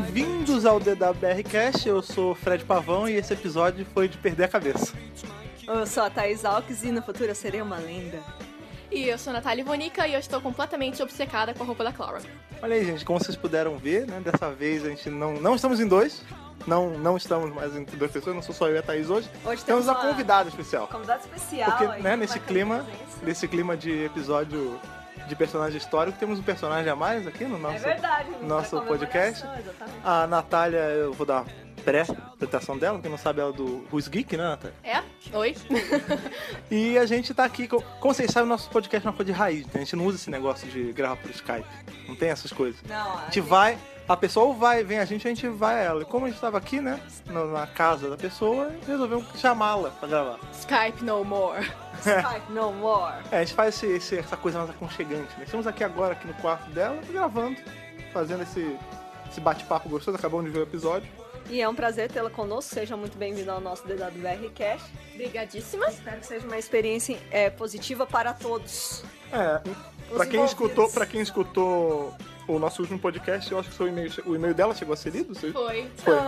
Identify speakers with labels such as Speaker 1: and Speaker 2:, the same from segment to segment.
Speaker 1: Bem-vindos ao DWR Cast, eu sou o Fred Pavão e esse episódio foi de perder a cabeça.
Speaker 2: Eu sou a Thaís Alves e no futuro eu serei uma lenda.
Speaker 3: E eu sou a Natália Ivonica e eu estou completamente obcecada com a roupa da Clara.
Speaker 1: Olha aí, gente, como vocês puderam ver, né? Dessa vez a gente não, não estamos em dois. Não, não estamos mais entre duas pessoas, não sou só eu e a Thaís hoje.
Speaker 2: Hoje
Speaker 1: Temos
Speaker 2: temos
Speaker 1: a
Speaker 2: uma-
Speaker 1: convidada especial.
Speaker 2: Convidado especial.
Speaker 1: Porque,
Speaker 2: aí,
Speaker 1: né,
Speaker 2: com
Speaker 1: nesse
Speaker 2: uma
Speaker 1: clima,
Speaker 2: camisa.
Speaker 1: nesse clima de episódio de personagem histórico, temos um personagem a mais aqui no
Speaker 2: é
Speaker 1: nosso.
Speaker 2: verdade. pra
Speaker 1: nosso
Speaker 2: comemoração,
Speaker 1: podcast.
Speaker 2: exatamente.
Speaker 1: A Natália, eu vou dar a pré-apresentação dela, quem não sabe ela é do Who's Geek, né, Natália?
Speaker 3: É? Oi?
Speaker 1: E a gente tá aqui, com- como vocês sabem, nosso podcast não foi de raiz, né? a gente não usa esse negócio de gravar por Skype, não tem essas coisas.
Speaker 2: Não,
Speaker 1: A gente vai, a pessoa ou vai, vem a gente, a gente vai a ela. E como a gente tava aqui, né, no- na casa da pessoa, resolveu chamá-la pra gravar.
Speaker 3: Skype no more.
Speaker 2: Skype no more.
Speaker 1: É, a gente faz esse- esse- essa coisa mais aconchegante, né? Estamos aqui agora, aqui no quarto dela, gravando, fazendo esse, esse bate-papo gostoso, acabamos de ver o episódio.
Speaker 2: E é um prazer tê-la conosco. Seja muito bem-vindo ao nosso DWR Cast.
Speaker 3: Obrigadíssima.
Speaker 2: Espero que seja uma experiência é, positiva para todos.
Speaker 1: É,
Speaker 2: Os
Speaker 1: pra quem,
Speaker 2: envolvidos.
Speaker 1: escutou, pra quem escutou o nosso último podcast, eu acho que seu e-mail, che- o e-mail dela chegou a ser lido? Seu-
Speaker 3: Foi.
Speaker 1: Foi.
Speaker 2: Não,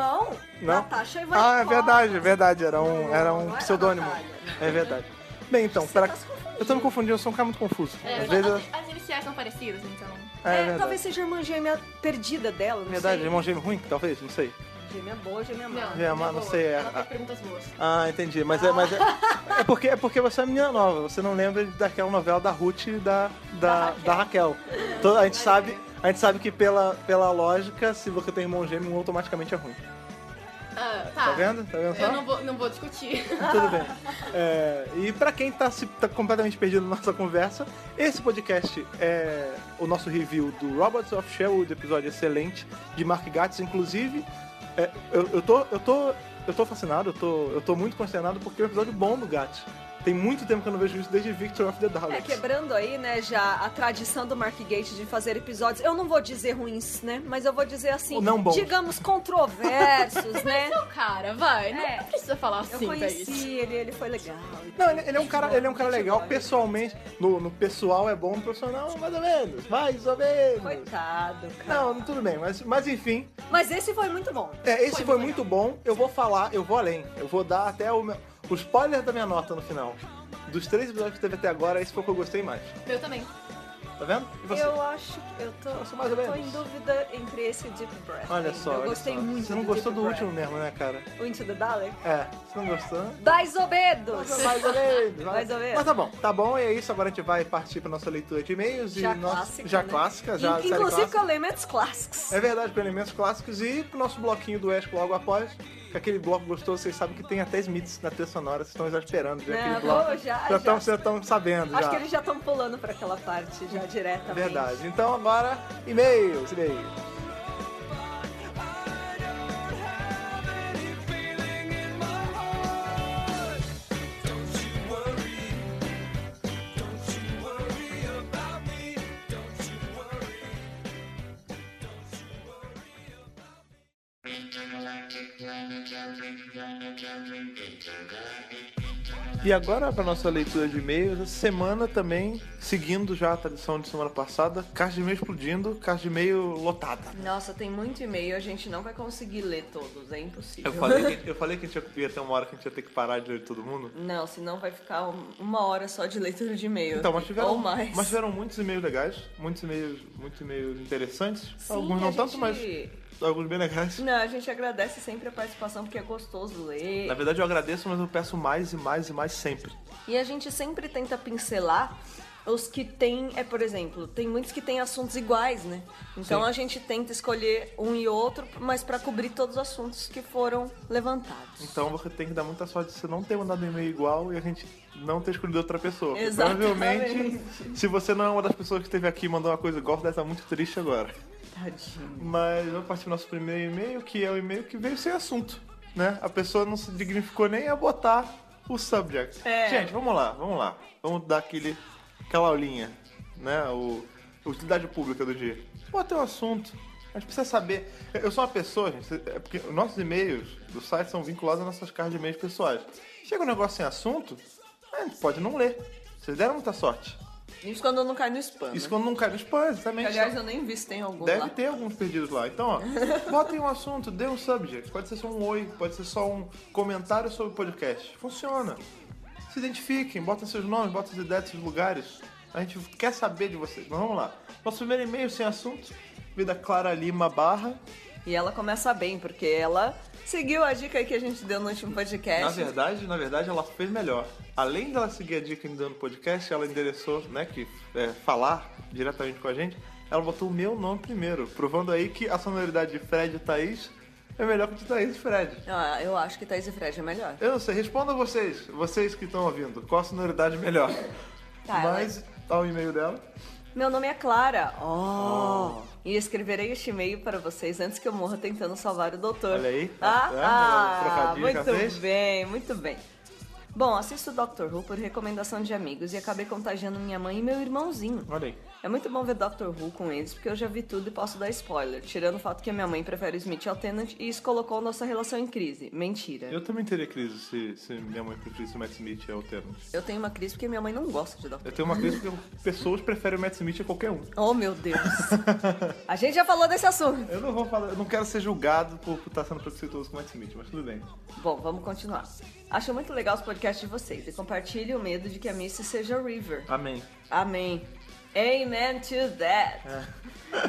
Speaker 1: Não?
Speaker 2: Natasha Ivankov.
Speaker 1: Ah, é verdade, é verdade. Era um,
Speaker 2: Não,
Speaker 1: era
Speaker 2: não
Speaker 1: um
Speaker 2: era
Speaker 1: pseudônimo.
Speaker 2: Natália.
Speaker 1: É verdade. Bem, então,
Speaker 2: Você
Speaker 1: pra...
Speaker 2: tá se confundindo.
Speaker 1: eu tô me confundindo, eu sou um cara muito confuso.
Speaker 3: É,
Speaker 1: Às vezes.
Speaker 3: as, as iniciais são parecidas, então.
Speaker 1: É, é
Speaker 2: É,
Speaker 1: verdade.
Speaker 2: talvez seja a irmã gêmea perdida dela, não
Speaker 1: Verdade,
Speaker 2: sei.
Speaker 1: irmão gêmeo ruim, talvez, não sei.
Speaker 2: Gêmea boa, gêmea má.
Speaker 3: Não,
Speaker 1: É, mas não
Speaker 3: boa.
Speaker 1: sei, é-
Speaker 3: Ela
Speaker 1: a-
Speaker 3: faz perguntas boas.
Speaker 1: Ah, entendi. Mas é, mas é, é porque é porque você é menina nova. Você não lembra daquela novela da Ruth e da da, da Raquel. Então, a gente sabe a gente sabe que pela pela lógica, se você tem irmão gêmeo, um automaticamente é ruim.
Speaker 3: Ah, tá.
Speaker 1: Tá vendo? Tá vendo
Speaker 3: Eu
Speaker 1: só?
Speaker 3: não vou, não vou discutir.
Speaker 1: Tudo bem. É, e pra quem tá, se- tá completamente perdido na nossa conversa, esse podcast é o nosso review do Robots of Sherwood, episódio excelente de Mark Gatiss. Inclusive, é, eu, eu tô, eu, tô, eu tô fascinado, eu tô, eu tô muito consternado porque é um episódio bom do Gatiss. Tem muito tempo que eu não vejo isso desde Victor of the
Speaker 2: É,
Speaker 1: Daleks.
Speaker 2: quebrando aí, né, já a tradição do Mark Gate de fazer episódios, eu não vou dizer ruins, né, mas eu vou dizer assim,
Speaker 1: Ou não bons.
Speaker 2: digamos, controversos, né.
Speaker 3: Não, cara, vai. Não,
Speaker 2: É.
Speaker 3: não precisa falar assim,
Speaker 2: Eu
Speaker 3: Thaís.
Speaker 2: conheci ele, ele foi legal.
Speaker 1: Não, ele, ele é um cara, ele é um cara
Speaker 2: Gente
Speaker 1: legal
Speaker 2: boa.
Speaker 1: pessoalmente. No, no pessoal é bom, no profissional mais ou menos, mais ou menos.
Speaker 2: Coitado, cara.
Speaker 1: Não, tudo bem, mas, mas enfim,
Speaker 2: Mas esse foi muito bom. né?
Speaker 1: É, esse foi,
Speaker 3: Foi
Speaker 1: muito bom. Eu vou falar, eu vou além. Eu vou dar até o, meu, o spoiler da minha nota no final. Dos três episódios que teve até agora, esse foi o que eu gostei mais.
Speaker 3: Eu também.
Speaker 1: Tá vendo? E você?
Speaker 2: Eu acho que eu tô,
Speaker 1: Eu sou mais ou
Speaker 2: eu tô
Speaker 1: menos.
Speaker 2: em dúvida entre esse Deep Breath.
Speaker 1: Olha
Speaker 2: ainda.
Speaker 1: só,
Speaker 2: Eu
Speaker 1: olha
Speaker 2: gostei
Speaker 1: só.
Speaker 2: muito
Speaker 1: Você não
Speaker 2: do
Speaker 1: gostou
Speaker 2: Deep
Speaker 1: do
Speaker 2: Breath.
Speaker 1: último mesmo, né, cara?
Speaker 2: O Into the Dalek?
Speaker 1: É, você não gostou? né?
Speaker 2: Mais ou menos.
Speaker 1: Mais ou menos.
Speaker 2: Mais ou menos.
Speaker 1: Mas tá bom, tá bom, e é isso. Agora a gente vai partir pra nossa leitura de e-mails
Speaker 2: Já
Speaker 1: e nosso-
Speaker 2: clássica,
Speaker 1: já
Speaker 2: né?
Speaker 1: clássica, já série
Speaker 2: Inclusive
Speaker 1: clássica.
Speaker 2: com elementos clássicos.
Speaker 1: É verdade, com elementos clássicos e pro nosso bloquinho do Ash logo após. Que é aquele bloco gostoso, vocês sabem que tem até Smiths na trilha sonora, vocês estão exasperando já
Speaker 2: Não,
Speaker 1: aquele
Speaker 2: eu
Speaker 1: bloco.
Speaker 2: já-
Speaker 1: já
Speaker 2: já.
Speaker 1: estão já estão sabendo.
Speaker 2: Acho
Speaker 1: já. É
Speaker 2: que eles já estão pulando pra aquela parte já diretamente.
Speaker 1: Verdade. Então agora, e-mails, e-mails. E agora para nossa leitura de e-mails, essa semana também, seguindo já a tradição de semana passada, caixa de e-mail explodindo, caixa de e-mail lotada.
Speaker 4: Nossa, tem muito e-mail, a gente não vai conseguir ler todos, é impossível.
Speaker 1: Eu falei, que, eu falei que a gente ia ter uma hora que a gente ia ter que parar de ler todo mundo.
Speaker 4: Não, senão vai ficar um- uma hora só de leitura de e-mail.
Speaker 1: Então, mas tiveram,
Speaker 4: Ou mais.
Speaker 1: mas tiveram muitos e-mails legais, muitos e-mails, muitos e-mails interessantes,
Speaker 4: Sim,
Speaker 1: alguns não
Speaker 4: a
Speaker 1: tanto,
Speaker 4: gente-
Speaker 1: mas alguns bem legais.
Speaker 4: Não, a gente agradece sempre a participação porque é gostoso ler.
Speaker 1: Na verdade eu agradeço, mas eu peço mais e mais e mais sempre.
Speaker 4: E a gente sempre tenta pincelar os que tem, é por exemplo, tem muitos que têm assuntos iguais, né? Então
Speaker 1: Sim.
Speaker 4: a gente tenta escolher um e outro, mas pra cobrir todos os assuntos que foram levantados.
Speaker 1: Então você tem que dar muita sorte de você não ter mandado um e-mail igual e a gente não ter escolhido outra pessoa. Porque
Speaker 4: Exatamente.
Speaker 1: Provavelmente, se você não é uma das pessoas que esteve aqui e mandou uma coisa igual, você deve estar muito triste agora.
Speaker 4: Tadinho.
Speaker 1: Mas vamos partir do nosso primeiro e-mail, que é o e-mail que veio sem assunto, né? A pessoa não se dignificou nem a botar o subject.
Speaker 4: É.
Speaker 1: Gente, vamos lá, vamos lá. Vamos dar aquele, aquela aulinha, né? O, a utilidade pública do dia. Bota o assunto. A gente precisa saber. Eu sou uma pessoa, gente, é porque os nossos e-mails do site são vinculados às nossas caixas de e-mails pessoais. Chega um negócio sem assunto, a gente pode não ler. Vocês deram muita sorte.
Speaker 4: Isso quando não cai no spam.
Speaker 1: Isso
Speaker 4: né?
Speaker 1: quando não cai no spam, exatamente.
Speaker 4: Aliás, eu nem vi se tem algum
Speaker 1: Deve
Speaker 4: lá.
Speaker 1: ter alguns perdidos lá. Então, ó, botem um assunto, dê um subject. Pode ser só um oi, pode ser só um comentário sobre o podcast. Funciona. Se identifiquem, botem seus nomes, botem as ideias, seus lugares. A gente quer saber de vocês. Mas vamos lá. Nosso primeiro e-mail sem assunto, vida Clara Lima Barra.
Speaker 4: E ela começa bem, porque ela seguiu a dica aí que a gente deu no último podcast.
Speaker 1: Na verdade, na verdade, ela fez melhor. Além dela seguir a dica que a gente deu no podcast, ela endereçou, né, que é, falar diretamente com a gente, ela botou o meu nome primeiro, provando aí que a sonoridade de Fred e Thaís é melhor que de Thaís e Fred.
Speaker 4: Ah, eu acho que Thaís e Fred é melhor.
Speaker 1: Eu não sei, respondam vocês, vocês que estão ouvindo, qual a sonoridade melhor.
Speaker 4: Tá, ela-
Speaker 1: Mas, ao e-mail dela,
Speaker 4: Meu nome é Clara. Oh. E escreverei este e-mail para vocês antes que eu morra tentando salvar o doutor.
Speaker 1: Olha aí,
Speaker 4: Ah,
Speaker 1: tá vendo?
Speaker 4: ah,
Speaker 1: Trocadilho que
Speaker 4: muito
Speaker 1: ela fez.
Speaker 4: bem, muito bem. Bom, assisto Doctor Who por recomendação de amigos e acabei contagiando minha mãe e meu irmãozinho.
Speaker 1: olha aí.
Speaker 4: É muito bom ver Doctor Who com eles, porque eu já vi tudo e posso dar spoiler. Tirando o fato que a minha mãe prefere o Smith ao Tennant e isso colocou nossa relação em crise. Mentira.
Speaker 1: Eu também teria crise se, se minha mãe preferisse o Matt Smith ao Terno.
Speaker 4: Eu tenho uma crise porque minha mãe não gosta de Doctor
Speaker 1: Eu tenho uma crise porque pessoas preferem o Matt Smith a qualquer um.
Speaker 4: Who. Oh, meu Deus. a gente já falou desse assunto.
Speaker 1: Eu não vou falar, eu não quero ser julgado por por estar sendo preconceituoso com o Matt Smith, mas tudo bem.
Speaker 4: Bom, vamos continuar. Acho muito legal os podcasts de vocês e compartilhe o medo de que a Missy seja River.
Speaker 1: Amém.
Speaker 4: Amém. Amen to that.
Speaker 1: É.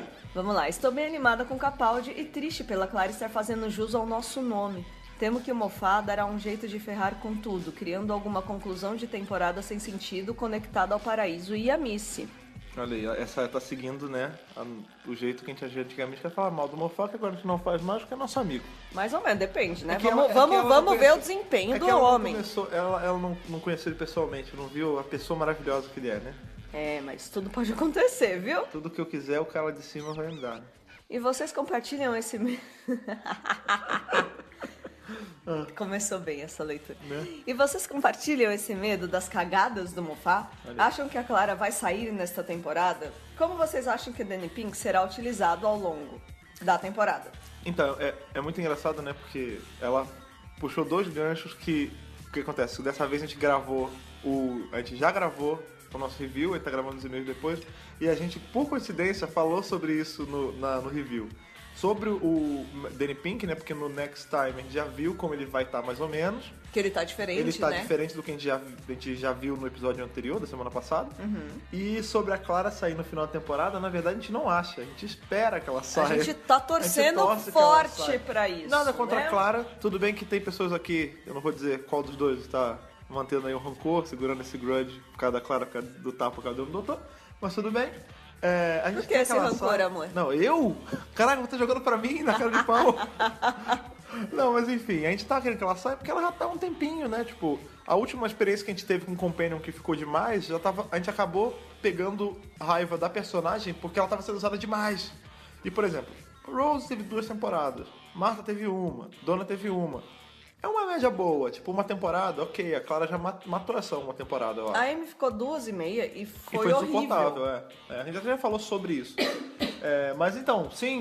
Speaker 4: Vamos lá, estou bem animada com Capaldi e triste pela Clara estar fazendo jus ao nosso nome. Temo que o Mofá dará um jeito de ferrar com tudo, criando alguma conclusão de temporada sem sentido conectada ao paraíso e à Missy.
Speaker 1: Olha aí, essa tá seguindo, né, a- o jeito que a gente agia antigamente, que é falar mal do Mofá, que agora a gente não faz mais, que é nosso amigo.
Speaker 4: Mais ou menos, depende, né?
Speaker 1: É que
Speaker 4: vamos
Speaker 1: ela- é
Speaker 4: vamos,
Speaker 1: que ela não
Speaker 4: vamos ver
Speaker 1: conhece-
Speaker 4: o desempenho
Speaker 1: é que
Speaker 4: do
Speaker 1: ela não
Speaker 4: homem.
Speaker 1: começou- ela ela não, não conheceu ele pessoalmente, não viu a pessoa maravilhosa que ele é, né?
Speaker 4: É, mas tudo pode acontecer, viu?
Speaker 1: Tudo que eu quiser, o cara lá de cima vai né? me dar.
Speaker 4: E vocês compartilham esse. me- Começou bem essa leitura.
Speaker 1: Né?
Speaker 4: E vocês compartilham esse medo das cagadas do Mofá?
Speaker 1: Olha aí.
Speaker 4: Acham que a Clara vai sair nesta temporada? Como vocês acham que Danny Pink será utilizado ao longo da temporada?
Speaker 1: Então, é, é muito engraçado, né? Porque ela puxou dois ganchos que. O que acontece? Dessa vez a gente gravou o. A gente já gravou o nosso review, a gente tá gravando os e-mails depois. E a gente, por coincidência, falou sobre isso no, na- no review. Sobre o Danny Pink, né? Porque no Next Time a gente já viu como ele vai estar mais ou menos.
Speaker 4: Que ele tá diferente,
Speaker 1: Ele está
Speaker 4: né?
Speaker 1: diferente do que a gente, já, a gente já viu no episódio anterior, da semana passada.
Speaker 4: Uhum.
Speaker 1: E sobre a Clara sair no final da temporada, na verdade a gente não acha. A gente espera que ela
Speaker 4: A
Speaker 1: saia.
Speaker 4: gente tá torcendo
Speaker 1: torce que ela
Speaker 4: forte
Speaker 1: saia.
Speaker 4: pra isso.
Speaker 1: Nada contra
Speaker 4: né?
Speaker 1: a Clara. Tudo bem que tem pessoas aqui, eu não vou dizer qual dos dois está mantendo aí o rancor, segurando esse grudge por causa da Clara, por causa do tapa, por causa do doutor. Mas tudo bem. É, a gente
Speaker 4: que
Speaker 1: quer
Speaker 4: esse
Speaker 1: ela
Speaker 4: rancor,
Speaker 1: saia.
Speaker 4: amor?
Speaker 1: Não, eu? Caraca, você tá jogando pra mim na cara de pau. não, mas enfim, a gente tá querendo que ela saia porque ela já tá há um tempinho, né? Tipo, a última experiência que a gente teve com o Companion que ficou demais, já tava, a gente acabou pegando raiva da personagem porque ela tava sendo usada demais. E, por exemplo, Rose teve duas temporadas, Marta teve uma, Donna teve uma. É uma média boa, tipo, uma temporada, ok, a Clara já mat- matou essa uma temporada, ó.
Speaker 4: A Amy ficou duas e meia e
Speaker 1: E
Speaker 4: foi,
Speaker 1: foi
Speaker 4: horrível.
Speaker 1: insuportável, é. É, A gente até já falou sobre isso. É, mas então, sim.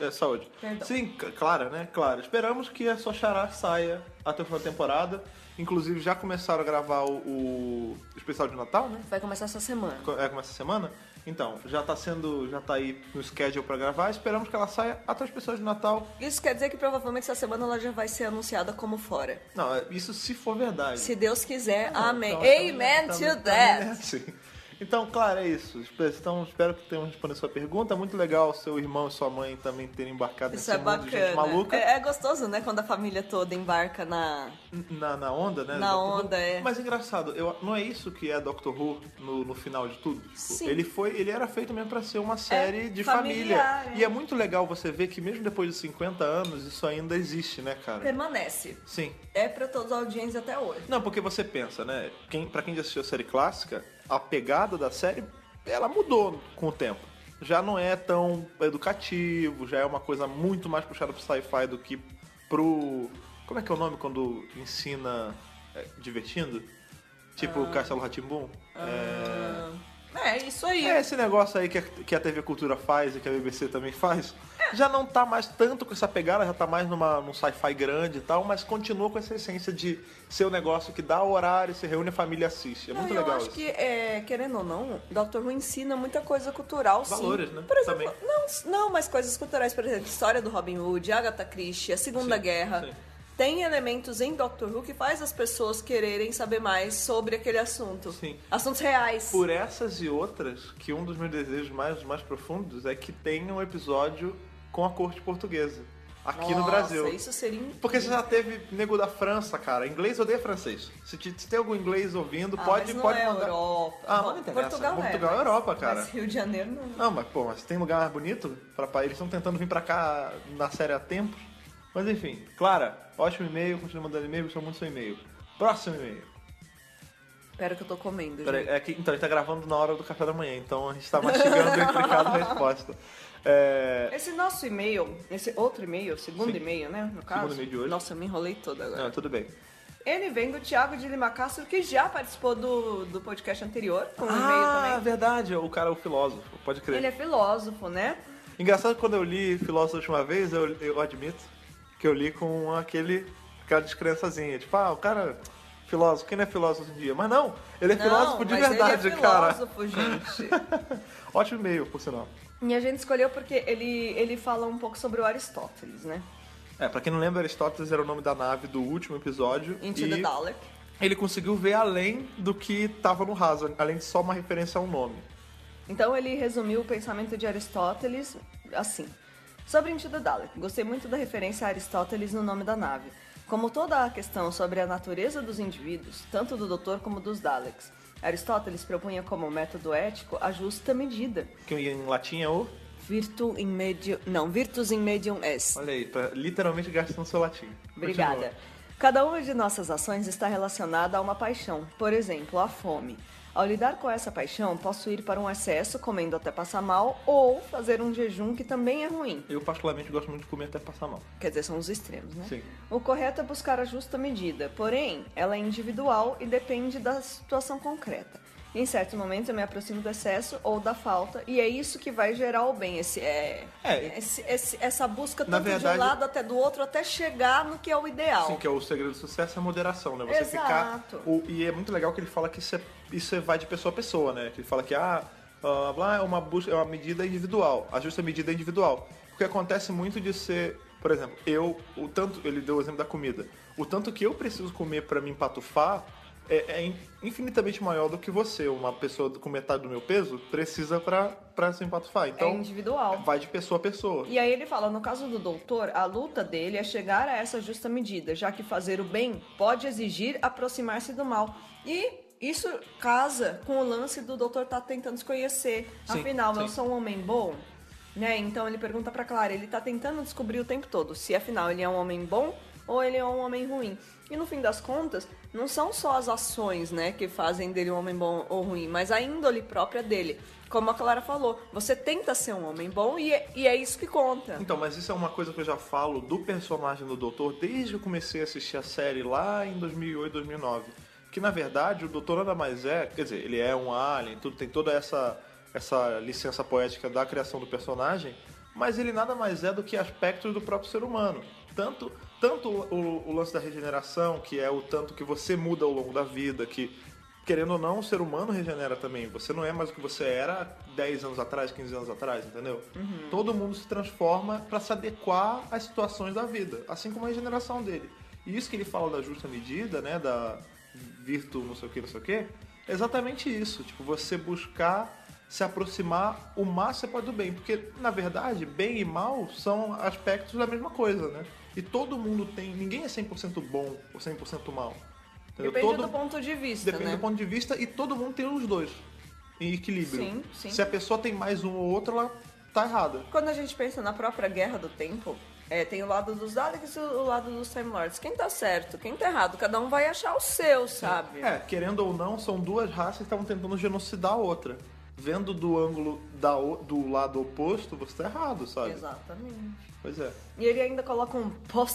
Speaker 1: é, saúde.
Speaker 4: Perdão.
Speaker 1: Sim, c- Clara, né? Claro. Esperamos que a sua Xará saia até o final da temporada. Inclusive, já começaram a gravar o, o especial de Natal, né?
Speaker 4: Vai começar essa semana.
Speaker 1: Co- É, começa essa semana. Então, já tá sendo. Já tá aí no schedule pra gravar. Esperamos que ela saia até o especial de Natal.
Speaker 4: Isso quer dizer que provavelmente essa semana ela já vai ser anunciada como fora.
Speaker 1: Não, é- isso se for verdade.
Speaker 4: Se Deus quiser,
Speaker 1: Não,
Speaker 4: amém.
Speaker 1: então,
Speaker 4: Amen
Speaker 1: então,
Speaker 4: to
Speaker 1: então, é
Speaker 4: that.
Speaker 1: assim. Então, claro, é isso. Espero- Então, espero que tenham respondido a sua pergunta. É Muito legal seu irmão e sua mãe também terem embarcado
Speaker 4: Isso é
Speaker 1: nesse mundo de gente
Speaker 4: bacana.
Speaker 1: maluca.
Speaker 4: É, é gostoso, né? Quando a família toda embarca na.
Speaker 1: Na, na onda, né?
Speaker 4: Na
Speaker 1: Do-
Speaker 4: onda, é.
Speaker 1: Mas engraçado, eu, não é isso que é Doctor Who no, no final de tudo? Tipo,
Speaker 4: Sim.
Speaker 1: Ele foi, ele era feito mesmo pra ser uma série de família.
Speaker 4: familiar, é.
Speaker 1: E é muito legal você ver que mesmo depois de 50 anos, isso ainda existe, né, cara?
Speaker 4: Permanece.
Speaker 1: Sim.
Speaker 4: É pra todos os audiências até hoje.
Speaker 1: Não, porque você pensa, né? Quem, pra quem já assistiu a série clássica, a pegada da série, ela mudou com o tempo. Já não é tão educativo, já é uma coisa muito mais puxada pro sci-fi do que pro... Como é que é o nome quando ensina é, divertindo? Tipo Castelo Ratimbum?
Speaker 4: É, isso aí.
Speaker 1: É esse negócio aí que a, que a TV Cultura faz e que a BBC também faz.
Speaker 4: É,
Speaker 1: já não tá mais tanto com essa pegada, já tá mais numa, num sci-fi grande e tal, mas continua com essa essência de ser um negócio que dá o horário, se reúne a família e assiste. É muito
Speaker 4: eu
Speaker 1: legal
Speaker 4: acho
Speaker 1: isso.
Speaker 4: que, é, querendo ou não, Doctor Who ensina muita coisa cultural, sim.
Speaker 1: Valores, né?
Speaker 4: Por exemplo,
Speaker 1: Também.
Speaker 4: não, não, mas coisas culturais, por exemplo, história do Robin Hood, Agatha Christie, a Segunda
Speaker 1: Sim,
Speaker 4: Guerra.
Speaker 1: sim.
Speaker 4: Tem elementos em Doctor Who que faz as pessoas quererem saber mais sobre aquele assunto.
Speaker 1: Sim.
Speaker 4: Assuntos reais.
Speaker 1: Por essas e outras, que um dos meus desejos mais, mais profundos é que tenha um episódio com a corte portuguesa. Aqui no
Speaker 4: Nossa,
Speaker 1: Brasil.
Speaker 4: isso seria incrível.
Speaker 1: Porque você já teve nego da França, cara. Inglês odeia francês. Se, te- se tem algum inglês ouvindo,
Speaker 4: Ah,
Speaker 1: pode,
Speaker 4: mas não
Speaker 1: pode
Speaker 4: é
Speaker 1: mandar.
Speaker 4: Europa.
Speaker 1: Ah,
Speaker 4: Bom,
Speaker 1: mas não interessa.
Speaker 4: Portugal,
Speaker 1: Portugal
Speaker 4: é,
Speaker 1: é
Speaker 4: mas-
Speaker 1: Europa, cara.
Speaker 4: Mas Rio de Janeiro não.
Speaker 1: Não, mas pô, mas tem lugar mais bonito para país. Eles estão tentando vir pra cá na série há tempo. Mas enfim, Clara, ótimo e-mail, continua mandando e-mail, gostou muito do seu e-mail. Próximo e-mail.
Speaker 4: Pera que eu tô comendo,
Speaker 1: Peraí,
Speaker 4: gente.
Speaker 1: é que, então, a gente tá gravando na hora do café da manhã, então a gente tá mastigando entre cada resposta. É,
Speaker 4: Esse nosso e-mail, esse outro e-mail, segundo
Speaker 1: Sim.
Speaker 4: e-mail, né? No caso.
Speaker 1: e-mail de hoje. Ah.
Speaker 4: Nossa, eu me enrolei toda agora.
Speaker 1: Não, tudo bem.
Speaker 4: Ele vem do Thiago de Lima Castro, que já participou do, do podcast anterior, com o
Speaker 1: ah,
Speaker 4: Um e-mail também.
Speaker 1: verdade, o cara é o filósofo, pode crer.
Speaker 4: Ele é filósofo, né?
Speaker 1: Engraçado que quando eu li Filósofo a última vez, eu, eu admito que eu li com aquele, aquela descrençazinha. Tipo, ah, o cara é filósofo, quem não é filósofo hoje em dia? Mas não, ele é filósofo de
Speaker 4: mas
Speaker 1: verdade,
Speaker 4: ele é
Speaker 1: cara.
Speaker 4: filósofo, gente.
Speaker 1: Ótimo e-mail, por sinal.
Speaker 4: e a gente escolheu porque ele, ele fala um pouco sobre o Aristóteles, né?
Speaker 1: É, pra quem não lembra, Aristóteles era o nome da nave do último episódio.
Speaker 4: Into
Speaker 1: e
Speaker 4: the Dalek.
Speaker 1: ele conseguiu ver além do que tava no raso, além de só uma referência a um nome.
Speaker 4: Então ele resumiu o pensamento de Aristóteles assim. Sobre Into the Dalek, gostei muito da referência a Aristóteles no nome da nave. Como toda a questão sobre a natureza dos indivíduos, tanto do Doutor como dos Daleks, Aristóteles propunha como método ético a justa medida.
Speaker 1: Que em latim é o.
Speaker 4: Virtu in medium. Não, virtus in medium est.
Speaker 1: Olha aí, tá literalmente gastando seu latim.
Speaker 4: Obrigada.
Speaker 1: Continua.
Speaker 4: Cada uma de nossas ações está relacionada a uma paixão, por exemplo, a fome. Ao lidar com essa paixão, posso ir para um excesso, comendo até passar mal, ou fazer um jejum que também é ruim.
Speaker 1: Eu, particularmente, gosto muito de comer até passar mal.
Speaker 4: Quer dizer, são os extremos, né?
Speaker 1: Sim.
Speaker 4: O correto é buscar a justa medida, porém, ela é individual e depende da situação concreta. Em certo momento eu me aproximo do excesso ou da falta, e é isso que vai gerar o bem, esse, é,
Speaker 1: É.
Speaker 4: esse- esse- essa busca
Speaker 1: Na
Speaker 4: tanto de
Speaker 1: verdade-
Speaker 4: um lado até do outro, até chegar no que é o ideal.
Speaker 1: Sim, que é o segredo do sucesso é a moderação, né? Você
Speaker 4: Exato.
Speaker 1: ficar. o- e é muito legal que ele fala que isso, é, isso é- vai de pessoa a pessoa, né? Que ele fala que ah, blá, blá, é uma busca, é uma medida individual, a justa medida é individual. Porque acontece muito de ser, por exemplo, eu, o tanto, ele deu o exemplo da comida. O tanto que eu preciso comer pra me empatufar é, é in- infinitamente maior do que você. Uma pessoa com metade do meu peso precisa pra, pra se empatufar.
Speaker 4: é
Speaker 1: Então,
Speaker 4: individual.
Speaker 1: vai de pessoa a pessoa.
Speaker 4: E aí ele fala, no caso do doutor, a luta dele é chegar a essa justa medida, já que fazer o bem pode exigir aproximar-se do mal. E isso casa com o lance do doutor tá tentando se conhecer.
Speaker 1: Sim,
Speaker 4: Afinal, eu
Speaker 1: sim.
Speaker 4: sou um homem bom? Né? Então ele pergunta pra Clara, ele tá tentando descobrir o tempo todo se afinal ele é um homem bom ou ele é um homem ruim. E no fim das contas, não são só as ações, né, que fazem dele um homem bom ou ruim, mas a índole própria dele. Como a Clara falou, você tenta ser um homem bom e é, e é isso que conta.
Speaker 1: Então, mas isso é uma coisa que eu já falo do personagem do Doutor desde que eu comecei a assistir a série lá em 2008, 2009. Que na verdade o Doutor nada mais é, quer dizer, ele é um alien, tudo tem toda essa essa licença poética da criação do personagem, mas ele nada mais é do que aspectos do próprio ser humano. Tanto tanto o, o lance da regeneração, que é o tanto que você muda ao longo da vida, que querendo ou não, o ser humano regenera também. Você não é mais o que você era 10 anos atrás, 15 anos atrás, entendeu?
Speaker 4: Uhum.
Speaker 1: Todo mundo se transforma pra se adequar às situações da vida, assim como a regeneração dele. E isso que ele fala da justa medida, né, da virtu, não sei o que, não sei o que, é exatamente isso. Tipo, você buscar se aproximar o máximo que pode do bem, porque na verdade, bem e mal são aspectos da mesma coisa, né? E todo mundo tem, ninguém é 100% bom ou 100% mal. entendeu?
Speaker 4: Depende
Speaker 1: Todo-
Speaker 4: do ponto de vista,
Speaker 1: Depende
Speaker 4: né?
Speaker 1: do ponto de vista e todo mundo tem os dois em equilíbrio.
Speaker 4: Sim, sim.
Speaker 1: Se a pessoa tem mais um ou outro, ela tá errada.
Speaker 4: Quando a gente pensa na própria guerra do tempo, é, tem o lado dos Daleks e o lado dos Time Lords. Quem tá certo, quem tá errado, cada um vai achar o seu, sabe?
Speaker 1: É, querendo ou não, são duas raças que estavam tentando genocidar a outra. Vendo do ângulo da o- do lado oposto, você tá errado, sabe?
Speaker 4: Exatamente.
Speaker 1: Pois é.
Speaker 4: E ele ainda coloca um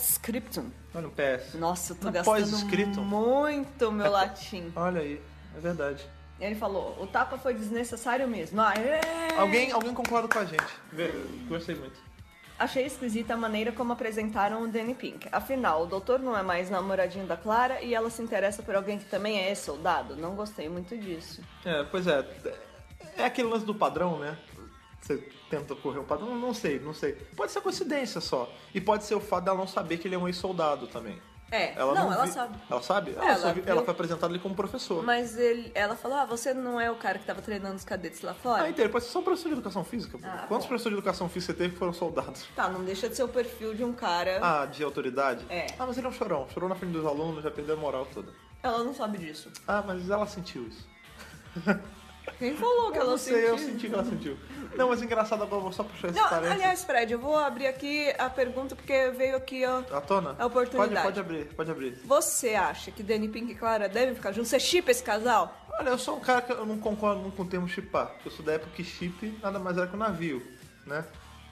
Speaker 4: postscriptum.
Speaker 1: Olha o PS.
Speaker 4: Nossa, eu tô
Speaker 1: Um
Speaker 4: gastando
Speaker 1: pós-scriptum.
Speaker 4: muito meu latim.
Speaker 1: Olha aí, é verdade.
Speaker 4: Ele falou, o tapa foi desnecessário mesmo. Ah, é.
Speaker 1: Alguém, alguém concorda com a gente. Ve- Gostei muito.
Speaker 4: achei esquisita a maneira como apresentaram o Danny Pink. Afinal, o doutor não é mais namoradinho da Clara e ela se interessa por alguém que também é soldado. Não gostei muito disso.
Speaker 1: É, pois é. É aquele lance do padrão, né? Você tenta correr um padrão? Não sei, não sei. Pode ser coincidência só. E pode ser o fato dela não saber que ele é um ex-soldado também.
Speaker 4: É, não, ela
Speaker 1: vi-
Speaker 4: sabe.
Speaker 1: Ela sabe? Ela,
Speaker 4: Ela
Speaker 1: só vi-
Speaker 4: viu.
Speaker 1: ela foi apresentada ali como professor.
Speaker 4: Mas ele, ela falou: Ah, você não é o cara que tava treinando os cadetes lá fora?
Speaker 1: Ah, então, ele pode ser só um professor de educação física. pô.
Speaker 4: Ah,
Speaker 1: Quantos
Speaker 4: bom.
Speaker 1: professores de educação física você teve que foram soldados?
Speaker 4: Tá, não deixa de ser o perfil de um cara.
Speaker 1: Ah, de autoridade?
Speaker 4: É.
Speaker 1: Ah, mas ele é um chorão. Chorou na frente dos alunos, já perdeu a moral toda.
Speaker 4: Ela não sabe disso.
Speaker 1: Ah, mas ela sentiu isso.
Speaker 4: Quem falou que
Speaker 1: eu
Speaker 4: ela
Speaker 1: não sei,
Speaker 4: sentiu?
Speaker 1: eu senti que ela sentiu. Não, mas engraçado agora, eu vou só puxar esse
Speaker 4: Não,
Speaker 1: parênteses.
Speaker 4: aliás, Fred, eu vou abrir aqui a pergunta porque veio aqui, ó.
Speaker 1: A tona?
Speaker 4: é a oportunidade.
Speaker 1: Pode, pode abrir, pode abrir.
Speaker 4: Você acha que Danny Pink e Clara devem ficar juntos? Você chipa esse casal?
Speaker 1: Olha, eu sou um cara que eu não concordo muito com o termo chipar. Eu sou da época que chip nada mais era que um navio, né?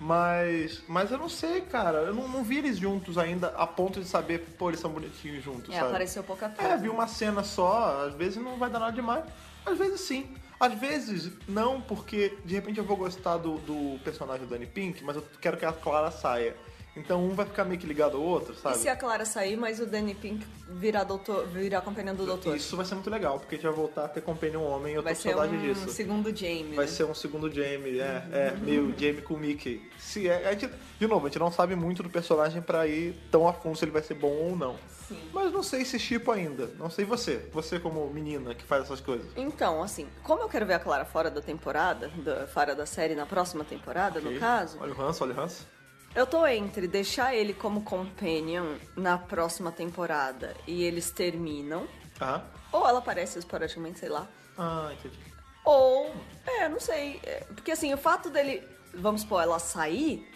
Speaker 1: Mas, mas eu não sei, cara. Eu não, não vi eles juntos ainda a ponto de saber, pô, eles são bonitinhos juntos,
Speaker 4: É,
Speaker 1: sabe?
Speaker 4: apareceu pouca coisa.
Speaker 1: É, vi uma cena só, às vezes não vai dar nada demais, às vezes sim. Às vezes não, porque de repente eu vou gostar do, do personagem do Danny Pink, mas eu quero que a Clara saia. Então um vai ficar meio que ligado ao outro,
Speaker 4: E
Speaker 1: sabe?
Speaker 4: se a Clara sair, mas o Danny Pink virar, doutor, virar companhia do doutor?
Speaker 1: Isso vai ser muito legal, porque a gente vai voltar a ter companheiro homem, eu
Speaker 4: Vai
Speaker 1: tô com
Speaker 4: ser
Speaker 1: saudade
Speaker 4: um
Speaker 1: disso.
Speaker 4: segundo Jamie.
Speaker 1: Vai
Speaker 4: né?
Speaker 1: ser um segundo Jamie, é, é meio Jamie com Mickey. Se é, a gente, de novo, a gente não sabe muito do personagem pra ir tão a fundo se ele vai ser bom ou não.
Speaker 4: Sim.
Speaker 1: Mas não sei se tipo ainda. Não sei você. Você como menina que faz essas coisas.
Speaker 4: Então, assim, como eu quero ver a Clara fora da temporada, da- fora da série na próxima temporada,
Speaker 1: Ok?
Speaker 4: no caso,
Speaker 1: Olha o ranço, olha o ranço.
Speaker 4: eu tô entre deixar ele como companion na próxima temporada e eles terminam,
Speaker 1: Aham.
Speaker 4: ou ela aparece esporadicamente, sei lá,
Speaker 1: Ah, entendi.
Speaker 4: Ou, é, não sei. é, Porque assim, o fato dele, vamos supor, ela sair,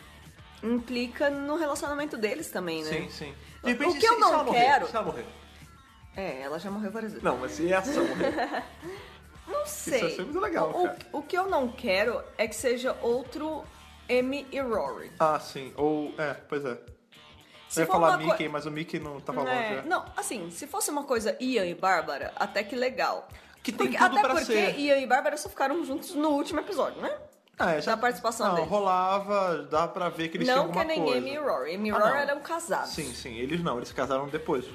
Speaker 4: implica no relacionamento deles também, né?
Speaker 1: Sim, sim.
Speaker 4: O que eu
Speaker 1: se
Speaker 4: não
Speaker 1: ela morrer,
Speaker 4: quero-
Speaker 1: se ela morrer.
Speaker 4: É, ela já morreu várias vezes.
Speaker 1: Não, mas se essa morrer.
Speaker 4: Não sei.
Speaker 1: vai ser muito legal,
Speaker 4: o,
Speaker 1: cara.
Speaker 4: o que eu não quero é que seja outro Amy e Rory.
Speaker 1: ah, sim. Ou. É, pois é.
Speaker 4: Se
Speaker 1: eu ia
Speaker 4: for
Speaker 1: falar
Speaker 4: uma coi-
Speaker 1: Mickey, mas o Mickey não tá falando
Speaker 4: É,
Speaker 1: já.
Speaker 4: Não, assim, se fosse uma coisa Ian e Bárbara, até que legal.
Speaker 1: Que tem
Speaker 4: Porque-
Speaker 1: tudo
Speaker 4: até
Speaker 1: pra
Speaker 4: porque
Speaker 1: ser.
Speaker 4: Ian e Bárbara só ficaram juntos no último episódio, né?
Speaker 1: Ah, é,
Speaker 4: Da participação
Speaker 1: Não,
Speaker 4: deles.
Speaker 1: rolava, dá pra ver que eles tinham
Speaker 4: não
Speaker 1: alguma
Speaker 4: que nem
Speaker 1: coisa.
Speaker 4: Amy e Rory. Amy e
Speaker 1: Ah, não.
Speaker 4: Rory eram casados.
Speaker 1: Sim, sim, eles não, eles se casaram depois.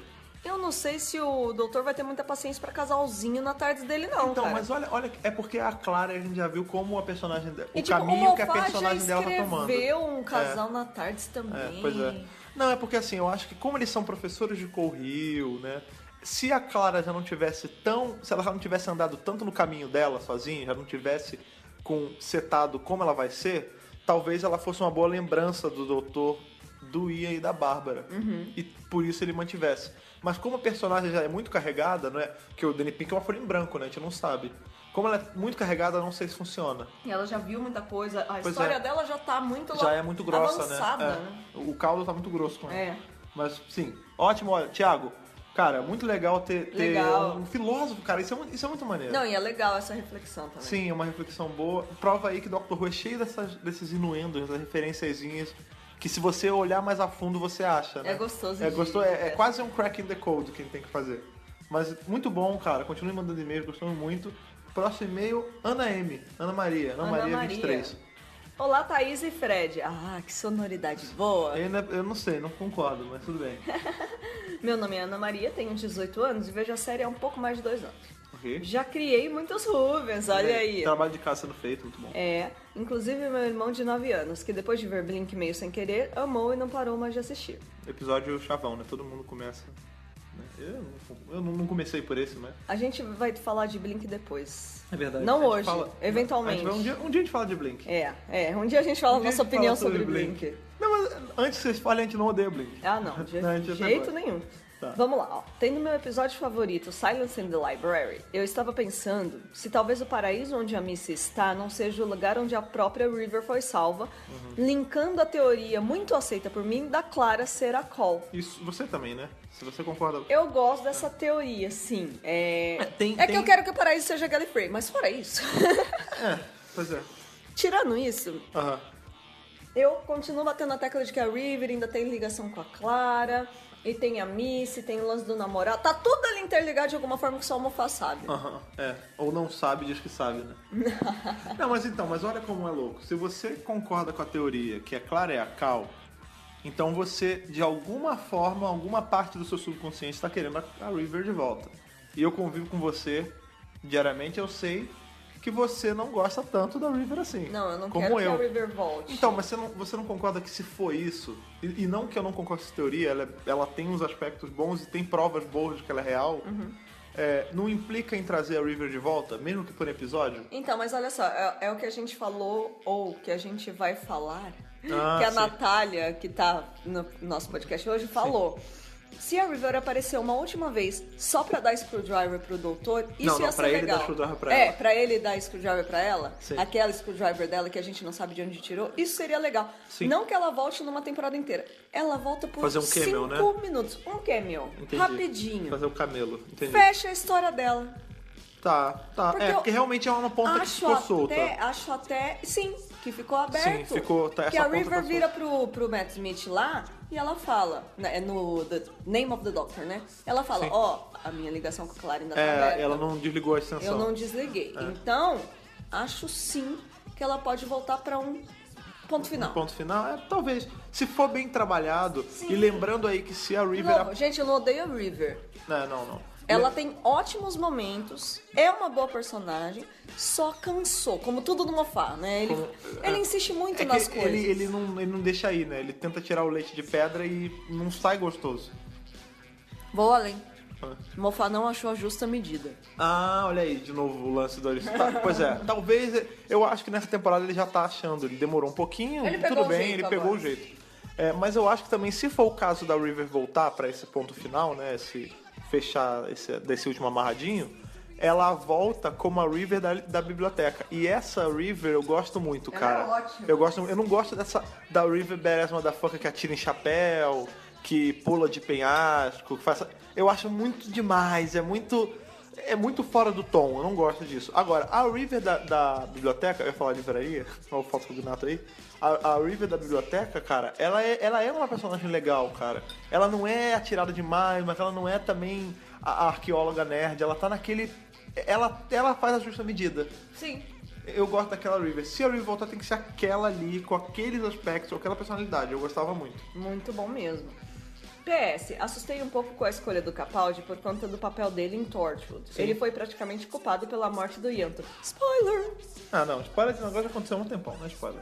Speaker 4: Eu não sei se o doutor vai ter muita paciência pra casalzinho na tarde dele, não.
Speaker 1: então,
Speaker 4: cara.
Speaker 1: mas olha, olha, é porque a Clara a gente já viu como a personagem dela.
Speaker 4: E,
Speaker 1: O
Speaker 4: tipo,
Speaker 1: caminho que a
Speaker 4: Moffat
Speaker 1: personagem dela tá
Speaker 4: Já
Speaker 1: tomando.
Speaker 4: escreveu um casal na tarde também.
Speaker 1: É, pois é. Não, é porque assim, eu acho que como eles são professores de Corril, né? Se a Clara já não tivesse tão. Se ela já não tivesse andado tanto no caminho dela sozinha, já não tivesse com setado como ela vai ser, talvez ela fosse uma boa lembrança do doutor do Ian e da Bárbara.
Speaker 4: Uhum.
Speaker 1: E por isso ele mantivesse. Mas como a personagem já é muito carregada, não é? Porque o Danny Pink é uma folha em branco, né? A gente não sabe. Como ela é muito carregada, eu não sei se funciona.
Speaker 4: E ela já viu muita coisa. A
Speaker 1: Pois
Speaker 4: história
Speaker 1: é.
Speaker 4: dela já tá muito
Speaker 1: Já é muito grossa,
Speaker 4: avançada,
Speaker 1: né? É. O caldo tá muito grosso com ela.
Speaker 4: É.
Speaker 1: Mas sim, ótimo, olha, Thiago, cara, muito legal ter, ter
Speaker 4: Legal.
Speaker 1: um filósofo, cara, isso é, mu- isso é muito maneiro.
Speaker 4: Não, e é legal essa reflexão também.
Speaker 1: Sim, é uma reflexão boa. Prova aí que Doctor Who é cheio dessas, desses inuendos, dessas referenciazinhas, que se você olhar mais a fundo você acha, né?
Speaker 4: É gostoso
Speaker 1: É,
Speaker 4: de-
Speaker 1: gostoso, é, é
Speaker 4: de-
Speaker 1: quase um crack in the code que a gente tem que fazer. Mas muito bom, cara, continue mandando e-mail, gostamos muito. Próximo e-mail, Ana M, Ana Maria, Ana,
Speaker 4: Ana
Speaker 1: Maria,
Speaker 4: Maria.
Speaker 1: 23.
Speaker 4: Olá, Thaís e Fred. Ah, que sonoridade boa.
Speaker 1: Eu, ainda- eu não sei, não concordo, mas tudo bem.
Speaker 4: Meu nome é Ana Maria, tenho 18 anos e vejo a série há um pouco mais de dois anos.
Speaker 1: Ok?
Speaker 4: Já criei muitos Rubens, olha
Speaker 1: É,
Speaker 4: aí.
Speaker 1: Trabalho de casa sendo feito, muito bom.
Speaker 4: É, inclusive meu irmão de 9 anos, que depois de ver Blink meio sem querer, amou e não parou mais de assistir.
Speaker 1: Episódio chavão, né? Todo mundo começa. né? Eu, não- eu não, não comecei por esse, mas.
Speaker 4: A gente vai falar de Blink depois.
Speaker 1: É verdade.
Speaker 4: Não hoje, eventualmente.
Speaker 1: um, dia, um dia a gente fala de Blink.
Speaker 4: É, é, um dia a gente fala
Speaker 1: Um dia a
Speaker 4: nossa
Speaker 1: gente
Speaker 4: opinião
Speaker 1: fala
Speaker 4: sobre, Blink.
Speaker 1: Não, mas antes que vocês falem, a gente não odeia Blink.
Speaker 4: Ah, não, de
Speaker 1: Não, a gente até
Speaker 4: jeito
Speaker 1: gosta.
Speaker 4: nenhum.
Speaker 1: Tá.
Speaker 4: Vamos lá, ó. Tendo meu episódio favorito, Silence in the Library, eu estava pensando se talvez o paraíso onde a Missy está não seja o lugar onde a própria River foi salva,
Speaker 1: Uhum.
Speaker 4: linkando a teoria muito aceita por mim da Clara ser a Cole.
Speaker 1: Isso, você também, né? Se você concorda.
Speaker 4: Eu gosto dessa teoria, sim. É,
Speaker 1: É, tem- tem-
Speaker 4: é que eu quero que o paraíso seja Gallifrey, mas fora isso.
Speaker 1: É, pois é.
Speaker 4: Tirando isso,
Speaker 1: Aham.
Speaker 4: eu continuo batendo na tecla de que a River ainda tem ligação com a Clara. E tem a Missy, tem o lance do namorado. Tá tudo ali interligado de alguma forma que só o Mofá sabe.
Speaker 1: Aham, é. Ou não sabe, diz que sabe, né? não, mas então, mas olha como é louco. Se você concorda com a teoria que a Clara é a Cal, então você, de alguma forma, alguma parte do seu subconsciente está querendo a- a River de volta. E eu convivo com você diariamente, eu sei que você não gosta tanto da River assim.
Speaker 4: Não, eu não
Speaker 1: como
Speaker 4: quero
Speaker 1: eu.
Speaker 4: que a River volte.
Speaker 1: Então, mas você não, você não concorda que se for isso, e, e não que eu não concordo com essa teoria, ela, é- ela tem uns aspectos bons e tem provas boas de que ela é real,
Speaker 4: Uhum.
Speaker 1: é, não implica em trazer a River de volta, mesmo que por episódio?
Speaker 4: Então, mas olha só, é, é o que a gente falou, ou que a gente vai falar,
Speaker 1: Ah,
Speaker 4: que a
Speaker 1: sim.
Speaker 4: Natália, que tá no nosso podcast hoje, falou. Se a River aparecer uma última vez só pra dar screwdriver pro doutor, isso
Speaker 1: não, pra
Speaker 4: ia ser
Speaker 1: ele
Speaker 4: legal.
Speaker 1: dar screwdriver pra
Speaker 4: é,
Speaker 1: ela.
Speaker 4: pra ele dar screwdriver pra ela,
Speaker 1: Sim.
Speaker 4: aquela screwdriver dela que a gente não sabe de onde tirou, isso seria legal.
Speaker 1: Sim.
Speaker 4: Não que ela volte numa temporada inteira. Ela volta por
Speaker 1: Fazer um cameo,
Speaker 4: cinco
Speaker 1: né?
Speaker 4: minutos. Um cameo.
Speaker 1: Entendi.
Speaker 4: Rapidinho.
Speaker 1: Fazer um o camelo, entendi.
Speaker 4: Fecha a história dela.
Speaker 1: Tá, tá.
Speaker 4: Porque
Speaker 1: é,
Speaker 4: eu
Speaker 1: porque realmente é uma ponta que tá?
Speaker 4: Acho
Speaker 1: ficou solta.
Speaker 4: até, acho até, sim, que ficou aberto.
Speaker 1: Sim, ficou- tá,
Speaker 4: que
Speaker 1: essa
Speaker 4: a
Speaker 1: ponta
Speaker 4: River
Speaker 1: tá
Speaker 4: vira pro, pro Matt Smith lá e ela fala, né, é no The Name of the Doctor, né? Ela fala,
Speaker 1: Sim.
Speaker 4: ó, a minha ligação com a Clara ainda tá aberta.
Speaker 1: É, ela não É. desligou a extensão.
Speaker 4: Eu não desliguei. Então, acho sim que ela pode voltar pra um ponto final.
Speaker 1: Um Ponto final? É, talvez. Se for bem trabalhado,
Speaker 4: Sim.
Speaker 1: e lembrando aí que se a
Speaker 4: De
Speaker 1: River.
Speaker 4: novo, gente, eu não odeio a River.
Speaker 1: Não, não, não.
Speaker 4: Ela tem ótimos momentos, é uma boa personagem, só cansou, como tudo no Mofá, né? Ele,
Speaker 1: Como-
Speaker 4: ele
Speaker 1: é.
Speaker 4: insiste muito
Speaker 1: É que
Speaker 4: nas
Speaker 1: ele-
Speaker 4: coisas.
Speaker 1: Ele, ele, não, ele não deixa aí, né? Ele tenta tirar o leite de pedra e não sai gostoso.
Speaker 4: Vou além. Mofá não achou a justa medida.
Speaker 1: Ah, olha aí, de novo o lance do tá, Pois é, talvez. Eu acho que nessa temporada ele já tá achando. Ele demorou um pouquinho,
Speaker 4: Ele pegou
Speaker 1: tudo
Speaker 4: o
Speaker 1: bem,
Speaker 4: jeito
Speaker 1: ele pegou
Speaker 4: agora.
Speaker 1: o jeito. É, mas eu acho que também, se for o caso da River voltar pra esse ponto final, né? Esse, fechar esse, desse último amarradinho, ela volta como a River da, da biblioteca. E essa River eu gosto muito,
Speaker 4: Ela
Speaker 1: cara.
Speaker 4: é ótima.
Speaker 1: Eu gosto, eu não gosto dessa da River Badass Motherfucker que atira em chapéu, que pula de penhasco, que faz. Eu acho muito demais, é muito. É muito fora do tom, eu não gosto disso. Agora, a River da, da biblioteca, eu ia falar livraria, olha o falso cognato aí. A, a River da biblioteca, cara, ela é, ela é uma personagem legal, cara. Ela não é atirada demais, mas ela não é também a, a arqueóloga nerd, ela tá naquele. Ela, ela faz a justa medida.
Speaker 4: Sim.
Speaker 1: Eu gosto daquela River. Se a River voltar, tem que ser aquela ali, com aqueles aspectos, com aquela personalidade. Eu gostava muito.
Speaker 4: Muito bom mesmo. PS, assustei um pouco com a escolha do Capaldi por conta do papel dele em Torchwood. Ele foi praticamente culpado pela morte do Yanto. Spoiler!
Speaker 1: Ah, não. Spoiler desse negócio já aconteceu há um tempão, não é spoiler.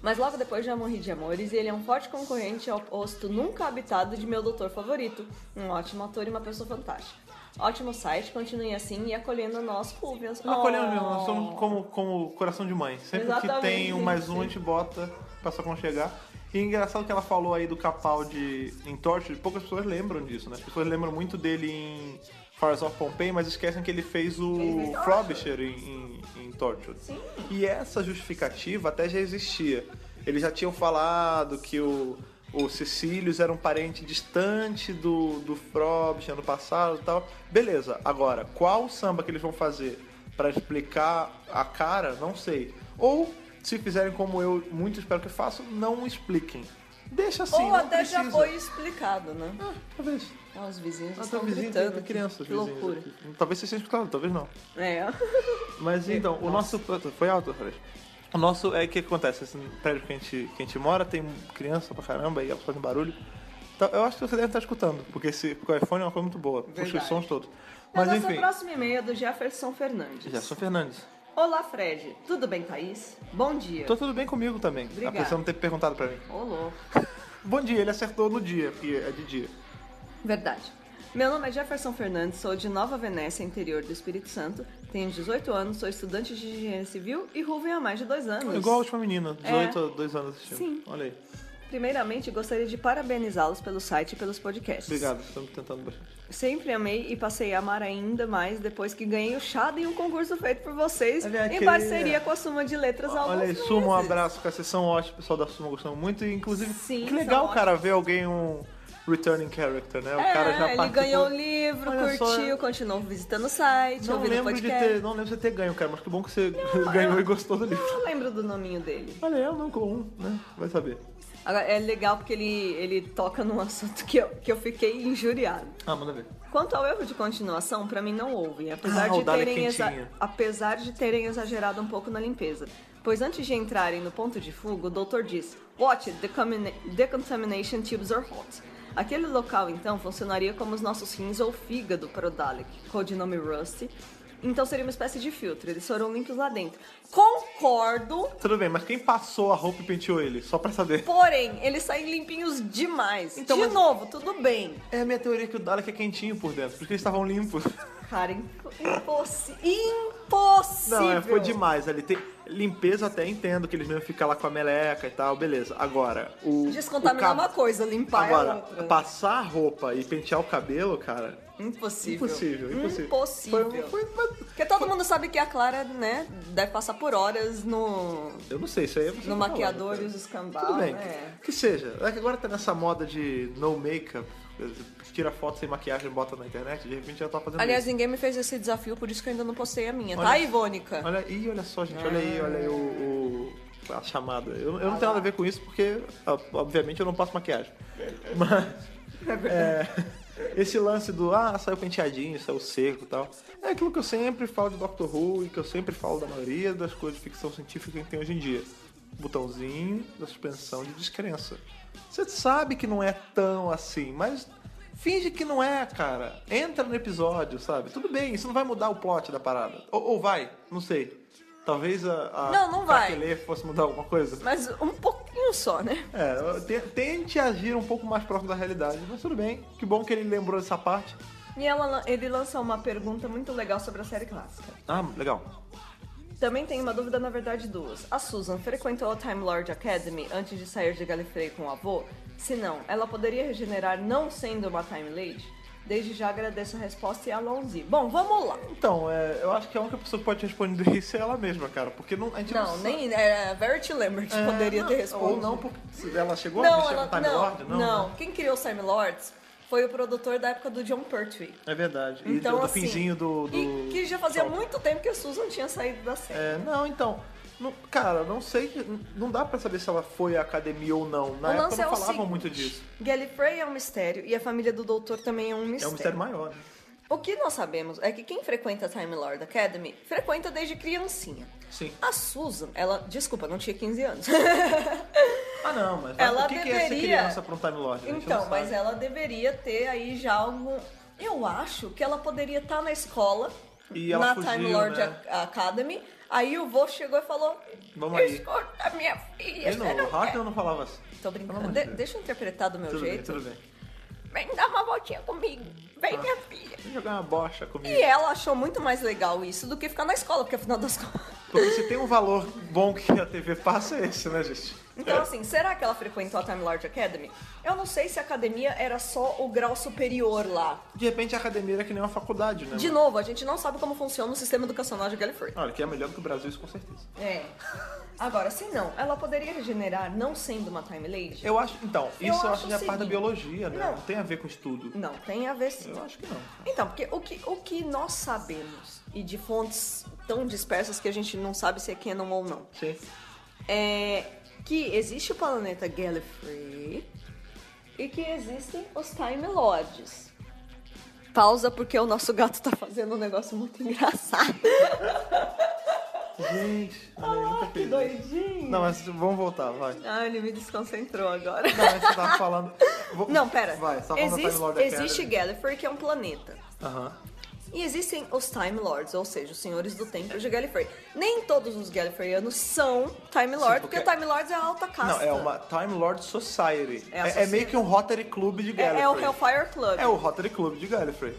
Speaker 4: Mas logo depois já morri de amores e ele é um forte concorrente ao posto nunca habitado de meu doutor favorito. Um ótimo ator e uma pessoa fantástica. Ótimo site, continuem assim e acolhendo nós Rubens.
Speaker 1: Não acolhemos mesmo, nós
Speaker 4: Oh.
Speaker 1: somos como, como coração de mãe. Sempre que
Speaker 4: Exatamente,
Speaker 1: tem um mais um,
Speaker 4: sim.
Speaker 1: a gente bota pra se aconchegar. E é engraçado que ela falou aí do Capaldi em Torchwood, poucas pessoas lembram disso, né? As pessoas lembram muito dele em Fires of Pompeii, mas esquecem que ele fez o
Speaker 4: Ele fez
Speaker 1: Frobisher em, em, em Torchwood.
Speaker 4: Sim.
Speaker 1: E essa justificativa até já existia. Eles já tinham falado que o, o Cecílios era um parente distante do, do Frobisher ano passado e tal. Beleza, agora, qual samba que eles vão fazer pra explicar a cara, não sei. Ou, se fizerem como eu muito espero que façam, não expliquem. Deixa assim,
Speaker 4: Ou
Speaker 1: não
Speaker 4: até já
Speaker 1: precisa.
Speaker 4: foi explicado, né?
Speaker 1: Ah, talvez.
Speaker 4: Ah, os vizinhos
Speaker 1: Ah,
Speaker 4: estão
Speaker 1: tem vizinho,
Speaker 4: gritando.
Speaker 1: tem
Speaker 4: aqui.
Speaker 1: criança, os
Speaker 4: que
Speaker 1: vizinhos
Speaker 4: loucura.
Speaker 1: aqui. Talvez vocês tenham escutado, talvez não.
Speaker 4: É.
Speaker 1: Mas então, o nosso. Foi alto, falei. O nosso. É o que acontece? Esse prédio que a, gente, que a gente mora tem criança pra caramba e elas fazem barulho. Então, eu acho que você deve estar escutando, porque, esse, porque o iPhone é uma coisa muito boa. Puxa os
Speaker 4: Verdade.
Speaker 1: sons todos.
Speaker 4: Mas
Speaker 1: Mas
Speaker 4: nosso
Speaker 1: enfim.
Speaker 4: próximo e-mail é do Jefferson Fernandes.
Speaker 1: Jefferson Fernandes.
Speaker 4: Olá, Fred. Tudo bem, Thaís? Bom dia.
Speaker 1: Tô tudo bem comigo também,
Speaker 4: Obrigada.
Speaker 1: apesar de não ter perguntado pra mim.
Speaker 4: Ô, louco.
Speaker 1: Bom dia, ele acertou no dia, porque é de dia.
Speaker 4: Verdade. Meu nome é Jefferson Fernandes, sou de Nova Venécia, interior do Espírito Santo. Tenho 18 anos, sou estudante de engenharia civil e Ruven há mais de dois anos.
Speaker 1: Igual a última menina,
Speaker 4: É.
Speaker 1: 18 a 2 anos assistindo.
Speaker 4: Sim.
Speaker 1: Olha aí.
Speaker 4: Primeiramente, gostaria de parabenizá-los pelo site e pelos podcasts.
Speaker 1: Obrigado, estamos tentando bastante.
Speaker 4: Sempre amei e passei a amar ainda mais depois que ganhei o Chada em um concurso feito por vocês
Speaker 1: Olha,
Speaker 4: em
Speaker 1: querida.
Speaker 4: parceria com a Suma de Letras há alguns
Speaker 1: Olha aí,
Speaker 4: meses.
Speaker 1: Suma, um abraço, cara. Vocês são ótimos, pessoal da Suma gostando muito. E, inclusive,
Speaker 4: Sim,
Speaker 1: que legal,
Speaker 4: são
Speaker 1: cara, ver alguém um returning character, né? O
Speaker 4: É,
Speaker 1: cara já
Speaker 4: ele
Speaker 1: participou.
Speaker 4: ganhou o livro,
Speaker 1: Olha só,
Speaker 4: curtiu, continuou visitando o site,
Speaker 1: Não
Speaker 4: ouvindo o
Speaker 1: lembro, de
Speaker 4: podcast.
Speaker 1: ter, não lembro de você ter ganho, cara, mas que bom que você ganhou e gostou do livro. é,
Speaker 4: Não lembro do nominho dele.
Speaker 1: Olha, eu não com um, né? Vai saber.
Speaker 4: Agora, é legal porque ele, ele toca num assunto que eu, que eu fiquei injuriado.
Speaker 1: Ah, manda ver.
Speaker 4: Quanto ao erro de continuação, pra mim não houve, apesar,
Speaker 1: Ah, o
Speaker 4: de
Speaker 1: Dália
Speaker 4: terem exa-
Speaker 1: Quentinha.
Speaker 4: apesar de terem exagerado um pouco na limpeza. Pois antes de entrarem no ponto de fuga, o doutor diz: Watch it, decommina- decontamination tubes are hot. Aquele local então funcionaria como os nossos rins ou fígado para o Dalek, codinome Rusty. Então seria uma espécie de filtro, eles foram limpos lá dentro. Concordo,
Speaker 1: Tudo bem, mas quem passou a roupa e penteou ele? Só pra saber.
Speaker 4: porém, eles saem limpinhos demais.
Speaker 1: Então,
Speaker 4: de
Speaker 1: mas-
Speaker 4: novo, tudo bem.
Speaker 1: É a minha teoria que o Dalek é quentinho por dentro, porque eles estavam limpos.
Speaker 4: Cara, impo- impossi- impossível.
Speaker 1: Não, é, foi demais. Ele tem limpeza eu até entendo que eles mesmo ficam lá com a meleca e tal, beleza. Agora, o
Speaker 4: Descontaminar
Speaker 1: o cab-
Speaker 4: uma coisa, limpar é
Speaker 1: Agora,
Speaker 4: outra.
Speaker 1: Tá, passar a roupa e pentear o cabelo, cara,
Speaker 4: Impossível.
Speaker 1: impossível, impossível.
Speaker 4: Impossível.
Speaker 1: Foi- foi- foi-
Speaker 4: Porque todo mundo sabe que a Clara, né, deve passar por horas no,
Speaker 1: eu não sei, isso aí é você
Speaker 4: no
Speaker 1: falando,
Speaker 4: maquiador
Speaker 1: cara.
Speaker 4: e os escambau,
Speaker 1: Tudo bem,
Speaker 4: né?
Speaker 1: que seja. É que agora tá nessa moda de no make-up, tira foto sem maquiagem e bota na internet, de repente já tá fazendo
Speaker 4: Aliás,
Speaker 1: isso.
Speaker 4: ninguém me fez esse desafio, por isso que eu ainda não postei a minha,
Speaker 1: Olha-
Speaker 4: tá, Ivônica?
Speaker 1: Olha aí, olha só, gente, olha aí, olha aí o, o- a chamada. Eu, eu não tenho nada a ver com isso porque, ó, obviamente, eu não passo maquiagem. Mas.
Speaker 4: tá
Speaker 1: é, esse lance do ah, saiu penteadinho, saiu seco e tal. É aquilo que eu sempre falo de Doctor Who e que eu sempre falo da maioria das coisas de ficção científica que tem hoje em dia. Botãozinho da suspensão de descrença. Você sabe que não é tão assim, mas finge que não é, cara. Entra no episódio, sabe? Tudo bem, isso não vai mudar o plot da parada. Ou, ou vai, não sei. Talvez a, a
Speaker 4: Não, não vai.
Speaker 1: Craquelê fosse mudar alguma coisa.
Speaker 4: Mas um pouquinho só, né?
Speaker 1: É, te- tente agir um pouco mais próximo da realidade, mas tudo bem. Que bom que ele lembrou dessa parte.
Speaker 4: E ela lan- ele lança uma pergunta muito legal sobre a série clássica.
Speaker 1: Ah, legal.
Speaker 4: Também tem uma dúvida, na verdade, duas. A Susan frequentou a Time Lord Academy antes de sair de Gallifrey com o avô? Se não, ela poderia regenerar não sendo uma Time Lady? Desde já agradeço a resposta e a Lonzi. Bom, vamos lá.
Speaker 1: Então, é, eu acho que a única pessoa que pode responder isso é ela mesma, cara, porque não, a gente não,
Speaker 4: Não,
Speaker 1: sabe-
Speaker 4: nem era Verity Lambert
Speaker 1: Tipo, É,
Speaker 4: poderia
Speaker 1: não,
Speaker 4: ter respondido.
Speaker 1: Ou não, porque ela chegou a
Speaker 4: não,
Speaker 1: mexer
Speaker 4: ela,
Speaker 1: com o Time né?
Speaker 4: não,
Speaker 1: Lord?
Speaker 4: não, Quem criou os Time Lords foi o produtor da época do John Pertwee.
Speaker 1: É verdade. E
Speaker 4: Então,
Speaker 1: do, do
Speaker 4: assim,
Speaker 1: finzinho do... do...
Speaker 4: E que já fazia
Speaker 1: Salto.
Speaker 4: muito tempo que a Susan tinha saído da série.
Speaker 1: É, não, então... não- cara, não sei... Não dá pra saber se ela foi à academia ou não. Na
Speaker 4: O
Speaker 1: época
Speaker 4: lance
Speaker 1: não
Speaker 4: é o
Speaker 1: falavam
Speaker 4: seguinte,
Speaker 1: muito disso.
Speaker 4: Gallifrey é um mistério e a família do doutor também é um
Speaker 1: É um mistério maior, né?
Speaker 4: O que nós sabemos é que quem frequenta a Time Lord Academy frequenta desde criancinha.
Speaker 1: Sim.
Speaker 4: A Susan, ela, desculpa, não tinha 15 anos.
Speaker 1: Ah, não, mas
Speaker 4: Ela
Speaker 1: o que, que é essa
Speaker 4: deveria-
Speaker 1: criança pra um Time Lord? né? A gente não
Speaker 4: então, mas
Speaker 1: sabe.
Speaker 4: ela deveria ter aí já algum. Eu acho que ela poderia estar na escola,
Speaker 1: E ela
Speaker 4: na
Speaker 1: fugiu,
Speaker 4: Time Lord
Speaker 1: né?
Speaker 4: A- Academy. Aí o vô chegou e falou:
Speaker 1: Vamos aí.
Speaker 4: Escuta, minha filha.
Speaker 1: E no
Speaker 4: você não quer?"
Speaker 1: Hackman não falava assim.
Speaker 4: Tô
Speaker 1: Pelo
Speaker 4: brincando.
Speaker 1: amor
Speaker 4: De-
Speaker 1: de Deus.
Speaker 4: deixa eu interpretar Então, do meu
Speaker 1: Tudo bem,
Speaker 4: jeito.
Speaker 1: tudo bem.
Speaker 4: Vem dar uma voltinha comigo. Vem, minha filha.
Speaker 1: Vem jogar uma bocha comigo.
Speaker 4: Ah. E ela achou muito mais legal isso do que ficar na escola, porque afinal das contas.
Speaker 1: Porque se tem um valor bom que a TV passa, é esse, né, gente?
Speaker 4: Então, assim, será que ela frequentou a Time Lord Academy? Eu não sei se a academia era só o grau superior lá.
Speaker 1: De repente a academia era que nem uma faculdade, né?
Speaker 4: De
Speaker 1: mano?
Speaker 4: novo, a gente não sabe como funciona o sistema educacional de Gallifrey.
Speaker 1: Olha, que é melhor do que o Brasil, isso com certeza.
Speaker 4: É. Agora, se não, ela poderia regenerar não sendo uma Time Lady?
Speaker 1: Eu acho, então, isso
Speaker 4: Eu
Speaker 1: eu
Speaker 4: acho
Speaker 1: acho que é parte
Speaker 4: o
Speaker 1: da
Speaker 4: seguinte-
Speaker 1: biologia, né?
Speaker 4: Não.
Speaker 1: Não. tem a ver com estudo.
Speaker 4: Não, tem a ver sim.
Speaker 1: Eu acho que não.
Speaker 4: Então, porque o que, o que nós sabemos, e de fontes tão dispersas que a gente não sabe se é canon ou não,
Speaker 1: Sim.
Speaker 4: é que existe o planeta Gallifrey e que existem os Time Lords. Pausa porque o nosso gato tá fazendo um negócio muito engraçado.
Speaker 1: Gente, olha, eu nunca
Speaker 4: Ah, que
Speaker 1: fiz isso.
Speaker 4: doidinho.
Speaker 1: Não, mas vamos voltar, vai. Não,
Speaker 4: Ah, ele me desconcentrou agora.
Speaker 1: mas você tava falando... Vou-
Speaker 4: Não, pera.
Speaker 1: Vai, você tava falando da
Speaker 4: existe
Speaker 1: Time Lord Academy.
Speaker 4: existe Gallifrey, que é um planeta.
Speaker 1: Aham.
Speaker 4: E existem os Time Lords, ou seja, os senhores do tempo de Gallifrey. Nem todos os Gallifreyanos são Time Lords, porque...
Speaker 1: porque-
Speaker 4: Time Lords é a alta casta.
Speaker 1: Não, é uma Time Lord Society.
Speaker 4: É
Speaker 1: É,
Speaker 4: a
Speaker 1: é
Speaker 4: sociedade.
Speaker 1: meio que um Rotary Club de
Speaker 4: É-
Speaker 1: Gallifrey.
Speaker 4: é o Hellfire Club.
Speaker 1: É o Rotary Club de Gallifrey.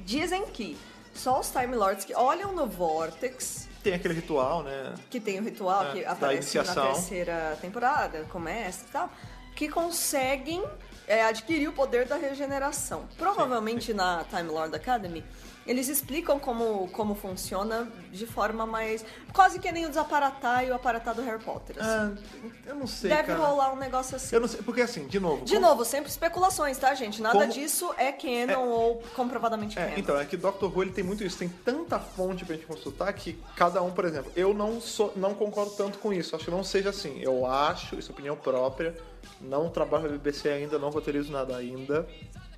Speaker 4: Dizem que só os Time Lords que olham no Vortex,
Speaker 1: Tem aquele ritual, né?
Speaker 4: que tem o ritual
Speaker 1: É,
Speaker 4: que
Speaker 1: da
Speaker 4: aparece na
Speaker 1: iniciação.
Speaker 4: terceira temporada, começa e tal, que conseguem é, adquirir o poder da regeneração. Provavelmente na Time Lord Academy, eles explicam como, como funciona de forma mais. quase que nem o desaparatar e o aparatar do Harry Potter. assim.
Speaker 1: Ah, eu não sei,
Speaker 4: Deve
Speaker 1: cara.
Speaker 4: rolar um negócio assim.
Speaker 1: Eu não sei, porque assim, de novo.
Speaker 4: De
Speaker 1: como-
Speaker 4: novo, sempre especulações, tá, gente? Nada
Speaker 1: Como-
Speaker 4: disso é canon ou comprovadamente
Speaker 1: É,
Speaker 4: canon.
Speaker 1: então, é que Doctor Who ele tem muito isso, tem tanta fonte pra gente consultar que cada um, por exemplo, eu não sou, não concordo tanto com isso, acho que não seja assim. Eu acho, isso é opinião própria, Não trabalho na BBC ainda, não roteirizo nada ainda.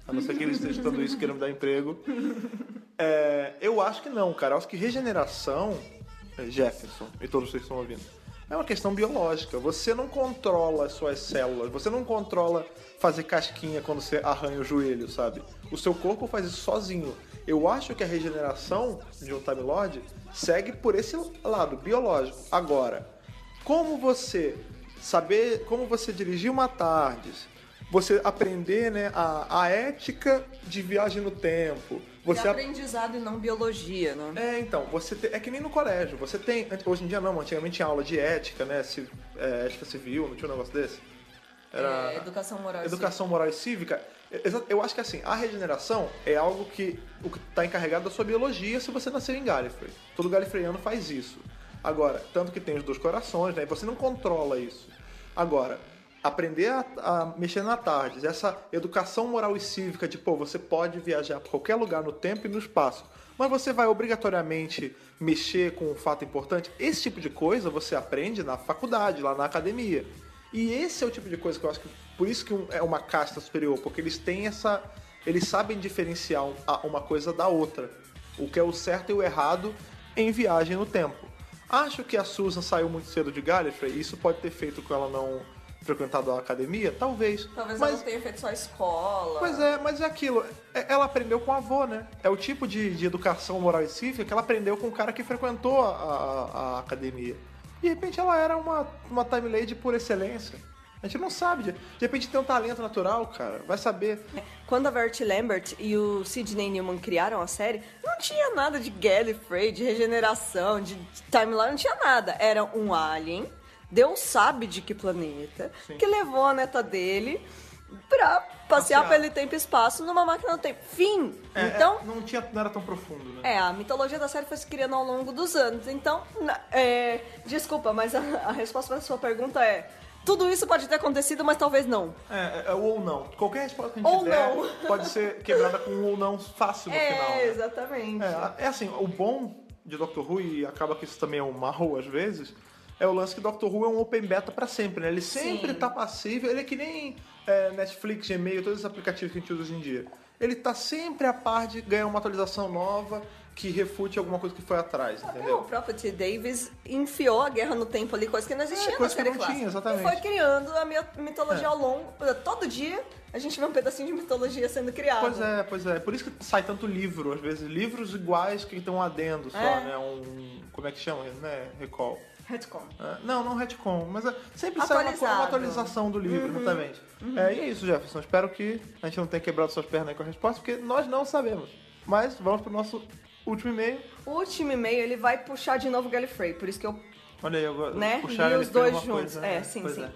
Speaker 1: A não ser que ele esteja estudando isso e queira me dar emprego. É, eu acho que não, cara. Eu acho que regeneração, é, Jefferson, e todos vocês que estão ouvindo, é uma questão biológica. Você não controla as suas células, você não controla fazer casquinha quando você arranha o joelho, sabe? O seu corpo faz isso sozinho. Eu acho que a regeneração de um Time Lord segue por esse lado biológico. Agora, como você saber, como você dirigir uma tarde, você aprender né, a, a ética de viagem no tempo. Você
Speaker 4: É
Speaker 1: ap-
Speaker 4: aprendizado e não biologia, né?
Speaker 1: é, então, você te- é que nem no colégio, você tem. Hoje em dia não, antigamente tinha aula de ética, né? ci- é, ética civil, não tinha um negócio desse? Era.
Speaker 4: É, educação moral. e
Speaker 1: Educação moral e cívica. Exa- Eu acho que assim, a regeneração é algo que o que tá encarregado da sua biologia se você nascer em Gallifrey. Todo galifreyano faz isso. Agora, tanto que tem os dois corações, né? E você não controla isso. Agora, aprender a, a mexer na tarde, essa educação moral e cívica de, pô, você pode viajar para qualquer lugar no tempo e no espaço, mas você vai obrigatoriamente mexer com um fato importante. Esse tipo de coisa você aprende na faculdade, lá na academia. E esse é o tipo de coisa que eu acho que. Por isso que um- é uma casta superior, porque eles têm essa. Eles sabem diferenciar um- a- uma coisa da outra. O que é o certo e o errado em viagem no tempo. Acho que a Susan saiu muito cedo de Gallifrey, isso pode ter feito com ela não frequentado a academia? Talvez.
Speaker 4: Talvez
Speaker 1: mas,
Speaker 4: ela não tenha feito só escola.
Speaker 1: Pois é, mas é aquilo. É- Ela aprendeu com o avô, né? É o tipo de, de educação moral e cívica que ela aprendeu com o cara que frequentou a, a- a academia. E, De repente ela era uma, uma time lady por excelência. A gente não sabe. De, de repente tem um talento natural, cara. Vai saber.
Speaker 4: Quando a Vert Lambert e o Sidney Newman criaram a série, não tinha nada de Gallifrey, de regeneração, de timeline, não tinha nada. Era um alien, Deus sabe de que planeta, que levou a neta dele pra passear
Speaker 1: Passear.
Speaker 4: pelo tempo e espaço numa máquina do tempo. Fim!
Speaker 1: É,
Speaker 4: então,
Speaker 1: é, não, tinha, não era tão profundo, né?
Speaker 4: é, a mitologia da série foi se criando ao longo dos anos. Então, na- é, desculpa, mas a, a resposta para sua pergunta é: tudo isso pode ter acontecido, mas talvez não.
Speaker 1: É, é, é o ou não. Qualquer resposta que a gente
Speaker 4: Ou
Speaker 1: der
Speaker 4: não.
Speaker 1: pode ser quebrada com um ou não fácil no
Speaker 4: é,
Speaker 1: final. né?
Speaker 4: exatamente.
Speaker 1: É, é assim, o bom de Doctor Who, e acaba que isso também é um mal às vezes, é o lance que Doctor Who é um open beta pra sempre, né? Ele sempre tá passível, ele é que nem é, Netflix, Gmail, todos os aplicativos que a gente usa hoje em dia. Ele tá sempre a par de ganhar uma atualização nova que refute alguma coisa que foi atrás,
Speaker 4: É, o
Speaker 1: entendeu?
Speaker 4: próprio T. Davis enfiou a guerra no tempo ali, coisa que não existia
Speaker 1: É,
Speaker 4: na
Speaker 1: coisa que
Speaker 4: série
Speaker 1: não
Speaker 4: clássica.
Speaker 1: tinha, exatamente.
Speaker 4: E foi criando a mi-
Speaker 1: É.
Speaker 4: mitologia ao longo. Todo dia a gente vê um pedacinho de mitologia sendo criado.
Speaker 1: Pois é, pois é. Por isso que sai tanto livro, às vezes. Livros iguais que tem um adendo só,
Speaker 4: É.
Speaker 1: né? Um. Como é que chama? Né? Recall.
Speaker 4: Retcon.
Speaker 1: É, Não, não retcon, mas é- sempre sai uma, co- uma
Speaker 4: Atualizado. Uhum.
Speaker 1: atualização do livro, exatamente. É, e é isso, Jefferson. Espero que a gente não tenha quebrado suas pernas aí com a resposta, porque nós não sabemos. Mas vamos pro nosso último e-mail.
Speaker 4: O último e-mail, ele vai puxar de novo Gallifrey, por isso que eu...
Speaker 1: Olha aí, agora
Speaker 4: Né?
Speaker 1: puxaram
Speaker 4: E
Speaker 1: ele
Speaker 4: os
Speaker 1: por
Speaker 4: dois
Speaker 1: uma
Speaker 4: juntos.
Speaker 1: coisa,
Speaker 4: É,
Speaker 1: né?
Speaker 4: sim,
Speaker 1: Pois
Speaker 4: sim.
Speaker 1: é.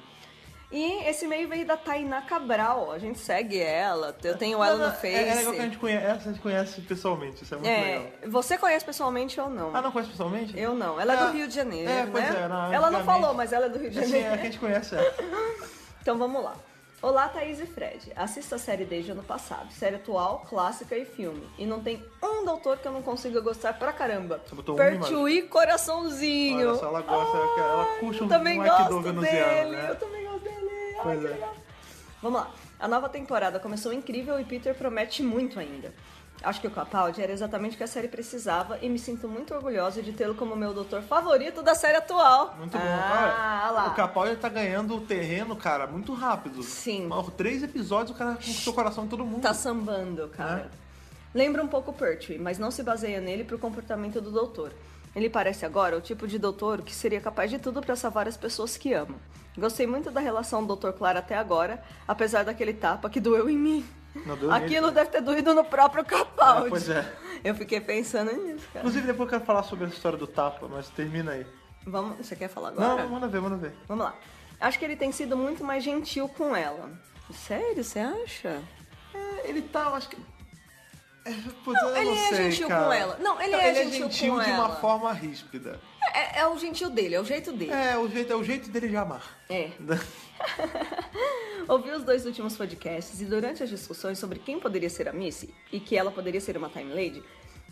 Speaker 4: E esse e-mail veio da Tainá Cabral, a gente segue ela, eu tenho ela
Speaker 1: Não, não,
Speaker 4: no Face.
Speaker 1: É, é legal que a gente conhece, essa a gente conhece pessoalmente, isso é muito
Speaker 4: É,
Speaker 1: legal.
Speaker 4: você conhece pessoalmente ou não?
Speaker 1: Ah, não conhece pessoalmente?
Speaker 4: Eu não, ela é,
Speaker 1: Ah,
Speaker 4: do Rio de Janeiro,
Speaker 1: é, pois
Speaker 4: né?
Speaker 1: é, não,
Speaker 4: ela não
Speaker 1: antigamente-
Speaker 4: falou, mas ela é do Rio de
Speaker 1: Sim,
Speaker 4: Janeiro.
Speaker 1: é que a gente conhece, é.
Speaker 4: Então vamos lá. Olá, Thaís e Fred. Assisto a série desde o ano passado. Série atual, clássica e filme. E não tem um doutor que eu não consiga gostar pra caramba.
Speaker 1: Você botou um,
Speaker 4: Pertwee Coraçãozinho.
Speaker 1: Olha só, ela gosta, ela- ela puxa um-
Speaker 4: eu também
Speaker 1: um
Speaker 4: gosto
Speaker 1: Aikido venusiano,
Speaker 4: dele.
Speaker 1: né?
Speaker 4: Eu também gosto dele. Ai,
Speaker 1: Pois
Speaker 4: que
Speaker 1: é.
Speaker 4: legal. Vamos lá. A nova temporada começou incrível e Peter promete muito ainda. Acho que o Capaldi era exatamente o que a série precisava e me sinto muito orgulhosa de tê-lo como meu doutor favorito da série atual.
Speaker 1: Muito bom.
Speaker 4: Ah,
Speaker 1: Olha,
Speaker 4: lá.
Speaker 1: O Capaldi tá ganhando o terreno, cara, muito rápido.
Speaker 4: Sim.
Speaker 1: Por três episódios o cara conquistou o coração de todo mundo.
Speaker 4: Tá sambando, cara. Lembra um pouco o Pertwee, mas não se baseia nele pro comportamento do doutor. Ele parece agora o tipo de doutor que seria capaz de tudo pra salvar as pessoas que ama. Gostei muito da relação do Dr. Clara até agora, apesar daquele tapa que doeu em mim.
Speaker 1: Não, doeu nele,
Speaker 4: Aquilo deve ter doído no próprio Capaldi.
Speaker 1: É, pois é.
Speaker 4: Eu fiquei pensando nisso, cara.
Speaker 1: Inclusive, depois eu quero falar sobre essa história do tapa, mas termina aí.
Speaker 4: Vamos, você quer falar agora?
Speaker 1: Não, não, manda ver, manda ver.
Speaker 4: Vamos lá. Acho que ele tem sido muito mais gentil com ela. Sério, você acha?
Speaker 1: É, ele tá, eu acho que. É, putz, eu
Speaker 4: ele
Speaker 1: não
Speaker 4: é
Speaker 1: sei,
Speaker 4: gentil
Speaker 1: cara.
Speaker 4: com ela. Não, ele é gentil com
Speaker 1: de uma
Speaker 4: ela.
Speaker 1: forma ríspida.
Speaker 4: É, é o gentil dele, é o jeito dele.
Speaker 1: É, o jeito, é o jeito dele de amar.
Speaker 4: É. Ouvi os dois últimos podcasts e durante as discussões sobre quem poderia ser a Missy e que ela poderia ser uma Time Lady,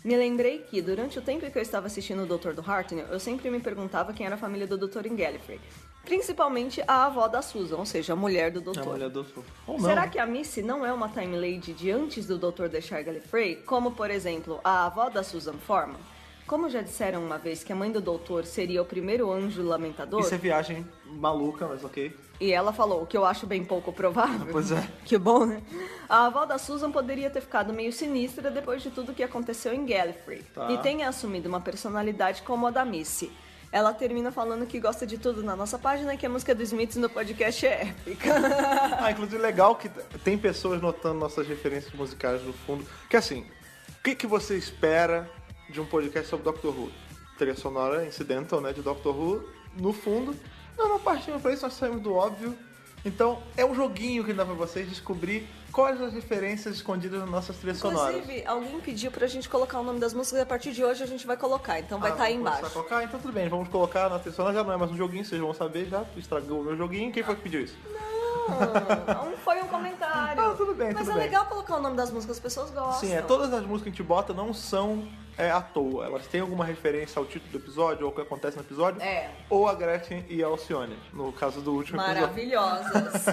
Speaker 4: me lembrei que, durante o tempo que eu estava assistindo o Doutor do Hartnell, eu sempre me perguntava quem era a família do Doutor em Gallifrey. Principalmente a avó da Susan, ou seja, a mulher
Speaker 1: É
Speaker 4: do
Speaker 1: a
Speaker 4: doutor.
Speaker 1: mulher do Sul. Ou não. né?
Speaker 4: Será que a Missy não é uma Time Lady de antes do Dr. deixar Gallifrey, como, por exemplo, a avó da Susan Forman? Como já disseram uma vez que a mãe do doutor seria o primeiro anjo lamentador,
Speaker 1: Isso é viagem maluca, mas ok.
Speaker 4: e ela falou, o que eu acho bem pouco provável.
Speaker 1: Pois é.
Speaker 4: Que bom, né? A avó da Susan poderia ter ficado meio sinistra depois de tudo que aconteceu em Gallifrey.
Speaker 1: Tá.
Speaker 4: E tenha assumido uma personalidade como a da Missy. Ela termina falando que gosta de tudo na nossa página e que a música dos Smiths no podcast é épica.
Speaker 1: Ah, inclusive legal que tem pessoas notando nossas referências musicais no fundo. Que assim, o que, que você espera de um podcast sobre Doctor Who? Trilha sonora incidental, né, de Doctor Who, no fundo. Não, não partimos pra isso, nós saímos do óbvio. Então, é um joguinho que dá pra vocês descobrir quais as referências escondidas nas nossas trilhas sonoras.
Speaker 4: Inclusive, alguém pediu pra gente colocar o nome das músicas e a partir de hoje a gente vai colocar, então vai
Speaker 1: Ah,
Speaker 4: estar aí
Speaker 1: vamos começar a
Speaker 4: embaixo.
Speaker 1: Colocar? Então tudo bem, vamos colocar na trilha sonora, já não é mais um joguinho, vocês vão saber, já estragou o meu joguinho. Quem foi que pediu isso?
Speaker 4: Não, foi um comentário.
Speaker 1: Ah, tudo bem,
Speaker 4: Mas
Speaker 1: tudo
Speaker 4: é
Speaker 1: bem.
Speaker 4: legal colocar o nome das músicas, as pessoas gostam.
Speaker 1: Sim, é, todas as músicas que a gente bota não são é, à toa. Elas têm alguma referência ao título do episódio, ou ao que acontece no episódio,
Speaker 4: É.
Speaker 1: ou a Gretchen e a Alcione, no caso do último episódio.
Speaker 4: Maravilhosas.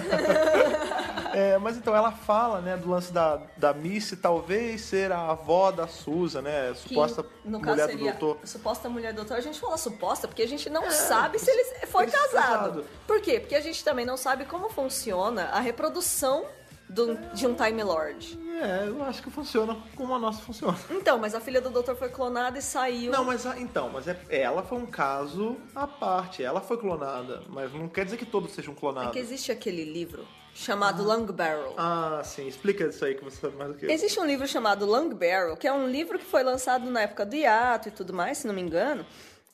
Speaker 1: É, mas então, ela fala, né, do lance da, da Missy talvez ser a avó da Susan, né,
Speaker 4: Que,
Speaker 1: suposta
Speaker 4: no caso,
Speaker 1: mulher
Speaker 4: seria
Speaker 1: do doutor. É,
Speaker 4: Suposta mulher do doutor. A gente fala suposta porque a gente não sabe se ele foi
Speaker 1: eles
Speaker 4: casado.
Speaker 1: casado.
Speaker 4: Por quê? Porque a gente também não sabe como funciona a reprodução do- de um Time Lord.
Speaker 1: É, eu acho que funciona como a nossa funciona.
Speaker 4: Então, mas a filha do doutor foi clonada e saiu.
Speaker 1: Não, mas a- então, mas é, ela foi um caso à parte. Ela foi clonada, mas não quer dizer que todos sejam
Speaker 4: É
Speaker 1: clonados.
Speaker 4: que existe aquele livro chamado Long Barrel.
Speaker 1: Ah, sim, explica isso aí que você sabe mais do que eu.
Speaker 4: Existe um livro chamado Long Barrel, que é um livro que foi lançado na época do hiato e tudo mais, se não me engano.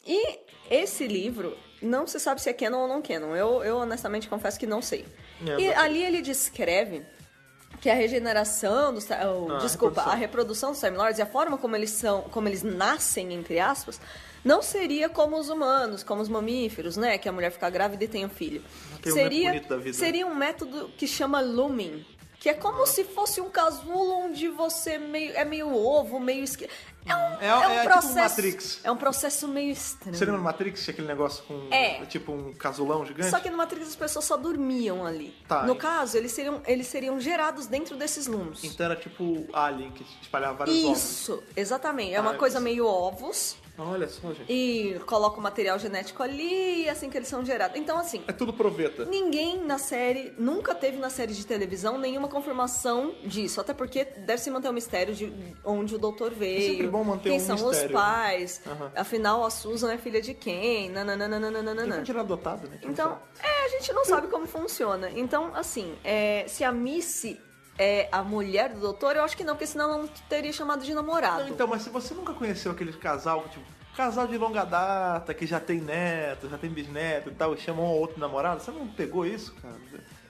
Speaker 4: E esse livro, não se sabe se é canon ou não canon. Eu, eu honestamente confesso que não sei.
Speaker 1: É,
Speaker 4: e
Speaker 1: mas-
Speaker 4: ali ele descreve que a regeneração dos... Ti- ou,
Speaker 1: Ah,
Speaker 4: desculpa,
Speaker 1: reprodução.
Speaker 4: a reprodução dos Time Lords e a forma como eles são, como eles nascem, entre aspas, não seria como os humanos, como os mamíferos, né? Que a mulher fica grávida e tem um filho.
Speaker 1: Tem um método
Speaker 4: seria,
Speaker 1: bonito da vida. Ah.
Speaker 4: seria tem um método que chama looming, que é como se fosse um casulo onde você meio, é meio ovo, meio esqui... É um,
Speaker 1: É-
Speaker 4: é um
Speaker 1: é tipo
Speaker 4: processo.
Speaker 1: Matrix.
Speaker 4: É um processo meio estranho.
Speaker 1: Você lembra no Matrix, tinha aquele negócio com
Speaker 4: É.
Speaker 1: tipo um casulão gigante?
Speaker 4: Só que no Matrix as pessoas só dormiam ali.
Speaker 1: Tá,
Speaker 4: no
Speaker 1: e-
Speaker 4: caso, eles seriam, eles seriam gerados dentro desses lumos.
Speaker 1: Então era tipo Alien, que espalhava vários ovos.
Speaker 4: Isso, exatamente. É uma
Speaker 1: Ah,
Speaker 4: coisa
Speaker 1: isso.
Speaker 4: meio ovos
Speaker 1: Olha só, gente.
Speaker 4: e coloca o material genético ali e assim que eles são gerados. Então, assim,
Speaker 1: É tudo proveta.
Speaker 4: Ninguém na série, nunca teve na série de televisão nenhuma confirmação disso. Até porque deve se manter o mistério de onde o doutor veio.
Speaker 1: É sempre bom manter
Speaker 4: quem
Speaker 1: um
Speaker 4: são os
Speaker 1: mistério, né?
Speaker 4: pais.
Speaker 1: Aham.
Speaker 4: Afinal, a Susan é filha de quem?
Speaker 1: Ele
Speaker 4: Nananana.
Speaker 1: foi tirado adotado, né?
Speaker 4: Então, é, a gente não sabe como funciona. Então, assim, é, se a Missy é a mulher do doutor, eu acho que não, porque senão ela não teria chamado de namorado.
Speaker 1: Não, então, mas se você nunca conheceu aquele casal, tipo, casal de longa data, que já tem neto, já tem bisneto e tal, e chamam um ou outro namorado, você não pegou isso, cara?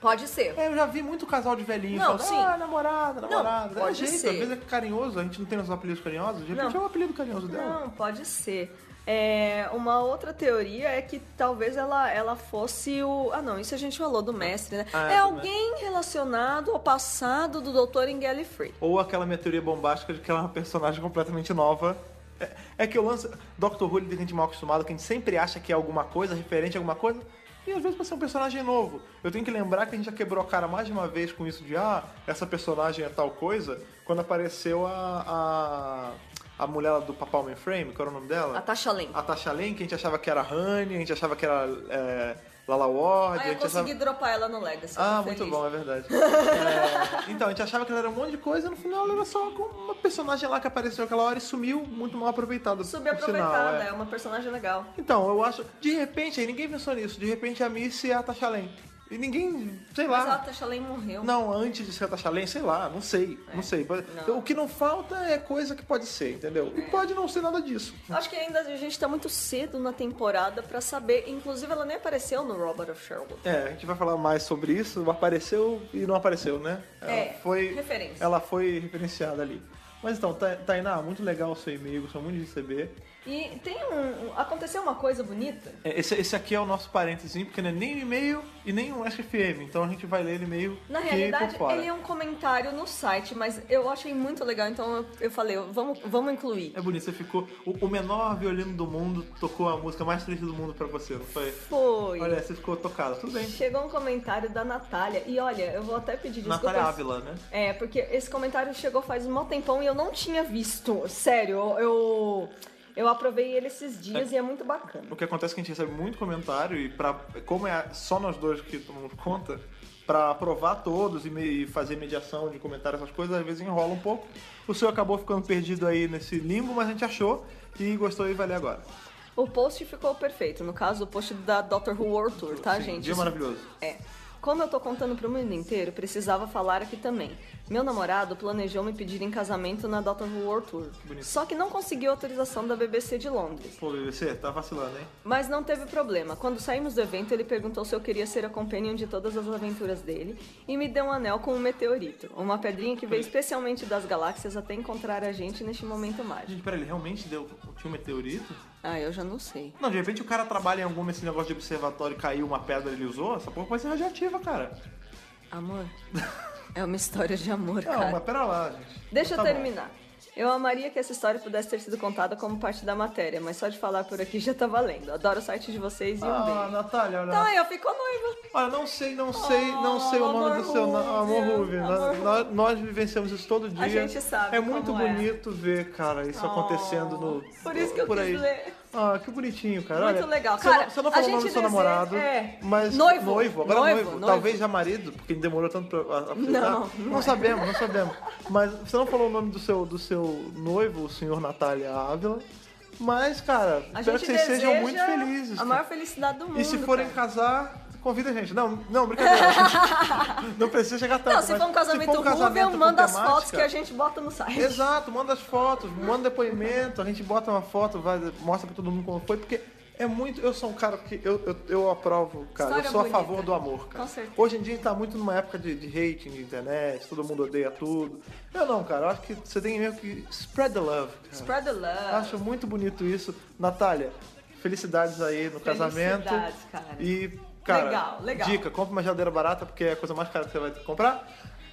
Speaker 4: Pode ser.
Speaker 1: É, eu já vi muito casal de velhinho
Speaker 4: Não,
Speaker 1: falando,
Speaker 4: sim.
Speaker 1: ah, namorada, namorada. é
Speaker 4: pode
Speaker 1: jeito,
Speaker 4: ser.
Speaker 1: às vezes é carinhoso, a gente não tem os apelidos carinhosos, de repente
Speaker 4: Não.
Speaker 1: é o apelido carinhoso dela.
Speaker 4: Não, pode ser. É, uma outra teoria é que talvez ela, ela fosse o. Ah, não, isso a gente falou do mestre, né?
Speaker 1: Ah,
Speaker 4: é
Speaker 1: do
Speaker 4: alguém relacionado ao passado do Doutor em Gallifrey.
Speaker 1: Ou aquela minha teoria bombástica de que ela é uma personagem completamente nova. É, é que eu lanço. Doctor Who ele tem gente mal acostumada, que a gente sempre acha que é alguma coisa, referente a alguma coisa. E às vezes pode ser um personagem novo. Eu tenho que lembrar que a gente já quebrou a cara mais de uma vez com isso de ah, essa personagem é tal coisa, quando apareceu a. a, a mulher lá do Papal Mainframe, qual era o nome dela?
Speaker 4: A Tasha Lane.
Speaker 1: A Tasha Lane, que a gente achava que era Honey, a gente achava que era é, Lala Ward,
Speaker 4: Ah,
Speaker 1: a
Speaker 4: eu
Speaker 1: gente achava.
Speaker 4: consegui dropar ela no Legacy. eu
Speaker 1: Ah,
Speaker 4: tô
Speaker 1: muito
Speaker 4: feliz.
Speaker 1: bom, é verdade. É, então, a gente achava que ela era um monte de coisa, no final ela era só com uma personagem lá que apareceu aquela hora e sumiu, muito mal aproveitada. por
Speaker 4: Subaproveitada,
Speaker 1: sinal,
Speaker 4: é.
Speaker 1: é.
Speaker 4: uma personagem legal.
Speaker 1: Então, eu acho. De repente, aí ninguém pensou nisso. De repente a Missy é a Tasha Lane. E ninguém, sei
Speaker 4: Mas a
Speaker 1: lá.
Speaker 4: Tasha Lane morreu.
Speaker 1: Não, antes de ser a Tasha Lane, sei lá, não sei, não sei.
Speaker 4: É. não. É.
Speaker 1: O que não falta é coisa que pode ser, entendeu? E pode não ser nada disso.
Speaker 4: Eu Acho que ainda a gente tá muito cedo na temporada pra saber. Inclusive, ela nem apareceu no Robert of Sherwood.
Speaker 1: É, a gente vai falar mais sobre isso. Apareceu e não apareceu, né? Ela
Speaker 4: É,
Speaker 1: foi
Speaker 4: referência.
Speaker 1: Ela foi referenciada ali. Mas então, Ta- Tainá, muito legal o seu e-mail, gostei muito de receber.
Speaker 4: E tem um. um- Aconteceu uma coisa bonita.
Speaker 1: É, Esse, esse aqui é o nosso parênteses, porque não é nem um e-mail e nem um SFM, então a gente vai ler ele meio
Speaker 4: Na
Speaker 1: que
Speaker 4: realidade,
Speaker 1: por fora.
Speaker 4: ele é um comentário no site, mas eu achei muito legal, então eu, eu falei, vamos, vamos incluir.
Speaker 1: É bonito, você ficou. O, o menor violino do mundo tocou a música mais triste do mundo pra você, não foi?
Speaker 4: Foi.
Speaker 1: Olha, você ficou tocado, tudo bem.
Speaker 4: Chegou um comentário da Natália, e olha, eu vou até pedir desculpas.
Speaker 1: Natália Ávila, né?
Speaker 4: É, porque esse comentário chegou faz um mó tempão e eu não tinha visto. Sério, eu. Eu, eu aprovei ele esses dias e é muito bacana.
Speaker 1: O que acontece é que a gente recebe muito comentário e pra, como é só nós dois que tomamos conta, pra aprovar todos e, me- e fazer mediação de comentários, essas coisas, às vezes enrola um pouco. O seu acabou ficando perdido aí nesse limbo, mas a gente achou e gostou e vai ler agora.
Speaker 4: O post ficou perfeito, no caso, o post da Doctor Who World Tour, tá,
Speaker 1: Sim,
Speaker 4: gente?
Speaker 1: Dia maravilhoso.
Speaker 4: É. Como eu tô contando pro mundo inteiro, precisava falar aqui também. Meu namorado planejou me pedir em casamento na Doctor Who World Tour.
Speaker 1: Bonito.
Speaker 4: Só que não conseguiu autorização da BBC de Londres.
Speaker 1: Pô, BBC, tá vacilando, hein?
Speaker 4: Mas não teve problema. Quando saímos do evento, ele perguntou se eu queria ser a companion de todas as aventuras dele e me deu um anel com um meteorito, uma pedrinha que veio especialmente das galáxias até encontrar a gente neste momento mágico.
Speaker 1: Gente, pera, ele realmente deu. Tinha um meteorito?
Speaker 4: Ah, eu já não sei.
Speaker 1: Não, de repente o cara trabalha em algum desse negócio de observatório e caiu uma pedra ele usou, essa porra pode ser radioativa, cara.
Speaker 4: Amor? É uma história de amor,
Speaker 1: Não,
Speaker 4: cara.
Speaker 1: mas pera lá, gente.
Speaker 4: Deixa
Speaker 1: Tá
Speaker 4: eu
Speaker 1: bom.
Speaker 4: terminar. Eu amaria que essa história pudesse ter sido contada como parte da matéria, mas só de falar por aqui já tá valendo. Adoro o site de vocês e um
Speaker 1: Ah,
Speaker 4: beijo.
Speaker 1: Natália, olha.
Speaker 4: Então aí, eu fico noiva.
Speaker 1: Olha, não sei, não sei, não sei o nome
Speaker 4: Oh, amor
Speaker 1: do seu na-
Speaker 4: Rubens,
Speaker 1: amor Rubens.
Speaker 4: amor
Speaker 1: Nós, nós- nós vivenciamos isso todo dia.
Speaker 4: gente sabe
Speaker 1: É muito
Speaker 4: como é.
Speaker 1: bonito ver, cara, isso
Speaker 4: Oh,
Speaker 1: acontecendo no.
Speaker 4: por isso que eu
Speaker 1: por
Speaker 4: quis
Speaker 1: aí.
Speaker 4: ler.
Speaker 1: Ah, que bonitinho, cara.
Speaker 4: Muito
Speaker 1: Olha,
Speaker 4: legal.
Speaker 1: Você
Speaker 4: Cara,
Speaker 1: não, você não
Speaker 4: a
Speaker 1: falou o
Speaker 4: gente
Speaker 1: nome do seu
Speaker 4: deseja-
Speaker 1: namorado,
Speaker 4: é.
Speaker 1: mas
Speaker 4: Noivo.
Speaker 1: noivo, agora noivo,
Speaker 4: Noivo, noivo.
Speaker 1: Talvez já marido, porque ele demorou tanto pra a- apresentar.
Speaker 4: Não, não é.
Speaker 1: sabemos, não sabemos. Mas você não falou o nome do seu do seu noivo, o senhor Natália Ávila. Mas, cara,
Speaker 4: A
Speaker 1: espero
Speaker 4: gente
Speaker 1: que vocês sejam
Speaker 4: deseja
Speaker 1: muito felizes.
Speaker 4: A
Speaker 1: cara.
Speaker 4: maior felicidade do mundo.
Speaker 1: E se forem
Speaker 4: cara.
Speaker 1: casar, convida a gente. Não, não, brincadeira. não precisa chegar tanto.
Speaker 4: Não, se
Speaker 1: mas
Speaker 4: for um casamento,
Speaker 1: se for um casamento
Speaker 4: Rubel,
Speaker 1: com
Speaker 4: manda as fotos que
Speaker 1: temática-
Speaker 4: a gente bota no site.
Speaker 1: Exato, manda as fotos, manda depoimento, a gente bota uma foto, vai, mostra pra todo mundo como foi, porque é muito. Eu sou um cara que. Eu, eu, eu aprovo, cara.
Speaker 4: História
Speaker 1: eu sou
Speaker 4: bonita.
Speaker 1: a favor do amor, cara.
Speaker 4: Com certeza.
Speaker 1: Hoje em dia a gente tá muito numa época de, de hating de internet, todo mundo odeia tudo. Eu não, cara. Eu acho que você tem mesmo que spread the love. Cara.
Speaker 4: Spread the love.
Speaker 1: Acho muito bonito isso. Natália, felicidades aí no casamento.
Speaker 4: Felicidades, cara.
Speaker 1: E, cara,
Speaker 4: Legal, legal.
Speaker 1: dica, compra uma geladeira barata, porque é a coisa mais cara que você vai ter que comprar.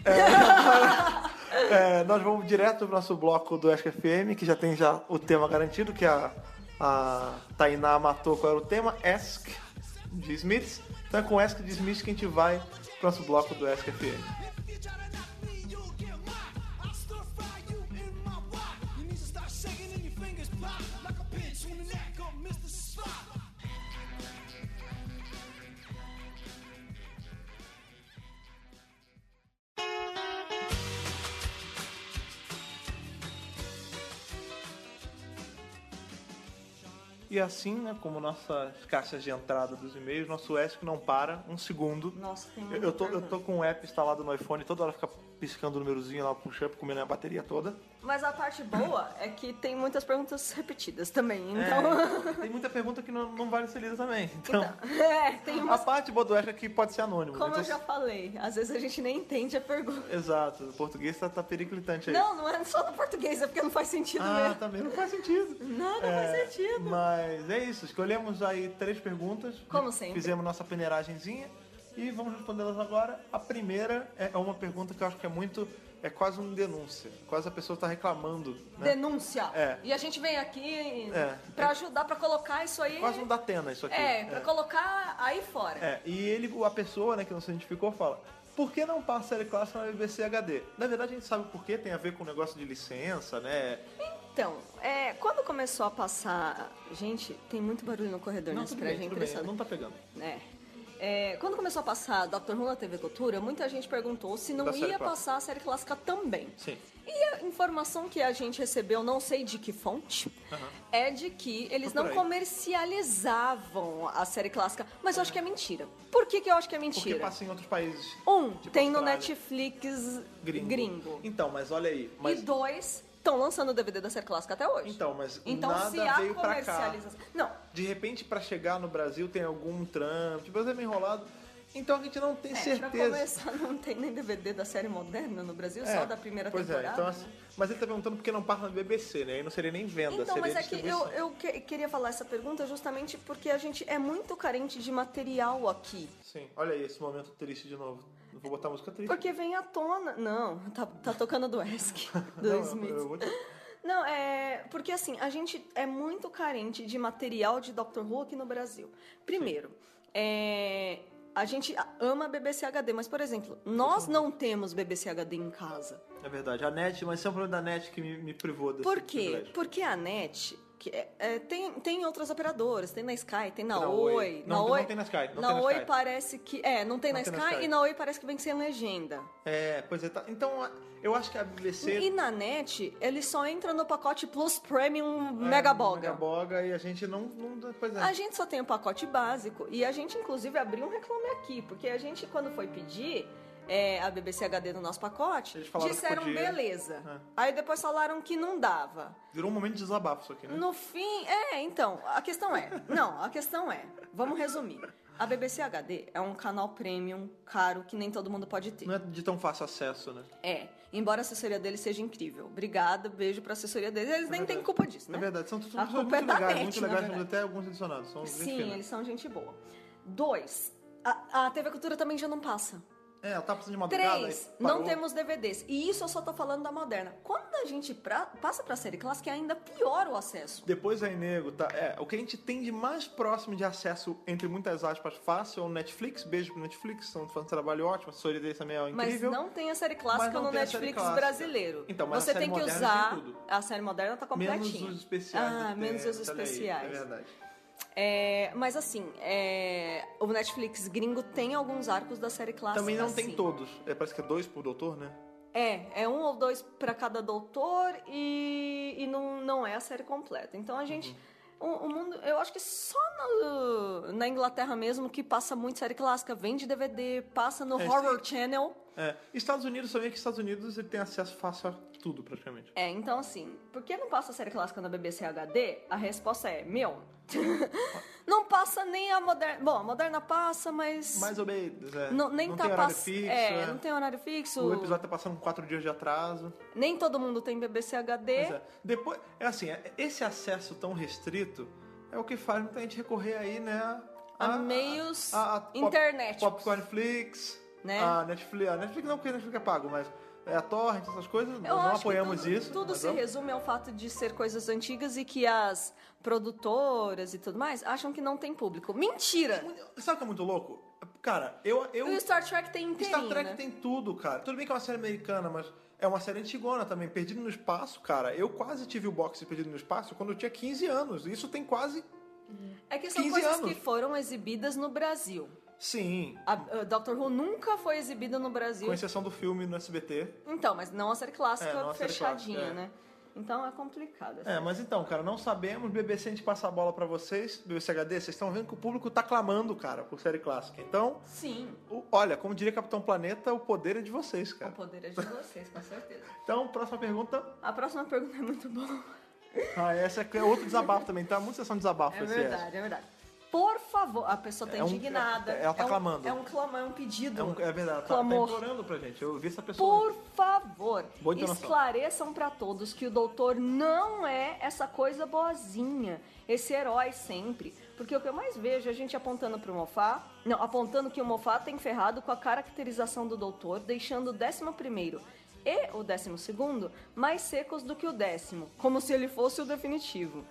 Speaker 1: É, é, nós vamos direto pro nosso bloco do Ask FM, que já tem já o tema garantido, que a, a Tainá matou qual era o tema, Ask de Smiths. Então é com Ask de Smiths que a gente vai pro nosso bloco do Ask FM.
Speaker 5: If you try to knock me, you'll get mocked. I'll stir fry you in my wok. You need to start shaking and your fingers pop like a pinch on the neck of Mr. Spock.
Speaker 1: E assim, né, como nossas caixas de entrada dos e-mails, nosso ESC não para um segundo.
Speaker 4: Nossa, tem
Speaker 1: Eu,
Speaker 4: muita
Speaker 1: eu tô, eu
Speaker 4: pergunta.
Speaker 1: tô com o app instalado no iPhone, toda hora fica piscando o númerozinho lá, puxando, comendo a bateria toda.
Speaker 4: Mas a parte boa é que tem muitas perguntas repetidas também, então...
Speaker 1: É, tem muita pergunta que não, não vale ser lida também. Então,
Speaker 4: É, tem
Speaker 1: a
Speaker 4: umas...
Speaker 1: parte boa do ESC é que pode ser anônimo.
Speaker 4: Como
Speaker 1: né?
Speaker 4: eu
Speaker 1: Então,
Speaker 4: já falei, às vezes a gente nem entende a pergunta.
Speaker 1: Exato, o português tá, tá periclitante aí.
Speaker 4: Não, não é só no português, é porque não faz sentido
Speaker 1: Ah,
Speaker 4: mesmo.
Speaker 1: também não faz sentido. É,
Speaker 4: Não, não faz sentido.
Speaker 1: Mas é isso, escolhemos aí três perguntas.
Speaker 4: Como sempre.
Speaker 1: Fizemos nossa peneiragemzinha e vamos respondê-las agora. A primeira é é uma pergunta que eu acho que é muito. É quase uma denúncia. Quase a pessoa tá reclamando. Né?
Speaker 4: Denúncia.
Speaker 1: É.
Speaker 4: E a gente vem aqui
Speaker 1: É.
Speaker 4: pra ajudar, pra colocar isso aí...
Speaker 1: Quase um da Atena isso aqui.
Speaker 4: É, pra colocar aí fora.
Speaker 1: É, e ele, a pessoa né, que não se identificou fala. Por que não passa série clássica na BBC HD? Na verdade, a gente sabe por quê, tem a ver com o negócio de licença, né?
Speaker 4: Então, é, quando começou a passar. Gente, tem muito barulho no corredor nesse
Speaker 1: tudo
Speaker 4: prédio, é
Speaker 1: bem, tudo bem,
Speaker 4: interessante.
Speaker 1: não tá pegando.
Speaker 4: É. É, quando começou a passar Dr. Who na TV Cultura, muita gente perguntou se não
Speaker 1: Da série
Speaker 4: ia
Speaker 1: clássica.
Speaker 4: passar a série clássica também.
Speaker 1: Sim.
Speaker 4: E a informação que a gente recebeu, não sei de que fonte, é de que eles
Speaker 1: Procura
Speaker 4: não
Speaker 1: aí.
Speaker 4: comercializavam a série clássica. Mas eu acho que é mentira. Por que, que eu acho que é
Speaker 1: Porque
Speaker 4: mentira?
Speaker 1: passa em outros países.
Speaker 4: Um,
Speaker 1: Tipo
Speaker 4: tem no
Speaker 1: Austrália.
Speaker 4: Netflix
Speaker 1: Gringo.
Speaker 4: gringo.
Speaker 1: Então, mas olha aí. Mas
Speaker 4: E dois, estão lançando o DVD da série clássica até hoje.
Speaker 1: Então, mas
Speaker 4: Então,
Speaker 1: nada
Speaker 4: se há
Speaker 1: veio pra cá.
Speaker 4: comercialização. Não,
Speaker 1: de repente, pra chegar no Brasil, tem algum trâmite. O Brasil tipo, é meio enrolado. Então a gente não tem
Speaker 4: É, pra
Speaker 1: certeza.
Speaker 4: começar, não tem nem DVD da série moderna no Brasil,
Speaker 1: É,
Speaker 4: só da primeira
Speaker 1: pois
Speaker 4: temporada.
Speaker 1: É, então, assim, mas ele tá perguntando por que não passa no BBC, né? Aí não seria nem venda,
Speaker 4: Então,
Speaker 1: seria
Speaker 4: mas é que
Speaker 1: distribuição.
Speaker 4: eu, eu que- queria falar essa pergunta justamente porque a gente é muito carente de material aqui.
Speaker 1: Sim, olha aí esse momento triste de novo. Eu Vou botar a música triste.
Speaker 4: Porque é vem à tona. Não, tá, tá tocando do Esk, do
Speaker 1: Não, eu-
Speaker 4: Smith.
Speaker 1: eu vou-
Speaker 4: Não, é. Porque assim, a gente é muito carente de material de Doctor Who aqui no Brasil. Primeiro, é, a gente ama BBC HD, mas, por exemplo, nós não temos BBC HD em casa.
Speaker 1: É verdade, a net, mas isso é um problema da net que me, me privou desse
Speaker 4: Por quê?
Speaker 1: privilégio.
Speaker 4: Porque a NET que é- é, tem, tem outras operadoras, tem na Sky, tem na,
Speaker 1: Na Oi.
Speaker 4: Oi.
Speaker 1: Não, não tem na Sky, não
Speaker 4: na
Speaker 1: tem na
Speaker 4: Oi
Speaker 1: Sky.
Speaker 4: parece que. É, não tem
Speaker 1: Não
Speaker 4: na
Speaker 1: tem na
Speaker 4: Sky,
Speaker 1: Sky.
Speaker 4: e na Oi parece que vem sem legenda.
Speaker 1: É, pois é. Tá, então, a- eu acho que a é BBC...
Speaker 4: E na NET, ele só entra no pacote Plus Premium
Speaker 1: é,
Speaker 4: Megaboga.
Speaker 1: Megaboga e a gente não... não pois é.
Speaker 4: A gente só tem o pacote básico e a gente, inclusive, abriu um reclame aqui, porque a gente, quando foi pedir é, a BBC HD no nosso pacote,
Speaker 1: Eles falaram que
Speaker 4: disseram
Speaker 1: podia.
Speaker 4: beleza.
Speaker 1: É.
Speaker 4: Aí depois falaram que não dava.
Speaker 1: Virou um momento de desabafo isso aqui, né?
Speaker 4: No fim, é, então, a questão é. Não, a questão é. Vamos resumir. A BBC HD é um canal premium caro que nem todo mundo pode ter.
Speaker 1: Não é de tão fácil acesso, né?
Speaker 4: É, embora a assessoria dele seja incrível. Obrigada, beijo pra assessoria deles. Eles nem têm culpa disso, né?
Speaker 1: É verdade, são todos
Speaker 4: A
Speaker 1: pessoas
Speaker 4: culpa é
Speaker 1: muito
Speaker 4: da
Speaker 1: legais,
Speaker 4: NET,
Speaker 1: muito
Speaker 4: na
Speaker 1: legais,
Speaker 4: verdade.
Speaker 1: temos até alguns adicionados. São né? gente
Speaker 4: Sim,
Speaker 1: fina.
Speaker 4: eles são gente boa. Dois, a, a TV Cultura também já não passa.
Speaker 1: É, ela tá precisando de madrugada.
Speaker 4: Três,
Speaker 1: aí
Speaker 4: não
Speaker 1: parou.
Speaker 4: temos DVDs. E isso eu só tô falando da moderna. Quando a gente pra- passa pra série clássica, ainda piora o acesso.
Speaker 1: Depois aí, nego, tá? É, o que a gente tem de mais próximo de acesso, entre muitas aspas, fácil é o Netflix. Beijo pro Netflix, estão fazendo um trabalho ótimo, a assessoria deles também é
Speaker 4: Mas
Speaker 1: incrível.
Speaker 4: não tem a série
Speaker 1: Mas
Speaker 4: clássica
Speaker 1: não
Speaker 4: no
Speaker 1: tem a série
Speaker 4: Netflix
Speaker 1: clássica.
Speaker 4: brasileiro.
Speaker 1: Então, mas a
Speaker 4: Você
Speaker 1: série
Speaker 4: tem que
Speaker 1: moderna
Speaker 4: usar.
Speaker 1: tem tudo.
Speaker 4: A série moderna tá
Speaker 1: menos
Speaker 4: completinha.
Speaker 1: os especiais.
Speaker 4: Ah,
Speaker 1: do
Speaker 4: menos
Speaker 1: Terence,
Speaker 4: os
Speaker 1: olha aí,
Speaker 4: especiais.
Speaker 1: é verdade.
Speaker 4: É, mas assim, é, o Netflix gringo tem alguns arcos da série clássica.
Speaker 1: também não tem
Speaker 4: sim.
Speaker 1: todos. É, parece que é dois por doutor, né?
Speaker 4: É, é um ou dois pra cada doutor e, e não, não é a série completa. Então a gente.
Speaker 1: Uhum.
Speaker 4: O, o mundo. Eu acho que só no- na Inglaterra mesmo que passa muito série clássica, vende DVD, passa no
Speaker 1: É,
Speaker 4: Horror Channel.
Speaker 1: É. Estados Unidos também, que Estados Unidos ele tem acesso fácil a tudo, praticamente.
Speaker 4: É, então assim, por que não passa a série clássica na BBC HD? A resposta é, meu. não passa nem a moderna. Bom, a moderna passa, mas.
Speaker 1: Mais ou menos, é.
Speaker 4: não, nem
Speaker 1: não
Speaker 4: tá
Speaker 1: tem horário
Speaker 4: pass-
Speaker 1: fixo.
Speaker 4: É,
Speaker 1: é.
Speaker 4: não tem horário fixo.
Speaker 1: O episódio tá passando com quatro dias de atraso.
Speaker 4: Nem todo mundo tem BBC HD.
Speaker 1: Pois é. Depois, é assim, é- esse acesso tão restrito é o que faz muita gente recorrer aí, né?
Speaker 4: A meios internet.
Speaker 1: Pop, Popcornflix,
Speaker 4: Né?
Speaker 1: a Netflix. A Netflix não, porque a Netflix é pago, mas é a Torrent, essas coisas, nós
Speaker 4: Eu
Speaker 1: não
Speaker 4: acho
Speaker 1: apoiamos
Speaker 4: que tudo,
Speaker 1: isso.
Speaker 4: Tudo
Speaker 1: mas
Speaker 4: se
Speaker 1: eu-
Speaker 4: resume ao fato de ser coisas antigas e que as produtoras e tudo mais acham que não tem público. Mentira!
Speaker 1: Sabe o que é muito louco? Cara, eu... eu...
Speaker 4: E o Star Trek tem inteirinho,
Speaker 1: Star Trek
Speaker 4: né?
Speaker 1: tem tudo, cara. Tudo bem que é uma série americana, mas é uma série antigona também. Perdido no Espaço, cara. Eu quase tive o boxe Perdido no Espaço quando eu tinha 15 anos. Isso tem quase...
Speaker 4: É que são
Speaker 1: 15
Speaker 4: coisas
Speaker 1: anos.
Speaker 4: que foram exibidas no Brasil.
Speaker 1: Sim,
Speaker 4: A, a Doctor Who nunca foi exibida no Brasil.
Speaker 1: com exceção do filme no SBT.
Speaker 4: Então, mas não a série clássica
Speaker 1: É, não a série
Speaker 4: fechadinha,
Speaker 1: clássica, é.
Speaker 4: né? Então é complicado.
Speaker 1: É,
Speaker 4: assim.
Speaker 1: mas então, cara, não sabemos. BBC, a gente passa a bola pra vocês. BBC HD, vocês estão vendo que o público tá clamando, cara, por série clássica. Então,
Speaker 4: Sim,
Speaker 1: o- olha, como diria Capitão Planeta, o poder é de vocês,
Speaker 4: o
Speaker 1: cara.
Speaker 4: poder é de vocês, com certeza.
Speaker 1: Então, próxima pergunta.
Speaker 4: A próxima pergunta é muito boa.
Speaker 1: Ah, essa é outro desabafo também, tá? Muita sessão de desabafo
Speaker 4: É
Speaker 1: esse
Speaker 4: verdade, é verdade. Por favor, a pessoa tá
Speaker 1: É um-
Speaker 4: indignada.
Speaker 1: é- ela tá
Speaker 4: é um,
Speaker 1: clamando.
Speaker 4: É um clamão, é um pedido.
Speaker 1: É, um- é verdade, tá, tá
Speaker 4: Clamor.
Speaker 1: implorando pra gente. Eu vi essa pessoa.
Speaker 4: Por favor,
Speaker 1: Boa entonação.
Speaker 4: esclareçam pra todos que o doutor não é essa coisa boazinha, esse herói sempre. Porque o que eu mais vejo é a gente apontando pro Mofá, não, apontando que o Mofá tem ferrado com a caracterização do doutor, deixando o décimo primeiro e o décimo segundo mais secos do que o décimo, como se ele fosse o definitivo.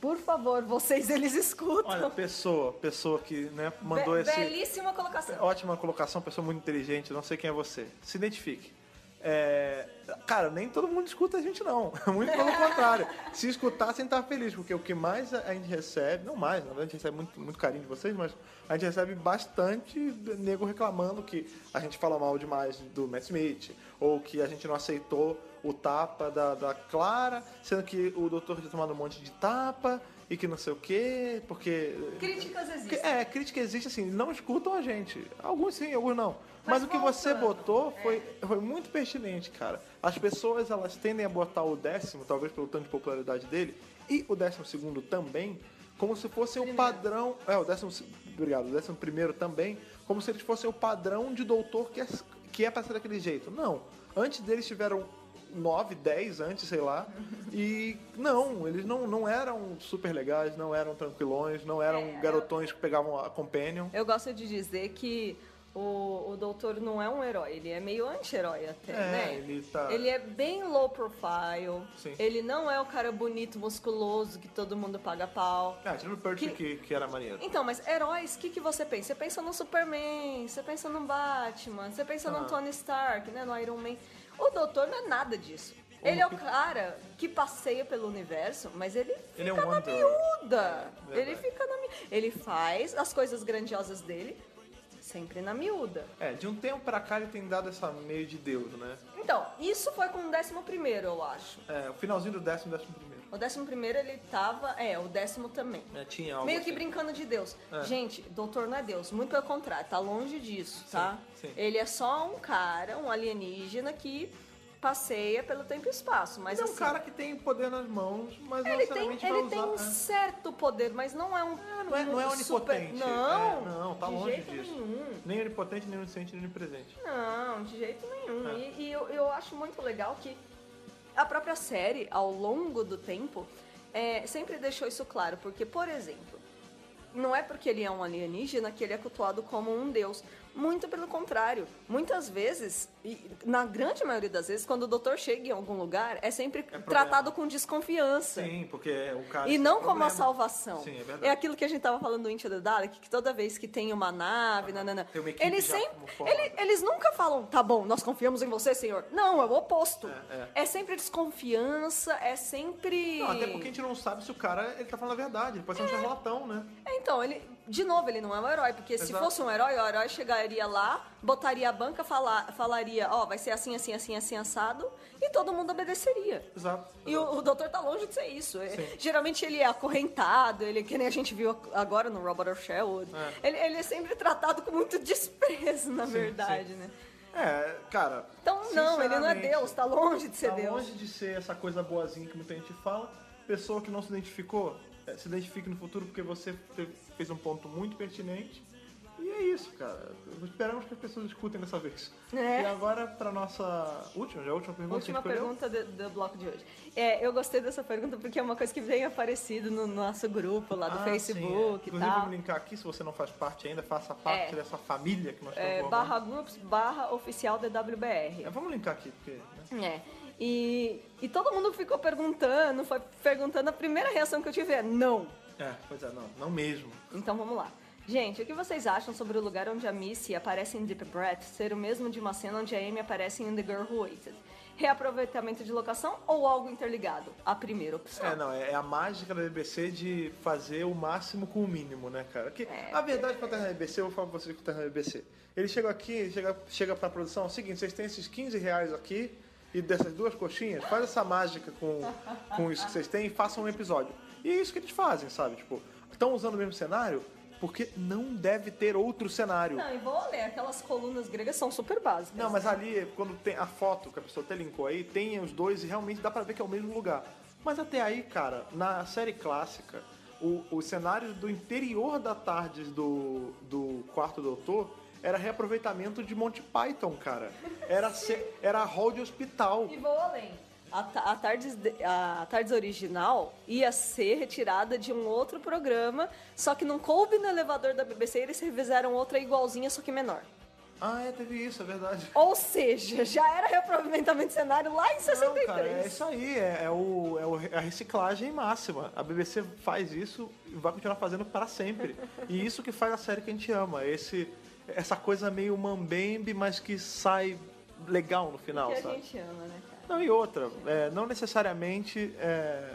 Speaker 4: Por favor, vocês eles escutam.
Speaker 1: Olha, pessoa, pessoa que né, mandou
Speaker 4: Be-
Speaker 1: esse.
Speaker 4: Belíssima colocação.
Speaker 1: é Ótima colocação, pessoa muito inteligente, não sei quem é você. Se identifique. É, Cara, nem todo mundo escuta a gente, não. É Muito pelo contrário. Se escutassem, tá feliz, porque o que mais a gente recebe, não mais, na verdade, a gente recebe muito, muito carinho de vocês, mas a gente recebe bastante nego reclamando que a gente fala mal demais do Matt Smith, ou que a gente não aceitou o tapa da, da Clara, sendo que o doutor tinha tomado um monte de tapa e que não sei o quê, porque.
Speaker 4: Críticas existem.
Speaker 1: É, crítica existe assim, não escutam a gente. Alguns sim, alguns não. Mas,
Speaker 4: Mas
Speaker 1: o que você
Speaker 4: voltando, é.
Speaker 1: botou foi, foi muito pertinente, cara. As pessoas elas tendem a botar o décimo, talvez pelo tanto de popularidade dele, e o décimo segundo também, como se fossem o padrão. É, o décimo. se- Obrigado, o décimo primeiro também, como se eles fossem o padrão de doutor que é, que é pra ser daquele jeito. Não. Antes deles tiveram 9, 10 antes, sei lá. E não, eles não, não eram super legais, não eram tranquilões, não eram
Speaker 4: É,
Speaker 1: garotões que pegavam a Companion.
Speaker 4: Eu gosto de dizer que o, o doutor não é um herói, ele é meio anti-herói até,
Speaker 1: É,
Speaker 4: né?
Speaker 1: ele tá-
Speaker 4: Ele é bem low profile,
Speaker 1: Sim.
Speaker 4: ele não é o cara bonito, musculoso, que todo mundo paga pau.
Speaker 1: Ah, tirando o Percy que,
Speaker 4: Que-
Speaker 1: que era maneiro.
Speaker 4: Então, mas heróis, o que, que você pensa? Você pensa no Superman, você pensa no Batman, você pensa
Speaker 1: Ah.
Speaker 4: no Tony Stark, né? No Iron Man. O doutor não é nada disso. Ele é o cara que passeia pelo universo, mas ele fica
Speaker 1: Ele é um
Speaker 4: na
Speaker 1: Wonder.
Speaker 4: miúda.
Speaker 1: É, verdade.
Speaker 4: ele fica na mi... Ele faz as coisas grandiosas dele sempre na miúda.
Speaker 1: É, de um tempo pra cá ele tem dado essa meio de Deus, né?
Speaker 4: Então, isso foi com o décimo primeiro, eu acho.
Speaker 1: É, o finalzinho do décimo, décimo primeiro.
Speaker 4: O décimo primeiro ele tava. É, o décimo também.
Speaker 1: É, tinha algo
Speaker 4: Meio que
Speaker 1: assim.
Speaker 4: brincando de Deus.
Speaker 1: É.
Speaker 4: Gente, doutor não é Deus, muito pelo contrário, tá longe disso, tá?
Speaker 1: sim.
Speaker 4: Ele é só um cara, um alienígena que passeia pelo tempo e espaço, mas
Speaker 1: Ele é um
Speaker 4: assim,
Speaker 1: cara que tem poder nas mãos, mas não
Speaker 4: ele tem,
Speaker 1: necessariamente vai
Speaker 4: ele
Speaker 1: usar.
Speaker 4: tem um
Speaker 1: né?
Speaker 4: certo poder, mas não é um
Speaker 1: Não é, não é
Speaker 4: um super-
Speaker 1: onipotente.
Speaker 4: não,
Speaker 1: É, não, tá
Speaker 4: de
Speaker 1: longe
Speaker 4: jeito
Speaker 1: disso.
Speaker 4: nenhum.
Speaker 1: Nem onipotente, nem onisciente, nem onipresente.
Speaker 4: Não, de jeito nenhum.
Speaker 1: É.
Speaker 4: E, e eu, eu acho muito legal que a própria série, ao longo do tempo, é, sempre deixou isso claro. Porque, por exemplo, não é porque ele é um alienígena que ele é cultuado como um deus. Muito pelo contrário. Muitas vezes, e na grande maioria das vezes, quando o doutor chega em algum lugar, é sempre
Speaker 1: problema.
Speaker 4: tratado com desconfiança.
Speaker 1: Sim, porque é o cara. um
Speaker 4: E não como a
Speaker 1: problema.
Speaker 4: salvação.
Speaker 1: Sim, é verdade.
Speaker 4: é aquilo que a gente tava falando do Inti da Dalek, que toda vez que tem uma nave, nanana,
Speaker 1: Ah, Tem uma equipe
Speaker 4: eles
Speaker 1: já
Speaker 4: sempre.
Speaker 1: como forma.
Speaker 4: ele- eles nunca falam, tá bom, nós confiamos em você, senhor. Não, é o oposto.
Speaker 1: É,
Speaker 4: É, sempre desconfiança, é sempre.
Speaker 1: Não, até porque a gente não sabe se o cara ele tá falando a verdade. Ele pode ser um charlatão, né?
Speaker 4: É, então, ele. De novo, ele não é um herói, porque se
Speaker 1: Exato.
Speaker 4: fosse um herói, o herói chegaria lá, botaria a banca, fala- falaria, ó, vai ser assim, assim, assim, assim, assado, e todo mundo obedeceria.
Speaker 1: Exato.
Speaker 4: E o, o doutor tá longe de ser isso. Ele- geralmente ele é acorrentado, ele, que nem a gente viu agora no Robot of Sherwood.
Speaker 1: É.
Speaker 4: Ele, ele é sempre tratado com muito desprezo, na
Speaker 1: Sim,
Speaker 4: verdade,
Speaker 1: sim.
Speaker 4: né?
Speaker 1: É, cara.
Speaker 4: Então, não, ele não é
Speaker 1: sinceramente,
Speaker 4: Deus, tá longe de ser
Speaker 1: tá
Speaker 4: Deus.
Speaker 1: longe de ser essa coisa boazinha que muita gente fala. Pessoa que não se identificou, eh, se identifique no futuro porque você te- fez um ponto muito pertinente. E é isso, cara. Esperamos que as pessoas escutem dessa vez.
Speaker 4: É.
Speaker 1: E agora, pra nossa última, já é a última pergunta
Speaker 4: Última
Speaker 1: que a gente escolheu.
Speaker 4: pergunta do, do bloco de hoje. É, eu gostei dessa pergunta porque é uma coisa que vem aparecido no nosso grupo lá do
Speaker 1: Ah,
Speaker 4: Facebook
Speaker 1: sim, é.
Speaker 4: e
Speaker 1: Inclusive,
Speaker 4: tal.
Speaker 1: vamos linkar aqui, se você não faz parte ainda, faça parte
Speaker 4: É.
Speaker 1: dessa família que nós estamos
Speaker 4: É,
Speaker 1: formando.
Speaker 4: barra groups, barra oficial DWBR.
Speaker 1: É, vamos linkar aqui, porque. né?
Speaker 4: É. E, e todo mundo ficou perguntando, foi perguntando, a primeira reação que eu tive é não.
Speaker 1: É, pois é, não, não mesmo.
Speaker 4: Então vamos lá. Gente, o que vocês acham sobre o lugar onde a Missy aparece em Deep Breath ser o mesmo de uma cena onde a Amy aparece em The Girl Who Waited? Reaproveitamento de locação ou algo interligado? A primeira opção.
Speaker 1: É, não, é é a mágica da BBC de fazer o máximo com o mínimo, né, cara? Que,
Speaker 4: É.
Speaker 1: a verdade pra terra da BBC, eu vou falar pra vocês com terra da BBC. Ele chega aqui, chega, chega pra produção, é o seguinte, vocês têm esses 15 reais aqui e dessas duas coxinhas, faz essa mágica com, com isso que vocês têm e façam um episódio. E é isso que eles fazem, sabe? Tipo, estão usando o mesmo cenário porque não deve ter outro cenário.
Speaker 4: Não, e vou ler, aquelas colunas gregas são super básicas.
Speaker 1: Não, mas ali, quando tem a foto que a pessoa até linkou aí, tem os dois e realmente dá pra ver que é o mesmo lugar. Mas até aí, cara, na série clássica, o- os cenários do interior da tarde do, do quarto doutor era reaproveitamento de Monty Python, cara. Era, ce- era hall de hospital.
Speaker 4: E vou além. A, ta- a tardes, de- a Tardes original ia ser retirada de um outro programa, só que não coube no elevador da BBC e eles revisaram outra igualzinha, só que menor.
Speaker 1: Ah, é, teve isso, é verdade.
Speaker 4: Ou seja, já era reaproveitamento de cenário lá em
Speaker 1: Não, cara,
Speaker 4: 63.
Speaker 1: é isso aí, é, é o, é o- é a reciclagem máxima. A BBC faz isso e vai continuar fazendo para sempre. E isso que faz a série que a gente ama, esse, essa coisa meio mambembe, mas que sai legal no final,
Speaker 4: que a
Speaker 1: sabe?
Speaker 4: gente ama, né, cara?
Speaker 1: Não, e outra, é, não necessariamente. é,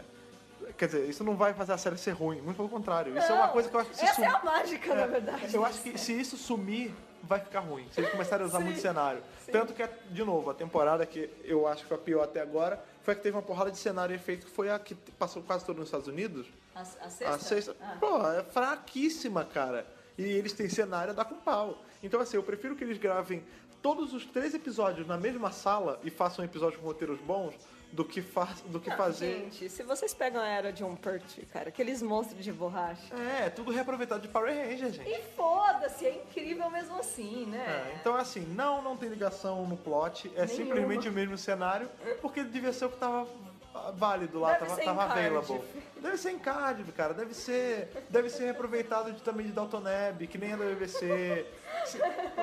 Speaker 1: quer dizer, isso não vai fazer a série ser ruim, muito pelo contrário. Isso é uma
Speaker 4: Não,
Speaker 1: coisa que eu acho que se
Speaker 4: Essa
Speaker 1: sumir-
Speaker 4: é a mágica, na
Speaker 1: é,
Speaker 4: verdade.
Speaker 1: Eu acho que se isso sumir, vai ficar ruim. Se eles começarem a usar
Speaker 4: Sim,
Speaker 1: muito cenário. Tanto que, é, de novo, a temporada que eu acho que foi a pior até agora, foi a que teve uma porrada de cenário e efeito, que foi a que passou quase todo nos Estados Unidos.
Speaker 4: A, a sexta?
Speaker 1: A sexta.
Speaker 4: Ah.
Speaker 1: Pô, é fraquíssima, cara. E eles têm cenário a dar com pau. Então, assim, eu prefiro que eles gravem todos os três episódios na mesma sala e façam episódios com roteiros bons do que, faz, do que
Speaker 4: Não,
Speaker 1: fazer.
Speaker 4: Gente, se vocês pegam a era de um Pert, cara, aqueles monstros de borracha.
Speaker 1: É, tudo reaproveitado de Power Ranger, gente.
Speaker 4: E foda-se, é incrível mesmo assim, né?
Speaker 1: É, então assim, não, não tem ligação no plot, é simplesmente o mesmo cenário, porque devia ser o que tava ah, válido lá,
Speaker 4: Deve
Speaker 1: tava,
Speaker 4: ser em
Speaker 1: tava
Speaker 4: Cardiff.
Speaker 1: available. Deve ser em Cardiff, cara, deve ser, deve ser reaproveitado de- também de Daltoneb, que nem é da BBC. Se-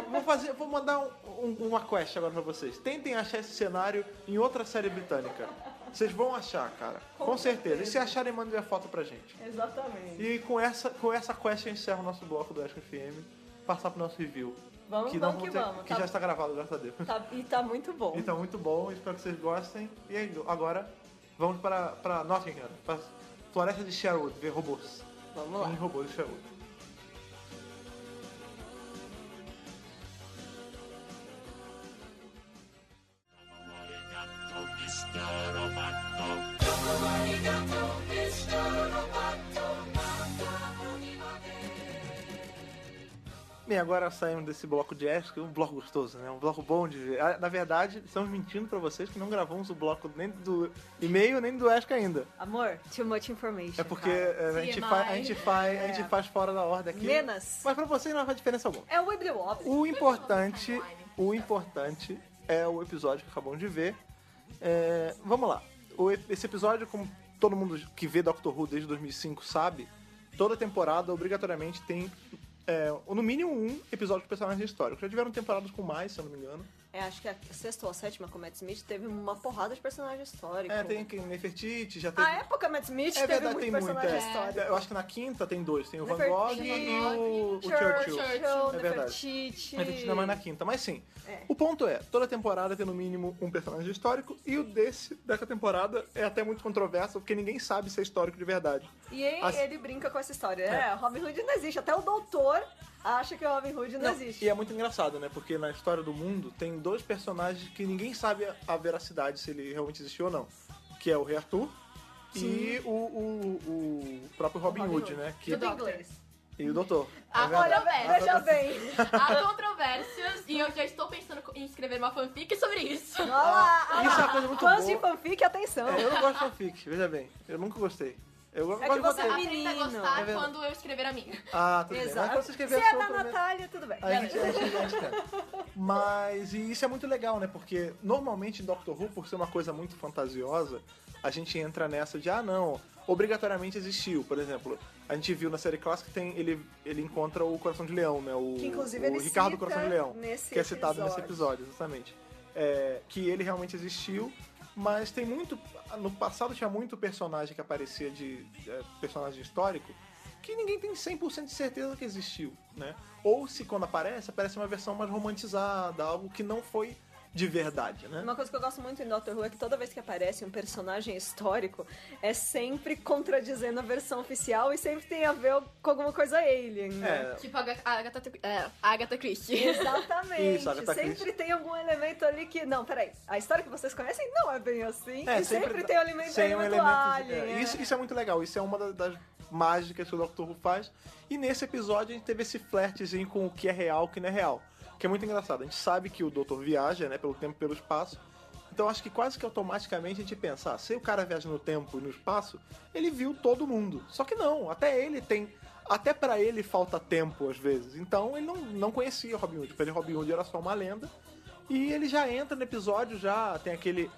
Speaker 1: Vou fazer, vou mandar um- um- uma quest agora pra vocês. Tentem achar esse cenário em outra série britânica. Vocês vão achar, cara. Com,
Speaker 4: Com
Speaker 1: certeza. E
Speaker 4: certeza.
Speaker 1: se acharem, mandem a foto pra gente.
Speaker 4: Exatamente.
Speaker 1: E com essa, com essa quest eu encerro o nosso bloco do Ask FM. Passar pro nosso review.
Speaker 4: Vamos,
Speaker 1: que não
Speaker 4: vamos que
Speaker 1: ter-
Speaker 4: vamos.
Speaker 1: que
Speaker 4: Tá-
Speaker 1: já está gravado, graças a Deus.
Speaker 4: Tá- e tá muito bom.
Speaker 1: Então, muito bom, espero que vocês gostem. E aí, agora, vamos para, para Nottingham, para Floresta de Sherwood, ver robôs.
Speaker 4: Vamos lá.
Speaker 1: Em robôs de Sherwood. Bem, agora saímos desse bloco de Ask, um bloco gostoso, né? Um bloco bom de ver. Ah, Na verdade, estamos mentindo pra vocês que não gravamos o bloco nem do e-mail, nem do Ask ainda.
Speaker 4: Amor, too much information.
Speaker 1: É porque
Speaker 4: cara.
Speaker 1: eh, a, gente
Speaker 3: TMI.
Speaker 1: faz, a, gente faz, a gente
Speaker 4: Ah. É.
Speaker 1: faz fora da ordem aqui.
Speaker 4: Menos.
Speaker 1: Mas pra vocês não faz diferença alguma.
Speaker 4: É o Wibbly
Speaker 1: O importante, o importante é o episódio que acabamos de ver. É, vamos lá. O ep- esse episódio, como todo mundo que vê Doctor Who desde 2005 sabe, toda temporada obrigatoriamente tem é, no mínimo um episódio de personagens históricos. Já tiveram temporadas com mais, se eu não me engano.
Speaker 4: É, acho que a sexta ou a sétima com o Matt Smith teve uma porrada de personagem histórico.
Speaker 1: É, tem quem Nefertiti, já teve.
Speaker 4: A época Matt Smith
Speaker 1: É
Speaker 4: Tipo- Ah, teve
Speaker 1: verdade,
Speaker 4: muito
Speaker 1: tem muito.
Speaker 4: personagem
Speaker 1: é.
Speaker 4: histórico.
Speaker 1: Eu acho que na quinta tem dois. Tem o Van
Speaker 4: Nefertiti,
Speaker 1: Gogh e o, o Churchill.
Speaker 4: Churchill,
Speaker 1: É verdade.
Speaker 4: Nefertiti.
Speaker 1: Mas a gente não é mais na quinta. Mas sim,
Speaker 4: É.
Speaker 1: o ponto é, toda temporada tem no mínimo um personagem histórico e o desse, dessa temporada, é até muito controverso, porque ninguém sabe se é histórico de verdade.
Speaker 4: E ele,
Speaker 1: As-
Speaker 4: ele brinca com essa história. É, Robin Hood não existe. Até o doutor acha que o Robin Hood não,
Speaker 1: Não,
Speaker 4: existe.
Speaker 1: E é muito engraçado, né? Porque na história do mundo tem dois personagens que ninguém sabe a, a veracidade, se ele realmente existiu ou não. Que é o Rei Arthur e o, o- o próprio Robin,
Speaker 4: Robin
Speaker 1: Hood,
Speaker 4: Hood.
Speaker 1: né? Que,
Speaker 4: Tudo em inglês.
Speaker 1: e o Doutor. É
Speaker 3: Ah,
Speaker 1: verdade.
Speaker 3: olha, velho,
Speaker 4: Veja bem.
Speaker 3: Há controvérsias e eu já estou pensando em escrever uma fanfic sobre isso.
Speaker 4: Olha lá. olha
Speaker 1: Isso é
Speaker 4: lá.
Speaker 1: uma coisa muito
Speaker 4: Fãs de
Speaker 1: boa.
Speaker 4: fanfic, atenção.
Speaker 1: É, eu não gosto de fanfic, veja bem. Eu nunca gostei. Eu
Speaker 4: É que
Speaker 1: gosto de
Speaker 4: você-
Speaker 1: roteiro.
Speaker 3: Aprenda a
Speaker 4: Menino.
Speaker 3: gostar
Speaker 1: É verdade.
Speaker 3: quando eu escrever a minha.
Speaker 1: Ah, tudo bem. Mas
Speaker 4: Exato.
Speaker 1: quando você escrever
Speaker 4: Se
Speaker 1: a
Speaker 4: é
Speaker 1: sua,
Speaker 4: da
Speaker 1: pelo menos-
Speaker 4: Natália, tudo bem.
Speaker 1: Aí a gente, a gente, a gente tenta. Mas e isso é muito legal, né? Porque normalmente Doctor Who, por ser uma coisa muito fantasiosa, a gente entra nessa de ah não, obrigatoriamente existiu. Por exemplo, a gente viu na série clássica que tem ele ele encontra o Coração de Leão, né? O,
Speaker 4: Que, inclusive,
Speaker 1: o
Speaker 4: ele
Speaker 1: Ricardo
Speaker 4: cita
Speaker 1: Coração de Leão,
Speaker 4: nesse
Speaker 1: que é citado nesse
Speaker 4: episódio.
Speaker 1: episódio, exatamente. É, que ele realmente existiu. Mas tem muito. No passado tinha muito personagem que aparecia de. é, personagem histórico que ninguém tem 100% de certeza que existiu, né? Ou se quando aparece, aparece uma versão mais romantizada, algo que não foi de verdade, né?
Speaker 4: Uma coisa que eu gosto muito em Doctor Who é que toda vez que aparece um personagem histórico, é sempre contradizendo a versão oficial e sempre tem a ver com alguma coisa alien, né?
Speaker 1: É,
Speaker 3: Tipo a Aga- a Agatha, é, a Agatha Christie.
Speaker 4: Exatamente.
Speaker 1: Isso, tá Agatha
Speaker 4: sempre
Speaker 1: Christie.
Speaker 4: tem algum elemento ali que. Não, peraí. A história que vocês conhecem não é bem assim.
Speaker 1: é,
Speaker 4: e sempre, tem o elemento,
Speaker 1: sem um
Speaker 4: elemento
Speaker 1: elemento-
Speaker 4: alien.
Speaker 1: é,
Speaker 4: é.
Speaker 1: Isso, isso é muito legal, isso é uma da- das mágicas que o Doctor Who faz. E nesse episódio a gente teve esse flertezinho com o que é real, o que não é real. Que é muito engraçado. A gente sabe que o Doutor viaja, né, pelo tempo e pelo espaço. Então acho que quase que automaticamente a gente pensa, ah, se o cara viaja no tempo e no espaço, ele viu todo mundo. Só que não, até ele tem. Até pra ele falta tempo às vezes. Então ele não, não conhecia Robin Hood. Pra ele, Robin Hood era só uma lenda. E ele já entra no episódio, já tem aquele.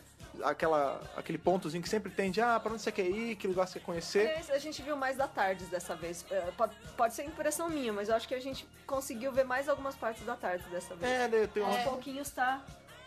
Speaker 1: Aquela, aquele pontozinho que sempre tem de ah, pra onde você quer ir, que lugar você quer conhecer.
Speaker 4: Aliás, A gente viu mais da tarde dessa vez. É, Pode, pode ser impressão minha, mas eu acho que a gente conseguiu ver mais algumas partes da tarde dessa vez.
Speaker 1: É, né, tem um.
Speaker 4: Aos pouquinhos tá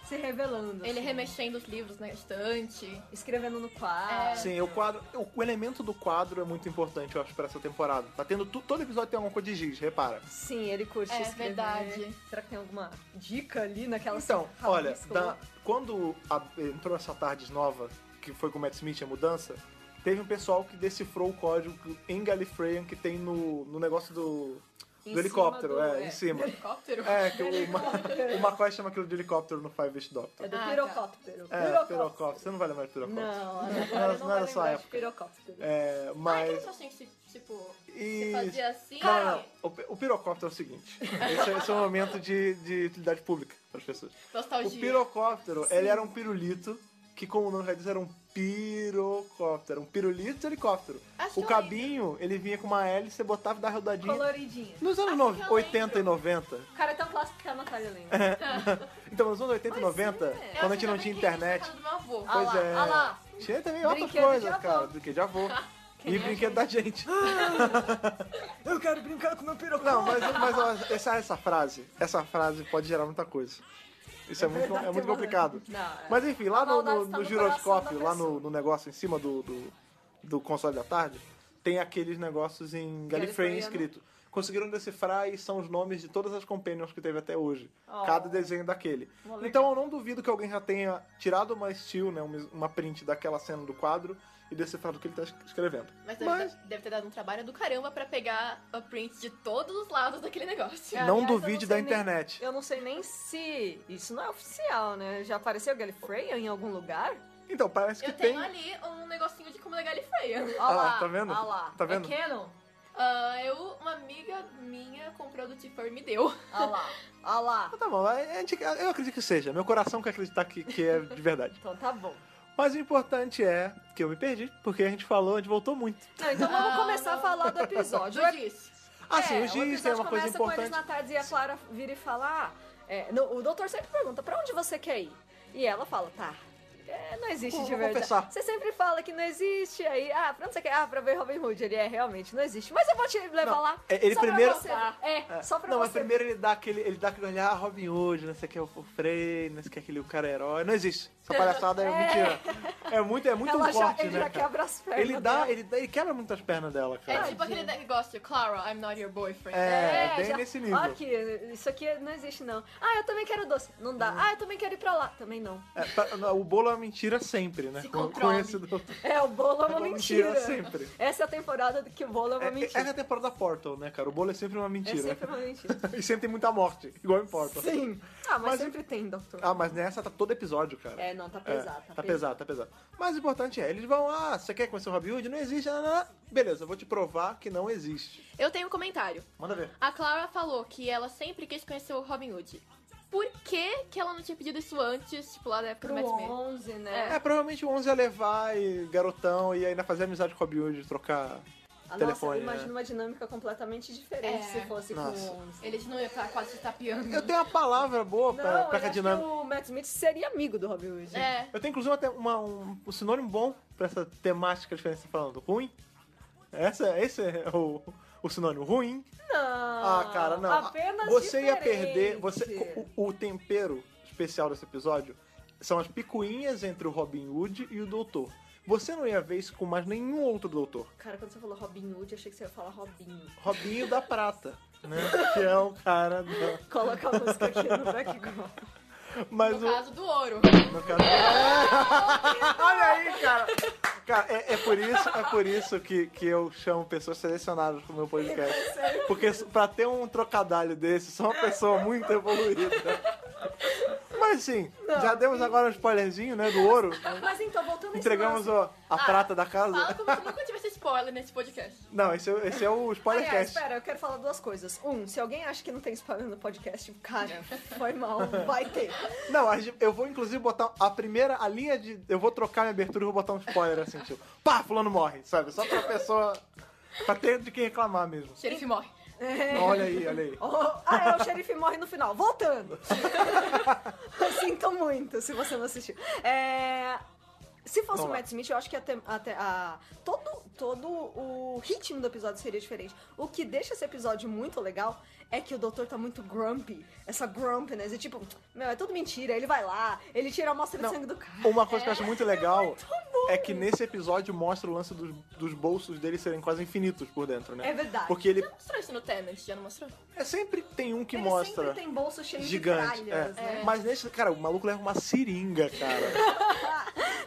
Speaker 4: se revelando.
Speaker 3: Ele
Speaker 4: assim.
Speaker 3: remexendo os livros na estante.
Speaker 4: Escrevendo no
Speaker 3: É.
Speaker 4: quadro.
Speaker 1: Sim, assim, o quadro. O, o elemento do quadro é muito importante, eu acho, pra essa temporada. Tá tendo. tu- todo episódio tem alguma coisa de giz, repara.
Speaker 4: Sim, ele curte
Speaker 3: É,
Speaker 4: escrever.
Speaker 3: verdade.
Speaker 4: Será que tem alguma dica ali naquela
Speaker 1: Então, olha,
Speaker 4: rabisco?
Speaker 1: da- quando a- entrou essa tarde nova, que foi com o Matt Smith a mudança, teve um pessoal que decifrou o código em Gallifreyan que tem no, no negócio do,
Speaker 4: Em
Speaker 1: do
Speaker 4: cima
Speaker 1: helicóptero,
Speaker 4: do-
Speaker 1: é,
Speaker 4: é.
Speaker 1: em cima.
Speaker 3: Helicóptero?
Speaker 1: É, que o, Ma- o McCoy chama aquilo de helicóptero no Five East Doctor.
Speaker 4: É do
Speaker 3: Ah, tá.
Speaker 4: pirocóptero.
Speaker 1: É, pirocóptero. Você não vai lembrar de pirocóptero.
Speaker 4: Não,
Speaker 1: Não,
Speaker 4: agora
Speaker 1: não
Speaker 4: não,
Speaker 1: era
Speaker 4: vai
Speaker 1: só
Speaker 4: lembrar de
Speaker 1: época.
Speaker 4: pirocóptero.
Speaker 1: É,
Speaker 3: Ah, aquele
Speaker 1: mas...
Speaker 3: trocinho que, se- tipo,
Speaker 1: E...
Speaker 3: você fazia assim.
Speaker 1: Não, não, não. O, pi- o pirocóptero é o seguinte. Esse, é- esse é um momento de, de utilidade pública para as pessoas. O
Speaker 3: Nostalgia.
Speaker 1: pirocóptero, ele era um pirulito que, como o nome já diz, era um pirocóptero, um pirulito de helicóptero.
Speaker 3: Acho que
Speaker 1: o
Speaker 3: eu
Speaker 1: cabinho, ele vinha com uma hélice, você botava e dava rodadinha.
Speaker 4: Coloridinha.
Speaker 1: Nos anos
Speaker 3: Acho
Speaker 1: nove-
Speaker 3: que eu
Speaker 1: 80 e 90,
Speaker 4: O cara é tão clássico que a Natália lembra.
Speaker 1: É, então nos anos 80 e 90,
Speaker 3: É, Eu
Speaker 1: quando a
Speaker 3: acho que
Speaker 1: gente não
Speaker 3: ainda
Speaker 1: tinha
Speaker 3: bem que a gente
Speaker 1: internet,
Speaker 3: tá falando do meu avô.
Speaker 4: Ah
Speaker 1: pois
Speaker 4: lá,
Speaker 1: é,
Speaker 4: ah lá.
Speaker 1: tinha também outras
Speaker 4: Brinquedo de
Speaker 1: coisas,
Speaker 4: avô. é
Speaker 1: cara, brinquedo de avô. E brinquedo da gente.
Speaker 4: Eu quero brincar com meu pirocóptero.
Speaker 1: Não, mas, mas ó, essa, essa frase, essa frase pode gerar muita coisa. Isso é, muito, é muito complicado.
Speaker 4: Não, é.
Speaker 1: Mas enfim, lá
Speaker 4: A
Speaker 1: no,
Speaker 4: maldade
Speaker 1: no,
Speaker 4: está
Speaker 1: no
Speaker 4: no
Speaker 1: giroscópio,
Speaker 4: coração da
Speaker 1: lá no,
Speaker 4: pessoa.
Speaker 1: no negócio em cima do, do, do console da tarde, tem aqueles negócios em Galifrey
Speaker 2: Galifrey,
Speaker 1: escrito. Conseguiram decifrar e são os nomes de todas as companions que teve até hoje.
Speaker 4: Oh.
Speaker 1: Cada desenho daquele. Então eu não duvido que alguém já tenha tirado uma steel, né, uma uma print daquela cena do quadro e decifrado o que ele está escrevendo.
Speaker 3: Mas deve, dar- deve ter dado um trabalho do caramba pra pegar a print de todos os lados daquele negócio.
Speaker 4: É,
Speaker 1: não
Speaker 4: aliás, eu
Speaker 1: duvide
Speaker 4: não sei
Speaker 1: da
Speaker 4: nem-
Speaker 1: internet.
Speaker 4: Eu não sei nem se isso não é oficial, né? Já apareceu Gallifrey em algum lugar?
Speaker 1: Então, parece que
Speaker 3: Eu
Speaker 1: tem.
Speaker 3: tenho ali um negocinho de como legal e feia.
Speaker 4: Olha
Speaker 1: Ah,
Speaker 4: lá,
Speaker 1: tá vendo?
Speaker 4: Olha lá.
Speaker 1: Tá vendo?
Speaker 4: É Canon?
Speaker 3: Ah, eu, uma amiga minha comprou do Tiffany e me deu.
Speaker 4: Olha lá. Olha lá.
Speaker 1: Ah, Tá bom, mas a gente- eu acredito que seja. Meu coração quer acreditar que, que é de verdade.
Speaker 4: Então tá bom.
Speaker 1: Mas o importante é que eu me perdi, porque a gente falou, a gente voltou muito.
Speaker 4: Não, então
Speaker 1: Ah,
Speaker 4: vamos começar a falar do episódio.
Speaker 3: Do Giz.
Speaker 1: Assim,
Speaker 4: é,
Speaker 1: o
Speaker 4: o
Speaker 1: giz tem
Speaker 4: episódio
Speaker 1: uma coisa
Speaker 4: começa com eles
Speaker 1: importante.
Speaker 4: na tarde e a Clara vira e fala... Ah, é, no- o doutor sempre pergunta, pra onde você quer ir? E ela fala, tá... é, não existe
Speaker 1: Vou-
Speaker 4: de
Speaker 1: vou
Speaker 4: verdade.
Speaker 1: confessar.
Speaker 4: Você sempre fala que não existe, aí, ah, pra onde você quer? Ah, pra ver Robin Hood. Ele é, realmente, não existe. Mas eu vou te levar
Speaker 1: Não,
Speaker 4: lá.
Speaker 1: é, ele
Speaker 4: só pra
Speaker 1: primeiro-
Speaker 4: você. É, só pra
Speaker 1: não,
Speaker 4: você.
Speaker 1: mas primeiro ele dá aquele, ele dá aquele olhar, ah, Robin Hood, não sei o que é o Frei, não sei o que é aquele o cara é herói. Não existe. Essa palhaçada é, mentira. É muito, é muito
Speaker 4: ela
Speaker 1: um
Speaker 4: já,
Speaker 1: corte,
Speaker 4: ele
Speaker 1: né?
Speaker 4: já
Speaker 1: cara?
Speaker 4: quebra as pernas. né?
Speaker 1: Ele dá,
Speaker 4: dela.
Speaker 1: ele dá, ele quebra muito as pernas dela,
Speaker 3: É
Speaker 1: cara.
Speaker 3: tipo aquele negócio, Clara, I'm not your boyfriend.
Speaker 1: É, bem
Speaker 4: já-
Speaker 1: nesse nível.
Speaker 4: Ó aqui, isso aqui não existe, não. Ah, eu também quero doce. Não dá. Ah, eu também quero ir pra lá. Também não.
Speaker 1: É, pra- não, o bolo é uma mentira sempre, né?
Speaker 3: Se
Speaker 1: Com-
Speaker 3: controle.
Speaker 1: esse doutor.
Speaker 4: É, o bolo é uma mentira.
Speaker 1: sempre.
Speaker 4: Essa é a temporada do que o bolo é uma
Speaker 1: É,
Speaker 4: mentira.
Speaker 1: essa é a temporada Portal, né, cara? O bolo é sempre uma mentira.
Speaker 4: É sempre uma mentira.
Speaker 1: e sempre tem muita morte, igual em Portal.
Speaker 4: Sim. Ah, mas,
Speaker 1: Mas-
Speaker 4: sempre tem, doutor.
Speaker 1: Ah, mas nessa tá todo episódio, cara.
Speaker 4: É, não, tá pesado.
Speaker 1: tá pesado, tá pesado. Mas o importante é, eles vão, ah, você quer conhecer o Robin Hood? Não existe. não, não, não. Beleza, eu vou te provar que não existe.
Speaker 3: Eu tenho um comentário.
Speaker 1: Manda ver.
Speaker 3: A Clara falou que ela sempre quis conhecer o Robin Hood. Por que, que ela não tinha pedido isso antes, tipo, lá na época
Speaker 4: Pro
Speaker 3: do Matt Smith?
Speaker 4: 11, né?
Speaker 1: É, provavelmente o 11 ia levar e garotão e ainda fazer amizade com o Robin Hood, trocar
Speaker 4: Ah, nossa, eu
Speaker 1: telefone.
Speaker 4: imagino
Speaker 1: né?
Speaker 4: uma dinâmica completamente diferente
Speaker 3: É.
Speaker 4: se fosse
Speaker 1: Nossa.
Speaker 4: com o 11.
Speaker 3: Eles não iam estar quase se tapeando.
Speaker 1: Eu tenho uma palavra boa
Speaker 4: Não,
Speaker 1: pra, pra
Speaker 4: eu acho
Speaker 1: essa
Speaker 4: que
Speaker 1: dinâmica.
Speaker 4: o Matt Smith seria amigo do Robin Hood.
Speaker 3: É.
Speaker 1: Eu tenho inclusive até uma- um, um sinônimo bom pra essa temática diferente que você tá falando. Ruim? Essa, esse é o, o sinônimo ruim.
Speaker 4: Não.
Speaker 1: Ah, cara, não.
Speaker 4: Apenas
Speaker 1: você ia
Speaker 4: diferente.
Speaker 1: perder. Você, o, o tempero especial desse episódio são as picuinhas entre o Robin Hood e o Doutor. Você não ia ver isso com mais nenhum outro doutor.
Speaker 4: Cara, quando você falou Robin Hood, eu achei que você ia falar Robinho.
Speaker 1: Robinho da Prata, né? Que é o cara do.
Speaker 4: Coloca a música aqui no background.
Speaker 1: Mas
Speaker 3: No
Speaker 1: o.
Speaker 3: caso do ouro.
Speaker 1: No caso... Olha aí, cara! Cara, é, é por isso, é por isso que, que eu chamo pessoas selecionadas pro meu podcast. Porque s- pra ter um trocadalho desse, sou uma pessoa muito evoluída. Mas sim, já demos agora um spoilerzinho, né, do ouro.
Speaker 4: Mas então, voltando a esse
Speaker 1: Entregamos
Speaker 4: lance-
Speaker 1: ó, a prata da
Speaker 3: Fala
Speaker 1: casa.
Speaker 3: como se nunca tivesse spoiler nesse podcast.
Speaker 1: Não, esse, é- esse é o
Speaker 4: Aliás,
Speaker 1: spoilercast.
Speaker 4: espera, eu quero falar duas coisas. Um, se alguém acha que não tem spoiler no podcast, cara, foi mal, vai ter.
Speaker 1: Não, a gente- eu vou inclusive botar a primeira, a linha de. Eu vou trocar minha abertura e vou botar um spoiler assim, tipo, pá, fulano morre, sabe? Só pra pessoa. Pra ter de quem reclamar mesmo.
Speaker 3: Xerife morre.
Speaker 1: Olha aí, olha aí.
Speaker 4: Oh, ah, é, o xerife morre no final. Voltando. Eu Sinto muito se você não assistiu. É, Se fosse
Speaker 1: Vamos
Speaker 4: o
Speaker 1: lá.
Speaker 4: Matt Smith, eu acho que até, até- a- todo, todo o ritmo do episódio seria diferente. O que deixa esse episódio muito legal é que o doutor tá muito grumpy. Essa grumpiness. E tipo, meu, é tudo mentira. Ele vai lá, ele tira a amostra de sangue do cara.
Speaker 1: Uma coisa que eu acho muito legal
Speaker 4: bom.
Speaker 1: é que nesse episódio mostra o lance dos, dos bolsos dele serem quase infinitos por dentro, né?
Speaker 4: É verdade.
Speaker 1: Porque ele
Speaker 3: Já mostrou isso no Tenant, já não mostrou?
Speaker 1: é, sempre tem um que
Speaker 4: Ele
Speaker 1: mostra.
Speaker 4: sempre tem bolso cheio
Speaker 1: Gigante.
Speaker 4: de tralhas,
Speaker 1: é.
Speaker 4: né?
Speaker 1: Mas nesse, cara, o maluco leva uma seringa, cara.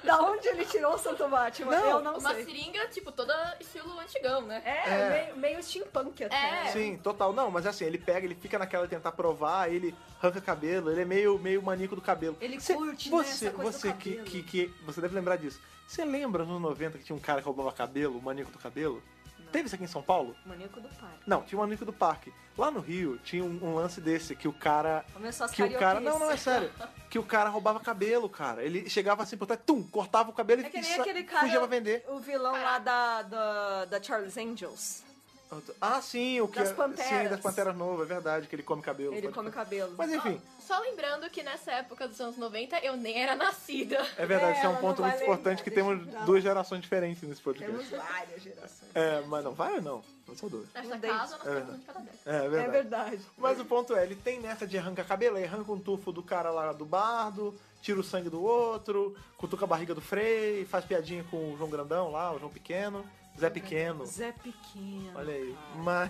Speaker 4: Da onde ele tirou o Santo Batman?
Speaker 1: Não,
Speaker 4: eu não
Speaker 3: Uma
Speaker 4: sei.
Speaker 3: seringa, tipo, toda estilo antigão, né?
Speaker 4: É,
Speaker 1: É.
Speaker 4: Meio, meio steampunk até.
Speaker 3: É.
Speaker 4: né?
Speaker 1: Sim, total. Não, mas assim, ele pega, ele fica naquela de tentar provar, aí ele arranca cabelo, ele é meio, meio maníaco do cabelo.
Speaker 4: Ele
Speaker 1: Cê-
Speaker 4: curte, né,
Speaker 1: você,
Speaker 4: essa coisa do
Speaker 1: você que,
Speaker 4: cabelo.
Speaker 1: que, que- Você deve lembrar disso. Você lembra nos anos 90 que tinha um cara que roubava cabelo, o maníaco do cabelo? Teve isso aqui em São Paulo?
Speaker 4: Maníaco do parque.
Speaker 1: Não, tinha um amigo do parque. Lá no Rio tinha um, um lance desse que o cara.
Speaker 4: Começou as
Speaker 1: Que o cara. Não,
Speaker 4: carioquices.
Speaker 1: não, é sério. Que o cara roubava cabelo, cara. Ele chegava assim por trás, tum, cortava o cabelo
Speaker 4: É
Speaker 1: e
Speaker 4: que nem
Speaker 1: sa-
Speaker 4: aquele cara.
Speaker 1: fugia pra vender.
Speaker 4: O vilão lá da, da, da Charles Angels.
Speaker 1: Ah, sim, o que.
Speaker 4: Das
Speaker 1: é- Sim,
Speaker 4: Panteras.
Speaker 1: das Panteras Novas, é verdade, que ele come cabelo.
Speaker 4: Ele
Speaker 1: pode-
Speaker 4: come cabelo.
Speaker 1: "Tá." Mas é enfim,
Speaker 4: É.
Speaker 3: Só lembrando que nessa época dos anos 90 eu nem era nascida.
Speaker 1: é verdade, isso é
Speaker 4: ela
Speaker 1: um
Speaker 4: não
Speaker 1: ponto
Speaker 4: vai
Speaker 1: muito
Speaker 4: lembrar,
Speaker 1: importante que
Speaker 4: deixa
Speaker 1: temos
Speaker 4: pra lá.
Speaker 1: duas gerações diferentes nesse podcast.
Speaker 4: Temos várias gerações.
Speaker 1: É, mas não, vai ou não? Não sou duas.
Speaker 3: Nesta
Speaker 4: Mudei.
Speaker 3: casa, nós
Speaker 1: É.
Speaker 3: temos um de cada década.
Speaker 1: É, é
Speaker 4: É
Speaker 1: verdade.
Speaker 4: verdade.
Speaker 1: Mas o ponto é, ele tem nessa de arrancar cabelo, aí arranca um tufo do cara lá do bardo, tira o sangue do outro, cutuca a barriga do Frei, faz piadinha com o João Grandão lá, o João Pequeno, Zé Pequeno.
Speaker 4: Zé Pequeno.
Speaker 1: Olha aí. Mas.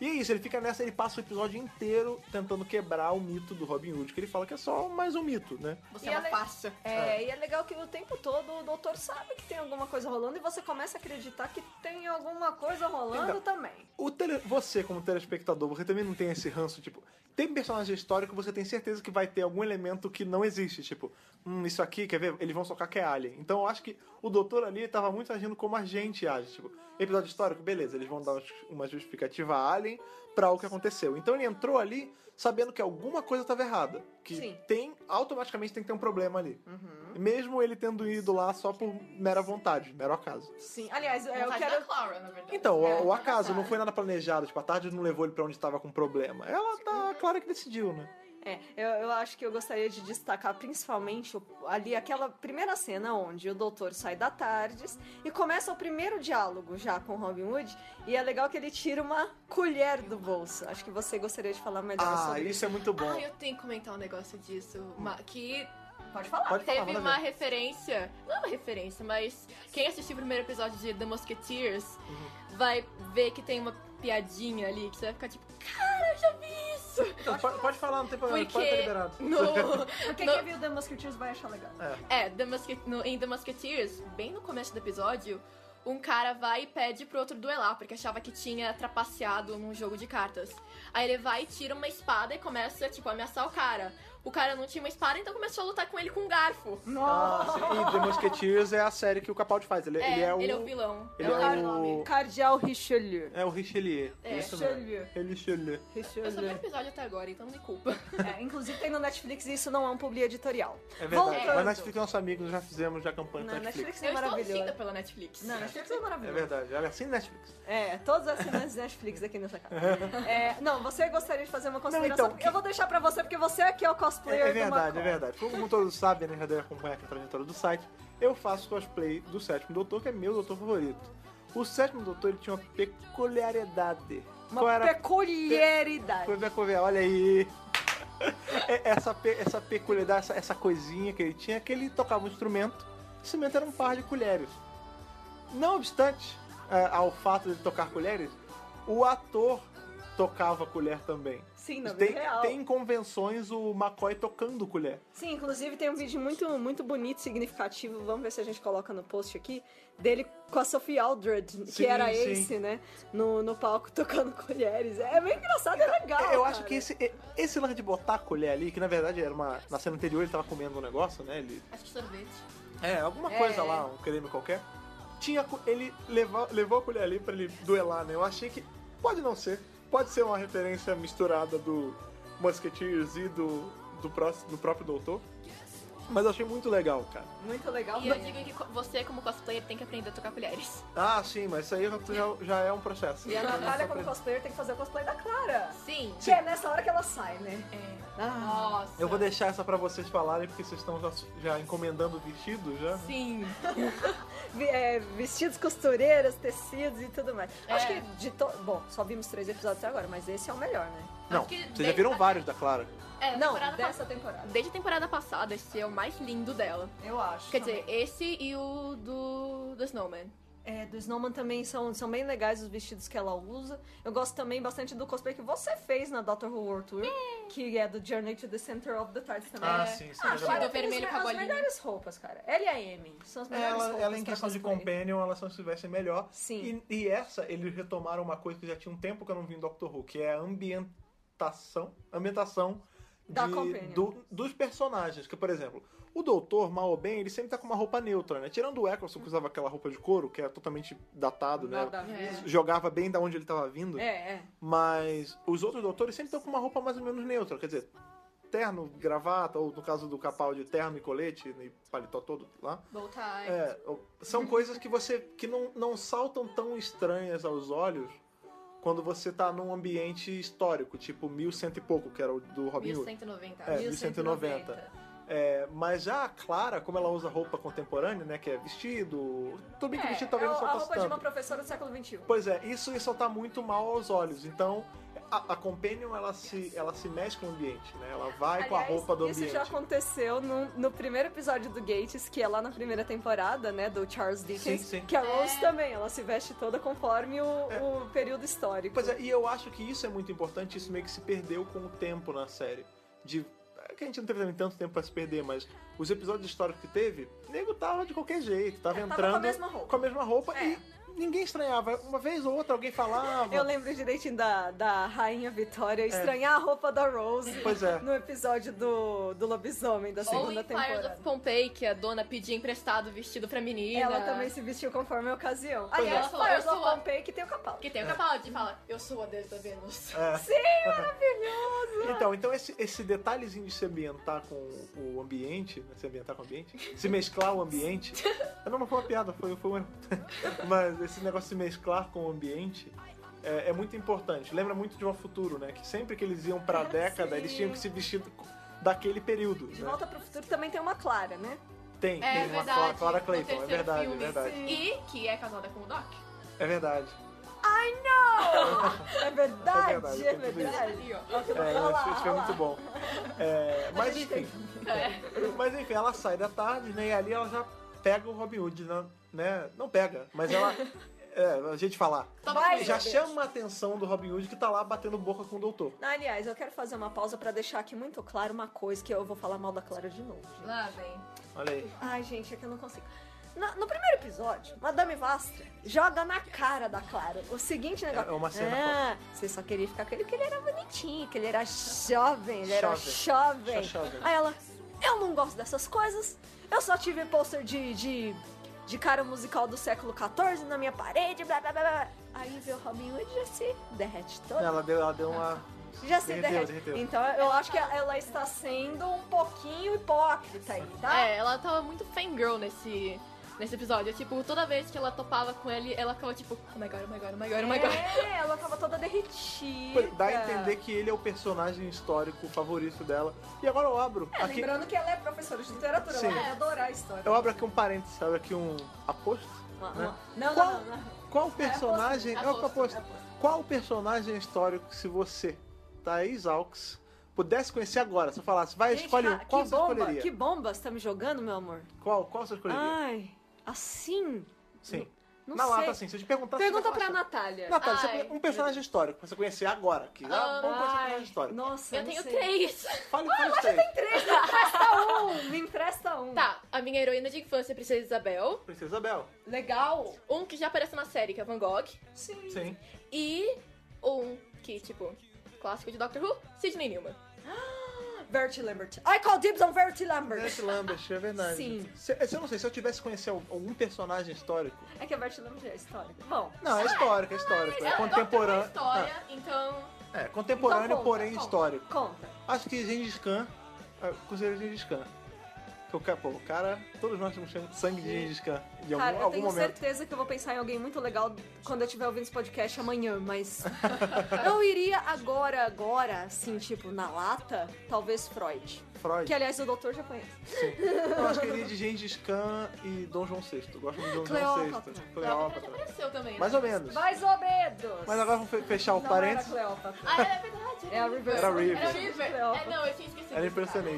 Speaker 1: E é isso, ele fica nessa, ele passa o episódio inteiro tentando quebrar o mito do Robin Hood, que ele fala que é só mais um mito, né?
Speaker 3: Você
Speaker 4: E
Speaker 3: é uma
Speaker 4: ela-
Speaker 3: faixa.
Speaker 4: É, e é legal que o tempo todo o doutor sabe que tem alguma coisa rolando e você começa a acreditar que tem alguma coisa rolando
Speaker 1: Então,
Speaker 4: também.
Speaker 1: O tele... Você, como telespectador, você também não tem esse ranço, tipo, tem personagem histórico que você tem certeza que vai ter algum elemento que não existe, tipo, hum, isso aqui, quer ver? Eles vão socar que é alien. Então eu acho que o doutor ali tava muito agindo como a gente age, tipo, episódio histórico, beleza, eles vão dar uma justificativa alien pra o que aconteceu. Então ele entrou ali sabendo que alguma coisa tava errada, que
Speaker 4: Sim.
Speaker 1: tem, automaticamente tem que ter um problema ali. Mesmo ele tendo ido lá só por mera vontade, mero acaso.
Speaker 4: Sim. Aliás, é, eu
Speaker 3: Vontade
Speaker 4: quero.
Speaker 3: da Clara, na verdade.
Speaker 1: Então, o-
Speaker 3: É,
Speaker 1: o acaso, não
Speaker 3: vontade.
Speaker 1: foi nada planejado. Tipo, a tarde não levou ele pra onde tava com problema. Ela tá clara que decidiu, né?
Speaker 4: É, eu, eu acho que eu gostaria de destacar principalmente o- ali aquela primeira cena onde o doutor sai da Tardes e começa o primeiro diálogo já com Robin Hood. E é legal que ele tira uma colher do bolso. Acho que você gostaria de falar melhor
Speaker 1: Ah,
Speaker 4: sobre
Speaker 1: isso é muito bom.
Speaker 3: Ah, eu tenho que comentar um negócio disso. ma- Que
Speaker 4: Pode falar.
Speaker 1: Pode falar,
Speaker 3: teve
Speaker 1: manda
Speaker 3: uma
Speaker 1: ver.
Speaker 3: referência. Não é uma referência, mas quem assistiu o primeiro episódio de The Musketeers
Speaker 1: Uhum.
Speaker 3: vai ver que tem uma piadinha ali que você vai ficar tipo, cara, eu já vi isso!
Speaker 1: Então, pode, pode falar, não tem problema. Pode estar
Speaker 3: Porque
Speaker 1: liberado.
Speaker 3: no,
Speaker 4: Porque
Speaker 3: no-
Speaker 4: quem viu The Musketeers vai achar legal.
Speaker 3: É, The Musket- no- em The Musketeers, bem no começo do episódio, um cara vai e pede pro outro duelar, porque achava que tinha trapaceado num jogo de cartas. Aí ele vai e tira uma espada e começa, tipo, a ameaçar o cara. O cara não tinha uma espada, então começou a lutar com ele com um garfo.
Speaker 1: Ah, sim. e The Musketeers é a série que o Capaldi faz. Ele é, ele é o...
Speaker 3: ele é o vilão.
Speaker 1: Ele
Speaker 4: Car-
Speaker 1: é o...
Speaker 4: Cardeal Richelieu.
Speaker 1: É o Richelieu.
Speaker 3: É.
Speaker 1: Isso mesmo.
Speaker 4: Richelieu.
Speaker 1: Richelieu.
Speaker 3: Eu só vi o
Speaker 4: Richelieu.
Speaker 3: episódio até agora, então não me culpa.
Speaker 4: É, inclusive tem no Netflix e isso não é um publi editorial.
Speaker 1: É verdade.
Speaker 4: Voltando.
Speaker 1: Mas na Netflix é nosso amigo, nós já fizemos já campanha
Speaker 4: Não,
Speaker 1: com Netflix.
Speaker 4: Netflix é
Speaker 3: Eu estou
Speaker 4: maravilhoso.
Speaker 3: assistida pela Netflix.
Speaker 4: Não, Netflix é
Speaker 1: É
Speaker 4: maravilhoso.
Speaker 1: verdade. Olha, assim Netflix.
Speaker 4: É, todos os assinantes da Netflix aqui nessa casa. É, não, você gostaria de fazer uma consideração?
Speaker 1: então, que-
Speaker 4: Eu vou deixar pra você, porque você aqui é o
Speaker 1: É,
Speaker 4: cosplayer
Speaker 1: é
Speaker 4: do
Speaker 1: verdade, é
Speaker 4: Macau.
Speaker 1: verdade. Como todos sabem, né, já devem acompanhar aqui a trajetória do site, eu faço cosplay do Sétimo Doutor, que é meu doutor favorito. O Sétimo Doutor, ele tinha uma peculiaridade.
Speaker 4: Uma
Speaker 1: Qual era a
Speaker 4: peculiaridade.
Speaker 1: peculiaridade? Olha aí! É, essa, pe- essa peculiaridade, essa, essa coisinha que ele tinha, é que ele tocava um instrumento, o instrumento era um par de colheres. Não obstante é, ao fato de ele tocar colheres, o ator tocava colher também.
Speaker 4: Sim, na
Speaker 1: Tem,
Speaker 4: vida real.
Speaker 1: tem convenções o McCoy tocando colher.
Speaker 4: Sim, inclusive tem um vídeo muito, muito bonito, significativo, vamos ver se a gente coloca no post aqui, dele com a Sophie Aldred,
Speaker 1: Sim,
Speaker 4: que era
Speaker 1: sim.
Speaker 4: Ace, né? No, no palco tocando colheres. É bem engraçado, é legal.
Speaker 1: É, Eu acho
Speaker 4: cara.
Speaker 1: que esse, esse lance de botar a colher ali, que na verdade era uma. Na cena anterior ele tava comendo um negócio, né? Ele,
Speaker 3: Acho que sorvete.
Speaker 1: é, alguma
Speaker 4: É.
Speaker 1: coisa lá, um creme qualquer. Tinha, co- ele levou, levou a colher ali pra ele duelar, né? Eu achei que. Pode não ser. Pode ser uma referência misturada do Musketeers e do, do, pró- do próprio Doutor. Mas eu achei muito legal, cara.
Speaker 4: Muito legal.
Speaker 3: E eu digo que co- você, como cosplayer, tem que aprender a tocar colheres.
Speaker 1: Ah, sim, mas isso aí já, já- já é um processo.
Speaker 4: E a Natália, como cosplayer, tem que fazer o cosplay da Clara.
Speaker 3: Sim.
Speaker 4: Que é nessa hora que ela sai, né?
Speaker 3: É.
Speaker 4: Ah,
Speaker 3: Nossa.
Speaker 1: Eu vou deixar essa pra vocês falarem, porque vocês estão já, já encomendando o vestido já. né?
Speaker 3: Sim.
Speaker 4: Vi- é, vestidos, costureiras, tecidos e tudo mais.
Speaker 3: É.
Speaker 4: Acho que de to... Bom, só vimos três episódios até agora, mas esse é o melhor, né?
Speaker 1: Não,
Speaker 3: Acho que
Speaker 1: vocês já
Speaker 3: desde
Speaker 1: viram
Speaker 3: a-
Speaker 1: vários da Clara.
Speaker 3: É,
Speaker 4: Não,
Speaker 3: temporada
Speaker 4: dessa temporada.
Speaker 3: Desde a temporada passada, esse é o mais lindo dela.
Speaker 4: Eu acho.
Speaker 3: Quer dizer, esse e o do, do Snowman.
Speaker 4: É, do Snowman também são, são bem legais os vestidos que ela usa. Eu gosto também bastante do cosplay que você fez na Doctor Who World Tour, que é do Journey to the Center of the Tarts também.
Speaker 1: Ah,
Speaker 4: É.
Speaker 1: sim, sim,
Speaker 4: Ah,
Speaker 1: é
Speaker 4: cara,
Speaker 3: verdade.
Speaker 4: tem
Speaker 3: Do
Speaker 4: os
Speaker 3: vermelho
Speaker 4: me-
Speaker 3: com a
Speaker 4: as
Speaker 3: bolinha.
Speaker 4: melhores roupas, cara. L e a M são as melhores
Speaker 1: Ela,
Speaker 4: roupas
Speaker 1: ela em
Speaker 4: pra
Speaker 1: questão de
Speaker 4: cosplay.
Speaker 1: companion, ela só estivesse melhor.
Speaker 4: tá Sim.
Speaker 1: E, e essa, eles retomaram uma coisa que já tinha um tempo que eu não vi em Doctor Who, que é a ambientação, ambientação
Speaker 4: Da
Speaker 1: de-
Speaker 4: Companion.
Speaker 1: do- dos personagens. Que, por exemplo, o doutor, mal ou bem, ele sempre tá com uma roupa neutra, né? Tirando o Eccleston,
Speaker 4: Uhum.
Speaker 1: que usava aquela roupa de couro, que era totalmente datado, né?
Speaker 4: Nada a ver.
Speaker 1: Jogava bem da onde ele tava vindo.
Speaker 4: É, é.
Speaker 1: Mas os outros doutores sempre estão com uma roupa mais ou menos neutra, quer dizer, terno, gravata, ou no caso do Capaldi, terno e colete e paletó todo lá.
Speaker 3: Voltar.
Speaker 1: É, são coisas que você que não, não saltam tão estranhas aos olhos quando você tá num ambiente histórico, tipo 1100 e pouco, que era o do Robin Hood.
Speaker 3: 1190.
Speaker 1: É, 1190. É, mas já a Clara, como ela usa roupa contemporânea, né, que é vestido, tudo bem que tá
Speaker 4: É,
Speaker 1: vestido
Speaker 4: é
Speaker 1: talvez
Speaker 4: a
Speaker 1: não
Speaker 4: a
Speaker 1: saltasse
Speaker 4: roupa de
Speaker 1: tanto.
Speaker 4: uma professora do século um. XXI.
Speaker 1: Pois é, isso isso tá muito mal aos olhos. Então, a, a Companion ela se, ela se mexe com o ambiente, né? Ela vai com a
Speaker 4: Aliás,
Speaker 1: roupa do
Speaker 4: isso
Speaker 1: ambiente.
Speaker 4: já aconteceu no, no primeiro episódio do Gates, que é lá na primeira temporada, né, do Charles Dickens.
Speaker 1: Sim, sim.
Speaker 4: Que a Rose também, ela se veste toda conforme o, o período histórico.
Speaker 1: Pois é, e eu acho que isso é muito importante, isso meio que se perdeu com o tempo na série. De. é que a gente não teve também tanto tempo pra se perder, mas os episódios históricos que teve, o nego tava de qualquer jeito, tava
Speaker 4: É, tava
Speaker 1: entrando.
Speaker 4: com a mesma roupa.
Speaker 1: com a mesma roupa
Speaker 4: É.
Speaker 1: e ninguém estranhava. Uma vez ou outra alguém falava.
Speaker 4: Eu lembro direitinho da, da Rainha Vitória estranhar a roupa da Rose
Speaker 1: É. Pois é.
Speaker 4: no episódio do, do Lobisomem da
Speaker 3: Ou
Speaker 4: segunda
Speaker 3: em Fires of
Speaker 4: temporada.
Speaker 3: Pompeii, que a dona pedia emprestado o vestido pra menina.
Speaker 4: Ela também se vestiu conforme a ocasião.
Speaker 3: Pois
Speaker 4: Aliás,
Speaker 3: é.
Speaker 4: Fires
Speaker 3: Eu
Speaker 4: of
Speaker 3: sou a-
Speaker 4: Pompeii que tem o Capaldi.
Speaker 3: Que tem o Capaldi e fala, eu sou a deusa da Vênus.
Speaker 4: Sim, maravilhoso!
Speaker 1: Então, então esse, esse detalhezinho de se ambientar com o ambiente, né, se ambientar com o ambiente, se mesclar o ambiente. é, Não, não foi uma piada, foi, foi um erro. Mas esse negócio de se mesclar com o ambiente é, é muito importante. Lembra muito de um futuro, né? Que sempre que eles iam pra década, eles tinham que se vestir daquele período.
Speaker 4: De
Speaker 1: né?
Speaker 4: volta pro futuro também tem uma Clara, né?
Speaker 1: Tem,
Speaker 3: É
Speaker 1: tem uma
Speaker 3: verdade.
Speaker 1: Clara, Clara
Speaker 3: no
Speaker 1: Clayton, é
Speaker 3: terceiro
Speaker 1: verdade,
Speaker 3: filme.
Speaker 1: é verdade.
Speaker 3: E que é casada com o Doc.
Speaker 1: É verdade.
Speaker 4: É verdade,
Speaker 1: verdade,
Speaker 4: é
Speaker 1: tem tudo isso.
Speaker 4: verdade.
Speaker 3: Ali, ó.
Speaker 1: É,
Speaker 4: Olha lá,
Speaker 1: esse, esse foi
Speaker 4: olha
Speaker 1: muito
Speaker 4: lá.
Speaker 1: bom. É, mas enfim.
Speaker 3: É.
Speaker 1: Mas enfim, ela sai da tarde, né? E ali ela já pega o Robin Hood, né? né? Não pega, mas ela. É, a gente falar.
Speaker 3: Toma
Speaker 4: Vai,
Speaker 3: com ele.
Speaker 1: Já
Speaker 4: Deus.
Speaker 1: chama a atenção do Robin Hood que tá lá batendo boca com o doutor.
Speaker 4: Ah, Aliás, eu quero fazer uma pausa pra deixar aqui muito claro uma coisa que eu vou falar mal da Clara de novo. gente.
Speaker 3: Lá vem.
Speaker 1: Olha aí.
Speaker 4: Ai, gente, é que eu não consigo. Na- no primeiro episódio, Madame Vastra joga na cara da Clara o seguinte negócio.
Speaker 1: É uma cena
Speaker 4: Ah, você só queria ficar com ele porque ele era bonitinho, que ele era jovem, ele era jovem.
Speaker 1: Jovem.
Speaker 4: Aí ela, eu não gosto dessas coisas, eu só tive pôster de, de, de cara musical do século XIV na minha parede, blá blá blá blá. Aí vê o Robin Hood e já se derrete todo.
Speaker 1: Ela deu, ela deu uma.
Speaker 4: Já se
Speaker 1: derreteu,
Speaker 4: derrete.
Speaker 1: derreteu.
Speaker 4: Então eu acho que ela está sendo um pouquinho hipócrita aí, tá?
Speaker 3: É, ela tava muito fangirl nesse, nesse episódio. Tipo, toda vez que ela topava com ele, ela ficava tipo, oh my god, oh my god, oh my god, oh my god.
Speaker 4: É, ela tava toda derretida.
Speaker 1: Dá a entender que ele é o personagem histórico favorito dela. E agora eu abro.
Speaker 4: É,
Speaker 1: aqui,
Speaker 4: lembrando que ela é professora de literatura,
Speaker 1: Sim.
Speaker 4: ela vai adorar a história.
Speaker 1: eu abro aqui um parênteses, abro aqui um aposto.
Speaker 4: Uma-
Speaker 1: né?
Speaker 4: uma- Não,
Speaker 1: Qual-
Speaker 4: não, não, não.
Speaker 1: Qual personagem.
Speaker 3: aposto,
Speaker 1: é o aposto.
Speaker 3: aposto,
Speaker 1: Qual personagem é histórico que se você, Thaís Alves, pudesse conhecer agora? Se eu falasse, vai,
Speaker 4: Gente,
Speaker 1: escolhe um.
Speaker 4: cara,
Speaker 1: Qual
Speaker 4: que
Speaker 1: você
Speaker 4: bomba,
Speaker 1: escolheria?
Speaker 4: que bomba você tá me jogando, meu amor.
Speaker 1: Qual, qual você escolheria?
Speaker 4: Ai, assim?
Speaker 1: Sim.
Speaker 4: Não
Speaker 1: Na
Speaker 4: sei.
Speaker 1: lata, assim, tá sim. Se eu te perguntar... você
Speaker 4: Pergunta
Speaker 1: vai
Speaker 4: pra
Speaker 1: achar.
Speaker 4: Natália.
Speaker 1: Natália, você
Speaker 3: Ai.
Speaker 1: conhe- um personagem histórico pra você conhecer agora. Que ah,
Speaker 3: Ah,
Speaker 1: bom conhecer um
Speaker 4: Ai,
Speaker 1: personagem histórico.
Speaker 4: Nossa,
Speaker 3: Eu
Speaker 4: não Ah,
Speaker 3: tenho
Speaker 4: sei.
Speaker 3: três.
Speaker 1: Fale, fale os três.
Speaker 4: Três, me empresta um. Me empresta um.
Speaker 3: Tá, a minha heroína de infância, Princesa Isabel.
Speaker 1: Princesa Isabel.
Speaker 3: Legal. Um que já aparece na série, que é Van Gogh.
Speaker 1: Sim.
Speaker 3: E um que, tipo, clássico de Doctor Who, Sidney Newman.
Speaker 4: Verity Lambert. I call dibs on Verity Lambert.
Speaker 1: Nancy Lambert, é verdade.
Speaker 4: Sim.
Speaker 1: Se, se eu não sei, se eu tivesse que conhecer al- algum personagem histórico...
Speaker 4: É que a Verity Lambert é histórica. Bom,
Speaker 1: Não, é histórico, é histórico. É
Speaker 3: Ela
Speaker 1: contemporâneo.
Speaker 3: conta uma história, então...
Speaker 1: Ah, É, contemporâneo,
Speaker 4: Então conta,
Speaker 1: porém
Speaker 4: conta.
Speaker 1: histórico.
Speaker 4: conta.
Speaker 1: Acho que Gengis Khan. Eu considero Gengis Khan. Porque o cara, pô, o cara. Todos nós temos sangue de Gengis Khan. De algum,
Speaker 4: Cara, eu
Speaker 1: algum
Speaker 4: tenho
Speaker 1: momento.
Speaker 4: certeza que eu vou pensar em alguém muito legal quando eu estiver ouvindo esse podcast amanhã, mas eu iria agora, agora, assim, tipo, na lata, talvez Freud.
Speaker 1: Freud.
Speaker 4: Que, aliás, o doutor já conhece.
Speaker 1: Eu acho que eu iria de Gengis Khan e Dom João VI. Eu gosto de Dom João
Speaker 4: Cleópatra.
Speaker 1: VI.
Speaker 3: Cleópatra já
Speaker 1: Cleópatra.
Speaker 3: apareceu também, né?
Speaker 1: Mais ou menos.
Speaker 4: Mais ou menos!
Speaker 1: Mas agora vamos fe- fechar o
Speaker 4: Não era
Speaker 1: um parênteses.
Speaker 4: Cleópatra.
Speaker 3: Ah, é verdade.
Speaker 4: É a River.
Speaker 1: Era a River.
Speaker 3: Era a River. É, não, eu tinha
Speaker 1: Era
Speaker 3: esquecido. disso, cara.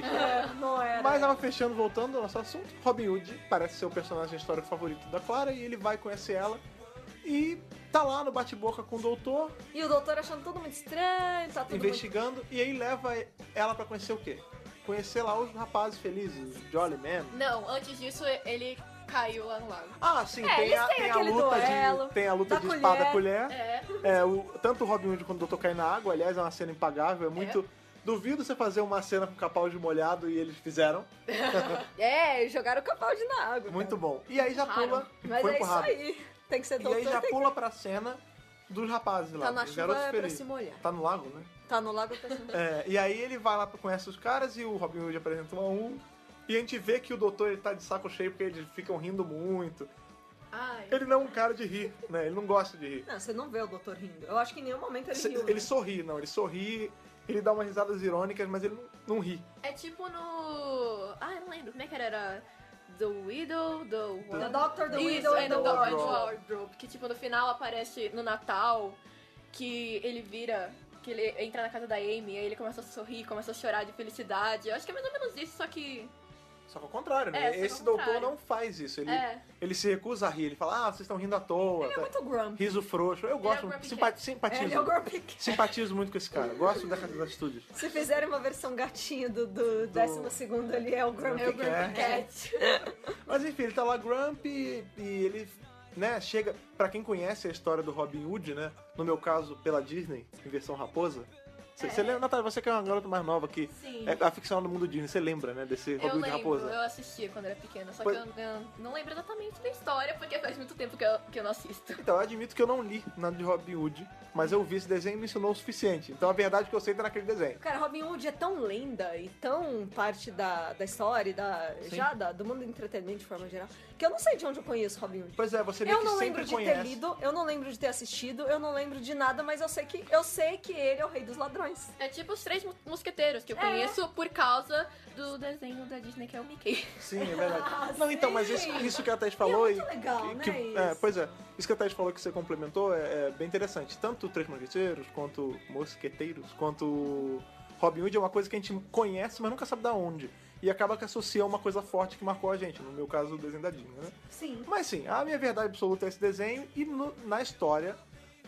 Speaker 1: impressionante.
Speaker 4: É, não era.
Speaker 1: Mas ela fechando, voltando ao nosso assunto, Robin Hood parece ser o personagem histórico favorito da Clara e ele vai conhecer ela e tá lá no bate-boca com o doutor,
Speaker 4: E o doutor achando tudo muito estranho, tá tudo
Speaker 1: investigando, e aí leva ela pra conhecer o quê? Conhecer lá os rapazes felizes, os Jolly Man,
Speaker 3: Não, antes disso ele caiu lá no lago.
Speaker 1: Ah, sim,
Speaker 4: É,
Speaker 1: tem,
Speaker 4: eles
Speaker 1: a,
Speaker 4: têm
Speaker 1: tem a
Speaker 4: aquele
Speaker 1: luta
Speaker 4: duelo,
Speaker 1: de, tem a luta
Speaker 4: da
Speaker 1: de espada
Speaker 4: colher.
Speaker 1: colher.
Speaker 3: É.
Speaker 1: É, o, tanto o Robin Hood quanto o Doutor cai na água, aliás, é uma cena impagável, é muito. Duvido você fazer uma cena com o Capaldi molhado e eles fizeram.
Speaker 2: É, jogaram o Capaldi na água. cara.
Speaker 1: Muito bom. E aí já
Speaker 3: Empurraram.
Speaker 1: pula.
Speaker 2: Mas
Speaker 1: foi
Speaker 2: é isso
Speaker 1: empurrado.
Speaker 2: aí. Tem que ser
Speaker 1: E aí
Speaker 2: doutor.
Speaker 1: já
Speaker 2: tem que-
Speaker 1: pula pra cena dos rapazes lá.
Speaker 2: Tá na
Speaker 1: dos
Speaker 2: chuva
Speaker 1: garotos
Speaker 2: é pra
Speaker 1: felizes.
Speaker 2: se molhar.
Speaker 1: Tá no lago, né?
Speaker 2: Tá no lago pra se molhar.
Speaker 1: É, e aí ele vai lá, conhece os caras e o Robin Hood apresenta um a um. E a gente vê que o doutor ele tá de saco cheio porque eles ficam rindo muito.
Speaker 3: Ai.
Speaker 1: Ele não é um cara de rir, né? Ele não gosta de rir.
Speaker 4: Não, você não vê o doutor rindo. Eu acho que em nenhum momento ele
Speaker 1: Se-
Speaker 4: riu.
Speaker 1: Ele
Speaker 4: né?
Speaker 1: sorri, não. Ele sorri, ele dá umas risadas irônicas, mas ele não, não ri.
Speaker 3: É tipo no. Ah, eu não lembro. Como é que era? Era The Widow, The
Speaker 4: The
Speaker 3: One.
Speaker 4: Doctor, The
Speaker 3: Isso,
Speaker 4: Widow
Speaker 3: é
Speaker 4: and the
Speaker 3: no
Speaker 1: Wardrobe.
Speaker 4: Wardrobe.
Speaker 3: Wardrobe. Que tipo, no final aparece no Natal que ele vira. Que ele entra na casa da Amy, aí ele começa a sorrir, começa a chorar de felicidade. Eu acho que é mais ou menos isso, só que.
Speaker 1: Só que ao contrário,
Speaker 3: É,
Speaker 1: né?
Speaker 3: só que ao
Speaker 1: Esse doutor
Speaker 3: contrário.
Speaker 1: não faz isso. Ele,
Speaker 3: É.
Speaker 1: ele se recusa a rir. Ele fala, ah, vocês estão rindo à toa.
Speaker 4: Ele é
Speaker 1: tá-
Speaker 4: muito grumpy.
Speaker 1: Riso frouxo. Eu gosto,
Speaker 3: um é o Grumpy
Speaker 1: simpa-
Speaker 4: É,
Speaker 1: simpatizo.
Speaker 4: ele é o grumpy cat.
Speaker 1: Simpatizo muito com esse cara. Gosto dessas atitudes.
Speaker 4: Se fizerem uma versão gatinho do, do, décimo segundo ali, é o grumpy
Speaker 1: É o Grumpy
Speaker 4: cat.
Speaker 3: Cat.
Speaker 1: Mas enfim, ele tá lá grumpy e ele, né, chega... Pra quem conhece a história do Robin Hood, né? No meu caso, pela Disney, em versão raposa. Você você lembra, Natália, você que é uma garota mais nova aqui.
Speaker 3: Sim.
Speaker 1: É a ficção do mundo Disney, você lembra, né? Desse
Speaker 3: Eu
Speaker 1: Robin Hood
Speaker 3: lembro,
Speaker 1: raposa.
Speaker 3: eu assistia quando era pequena, só
Speaker 1: Pois-
Speaker 3: que eu, eu não lembro exatamente da história, porque faz muito tempo que eu, que eu não assisto.
Speaker 1: Então, eu admito que eu não li nada de Robin Hood, mas eu vi esse desenho e me ensinou o suficiente. Então a verdade que eu sei tá naquele desenho.
Speaker 4: Cara, Robin Hood é tão lenda e tão parte da, da história e da,
Speaker 1: Sim.
Speaker 4: já da- do mundo do entretenimento de forma geral, que eu não sei de onde eu conheço Robin Hood.
Speaker 1: Pois é, você meio
Speaker 4: Eu
Speaker 1: que
Speaker 4: não
Speaker 1: sempre
Speaker 4: lembro de
Speaker 1: conhece.
Speaker 4: ter lido, eu não lembro de ter assistido, eu não lembro de nada, mas eu sei que eu sei que ele é o rei dos ladrões.
Speaker 3: É tipo os três mu- mosqueteiros que eu conheço por causa do desenho É. da Disney que é o Mickey.
Speaker 1: Sim, é verdade. não, então, mas isso, isso que a Thaís falou.
Speaker 4: Ah, E é muito legal,
Speaker 1: que-
Speaker 4: né,
Speaker 1: que- é,
Speaker 4: isso?
Speaker 1: pois é, isso que a Thaís falou que você complementou é, é bem interessante. Tanto Três Mosqueteiros, quanto Mosqueteiros, quanto Robin Hood é uma coisa que a gente conhece, mas nunca sabe da onde. E acaba que associa uma coisa forte que marcou a gente, no meu caso, o desenho da Disney, né?
Speaker 4: Sim.
Speaker 1: Mas sim, a minha verdade absoluta é esse desenho e no- na história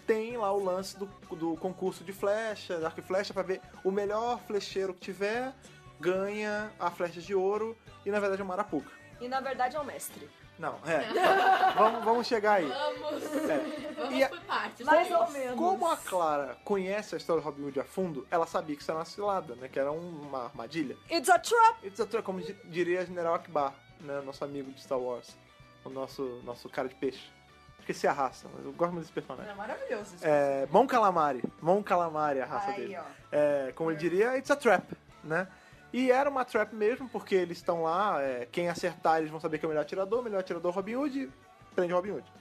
Speaker 1: tem lá o lance do, do concurso de flecha, de arco e flecha, pra ver o melhor flecheiro que tiver ganha a flecha de ouro e na verdade é uma arapuca.
Speaker 4: E na verdade é o mestre.
Speaker 1: Não, é. Tá, vamos, vamos chegar aí.
Speaker 3: Vamos,
Speaker 1: É.
Speaker 3: vamos
Speaker 1: E a-
Speaker 3: por partes.
Speaker 4: Mais
Speaker 3: vamos.
Speaker 4: ou menos.
Speaker 1: Como a Clara conhece a história do Robin Hood a fundo, ela sabia que isso era uma cilada, né? Que era um- uma armadilha.
Speaker 4: It's a trap!
Speaker 1: It's a trap, como di- diria General Akbar, né? Nosso amigo de Star Wars. O nosso, nosso cara de peixe. Esqueci a raça, mas eu gosto muito desse personagem.
Speaker 4: É maravilhoso isso.
Speaker 1: É, Mon Calamari. Mon Calamari é a raça
Speaker 4: Aí,
Speaker 1: dele.
Speaker 4: ó.
Speaker 1: É, como ele diria, it's a trap, né? E era uma trap mesmo, porque eles estão lá, é, quem acertar eles vão saber que é o melhor atirador, o melhor atirador é Robin Hood, prende Robin Hood.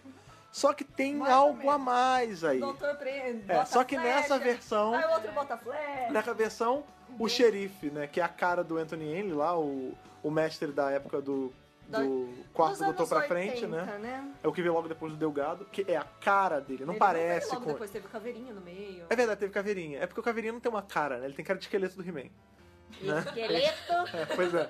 Speaker 1: Só que tem
Speaker 4: Mais ou
Speaker 1: algo
Speaker 4: menos.
Speaker 1: a mais aí.
Speaker 4: Doutor Prende.
Speaker 1: É, só que nessa versão, né,
Speaker 4: Aí o outro bota flecha.
Speaker 1: nessa versão,
Speaker 4: Uhum.
Speaker 1: o xerife, né, que é a cara do Anthony Henley lá, o, o mestre da época do, do quarto
Speaker 4: Dos
Speaker 1: doutor
Speaker 4: anos
Speaker 1: pra frente,
Speaker 4: 80,
Speaker 1: né?
Speaker 4: né?
Speaker 1: É o que veio logo depois do Delgado, que é a cara dele, não
Speaker 4: Ele
Speaker 1: parece
Speaker 4: veio logo
Speaker 1: com
Speaker 4: depois teve caveirinha no meio.
Speaker 1: É verdade, teve caveirinha. É porque o caveirinha não tem uma cara, né? Ele tem cara de esqueleto do He-Man. né?
Speaker 2: Esqueleto.
Speaker 1: É, pois é.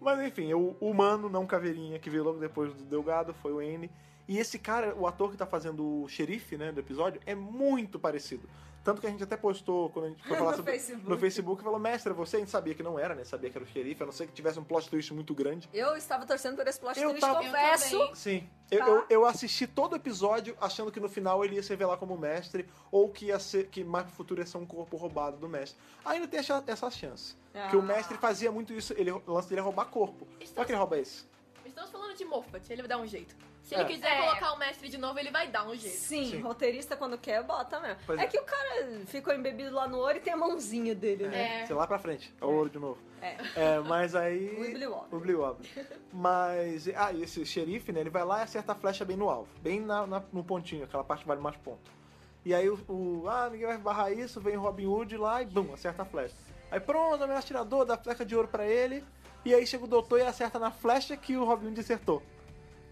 Speaker 1: Mas enfim, o humano não caveirinha, que veio logo depois do Delgado, foi o N. E esse cara, o ator que tá fazendo o xerife, né, do episódio, é muito parecido. Tanto que a gente até postou quando a gente foi falar
Speaker 4: No
Speaker 1: sobre.
Speaker 4: Facebook.
Speaker 1: No Facebook falou, mestre, você a gente sabia que não era, né? Sabia que era o xerife, a não ser que tivesse um plot twist muito grande.
Speaker 4: Eu estava torcendo por esse plot
Speaker 1: Eu
Speaker 4: twist,
Speaker 1: tava-
Speaker 4: confesso.
Speaker 3: Eu também.
Speaker 1: Sim. Eu,
Speaker 4: Tá.
Speaker 1: eu, eu assisti todo o episódio achando que no final ele ia se revelar como mestre, ou que ia ser, que mais pro futuro ia ser um corpo roubado do mestre. Ainda tem essa, essa chance. Porque o
Speaker 4: Ah.
Speaker 1: mestre fazia muito isso, ele, o lance dele é roubar corpo.
Speaker 3: Estamos-
Speaker 1: Só que ele rouba esse.
Speaker 3: Estamos falando de Moffat, ele vai dar um jeito. Se
Speaker 1: É.
Speaker 3: ele quiser
Speaker 4: É.
Speaker 3: colocar o mestre de novo, ele vai dar um jeito.
Speaker 4: Sim,
Speaker 1: Sim.
Speaker 4: roteirista quando quer, bota mesmo.
Speaker 1: Pois
Speaker 4: é,
Speaker 1: é.
Speaker 4: que o cara ficou embebido lá no ouro e tem a mãozinha dele, né?
Speaker 3: É.
Speaker 1: Sei lá pra frente. É o ouro de novo.
Speaker 4: É.
Speaker 1: É, mas aí.
Speaker 4: O Wibbly Wobbly.
Speaker 1: O Wibbly Wobbly. Mas. Ah, e esse xerife, né? Ele vai lá e acerta a flecha bem no alvo. Bem na, na- no pontinho, aquela parte que vale mais ponto. E aí o, o- Ah, ninguém vai barrar isso, vem o Robin Hood lá e bum, acerta a flecha. Aí pronto, o melhor atirador, dá a flecha de ouro pra ele. E aí chega o doutor e acerta na flecha que o Robin Hood acertou.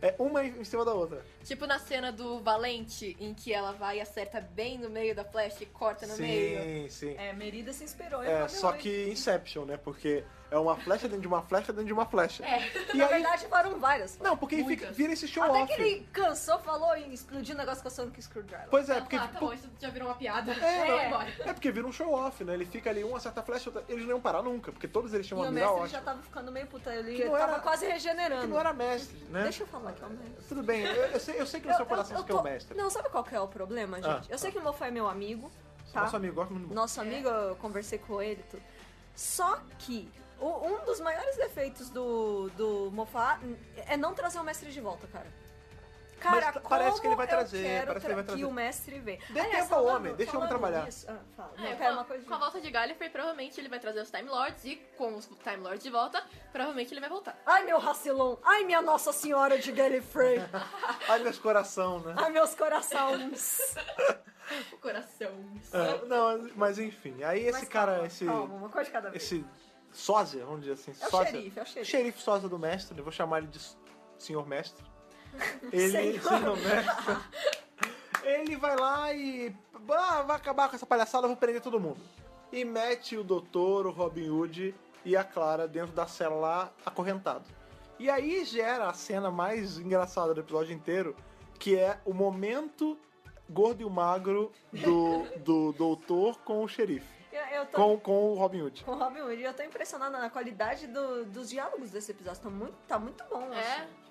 Speaker 1: É uma em cima da outra.
Speaker 3: Tipo na cena do Valente, em que ela vai e acerta bem no meio da flecha e corta no
Speaker 1: sim,
Speaker 3: meio.
Speaker 1: sim.
Speaker 4: Tá É, Merida se inspirou em
Speaker 1: É,
Speaker 4: Robin
Speaker 1: só
Speaker 4: Hood.
Speaker 1: que Inception, né? Porque é uma flecha dentro de uma flecha dentro de uma flecha.
Speaker 3: É.
Speaker 1: E
Speaker 4: Na
Speaker 1: aí,
Speaker 4: verdade, foram várias.
Speaker 1: Não, porque aí fica,
Speaker 3: Muitas.
Speaker 1: vira esse show
Speaker 4: Até
Speaker 1: off.
Speaker 4: que ele cansou, falou e explodiu o negócio com a Sonic Screwdriver.
Speaker 1: Pois é,
Speaker 3: Ah,
Speaker 1: porque.
Speaker 3: tá, tá bom, isso já virou uma piada.
Speaker 1: É,
Speaker 3: Vai
Speaker 1: não.
Speaker 3: embora.
Speaker 1: É porque vira um show off, né? Ele fica ali, um acerta a flecha, outra... eles não iam parar nunca, porque todos eles
Speaker 4: e
Speaker 1: tinham uma
Speaker 4: o
Speaker 1: mira
Speaker 4: mestre
Speaker 1: ótima.
Speaker 4: já tava ficando meio puta ali,
Speaker 1: é, Que não
Speaker 4: tava
Speaker 1: era-
Speaker 4: quase
Speaker 1: Que
Speaker 4: regenerando.
Speaker 1: não era mestre, né?
Speaker 4: Deixa eu falar que é o mestre.
Speaker 1: Tudo bem, eu, eu sei, eu sei que no seu coração
Speaker 4: eu
Speaker 1: você quer o
Speaker 4: tô-
Speaker 1: mestre.
Speaker 4: Não, sabe qual que é o problema, gente?
Speaker 1: Ah,
Speaker 4: eu sei
Speaker 1: tá.
Speaker 4: que o Mofá é meu amigo, tá?
Speaker 1: Nosso amigo gosta muito.
Speaker 4: Nosso amigo, eu conversei com ele e tudo. Só que o- um dos maiores defeitos do, do Moffat é não trazer o mestre de volta, cara. Cara,
Speaker 1: Mas parece
Speaker 4: como
Speaker 1: que ele vai
Speaker 4: eu
Speaker 1: trazer,
Speaker 4: quero
Speaker 1: parece que ele vai
Speaker 4: tra-
Speaker 1: trazer.
Speaker 4: o mestre venha.
Speaker 1: Dê tempo ao homem, deixa o homem trabalhar.
Speaker 4: Disso, ah, fala.
Speaker 3: É,
Speaker 4: não,
Speaker 3: com, a-
Speaker 4: cara, uma coisa de-
Speaker 3: com a volta de Gallifrey, provavelmente ele vai trazer os Time Lords e com os Time Lords de volta, provavelmente ele vai voltar.
Speaker 4: Ai, meu Racilon. Ai, minha Nossa Senhora de Gallifrey.
Speaker 1: Ai, meus coração, né?
Speaker 4: Ai, meus corações.
Speaker 3: O coração.
Speaker 1: É, não, mas enfim. Aí esse
Speaker 4: Mas tá
Speaker 1: cara,
Speaker 4: calma,
Speaker 1: esse.
Speaker 4: calma, uma coisa de cada vez.
Speaker 1: Esse sósia, vamos dizer assim.
Speaker 4: É o
Speaker 1: sósia,
Speaker 4: xerife, é o xerife.
Speaker 1: sósia do mestre, eu vou chamar ele de s- senhor mestre. Ele,
Speaker 4: Senhor.
Speaker 1: senhor mestre. Ele vai lá e. "Ah, vai acabar com essa palhaçada, eu vou prender todo mundo. E mete o doutor, o Robin Hood e a Clara dentro da cela lá, acorrentado. E aí gera a cena mais engraçada do episódio inteiro, que é o momento gordo e o magro do, do doutor com o xerife.
Speaker 4: Eu, eu tô
Speaker 1: Com, com o Robin Hood.
Speaker 4: com o Robin Hood e eu tô impressionada na qualidade do- dos diálogos desse episódio. Tá muito, tá muito bom, eu
Speaker 3: É.
Speaker 4: acho.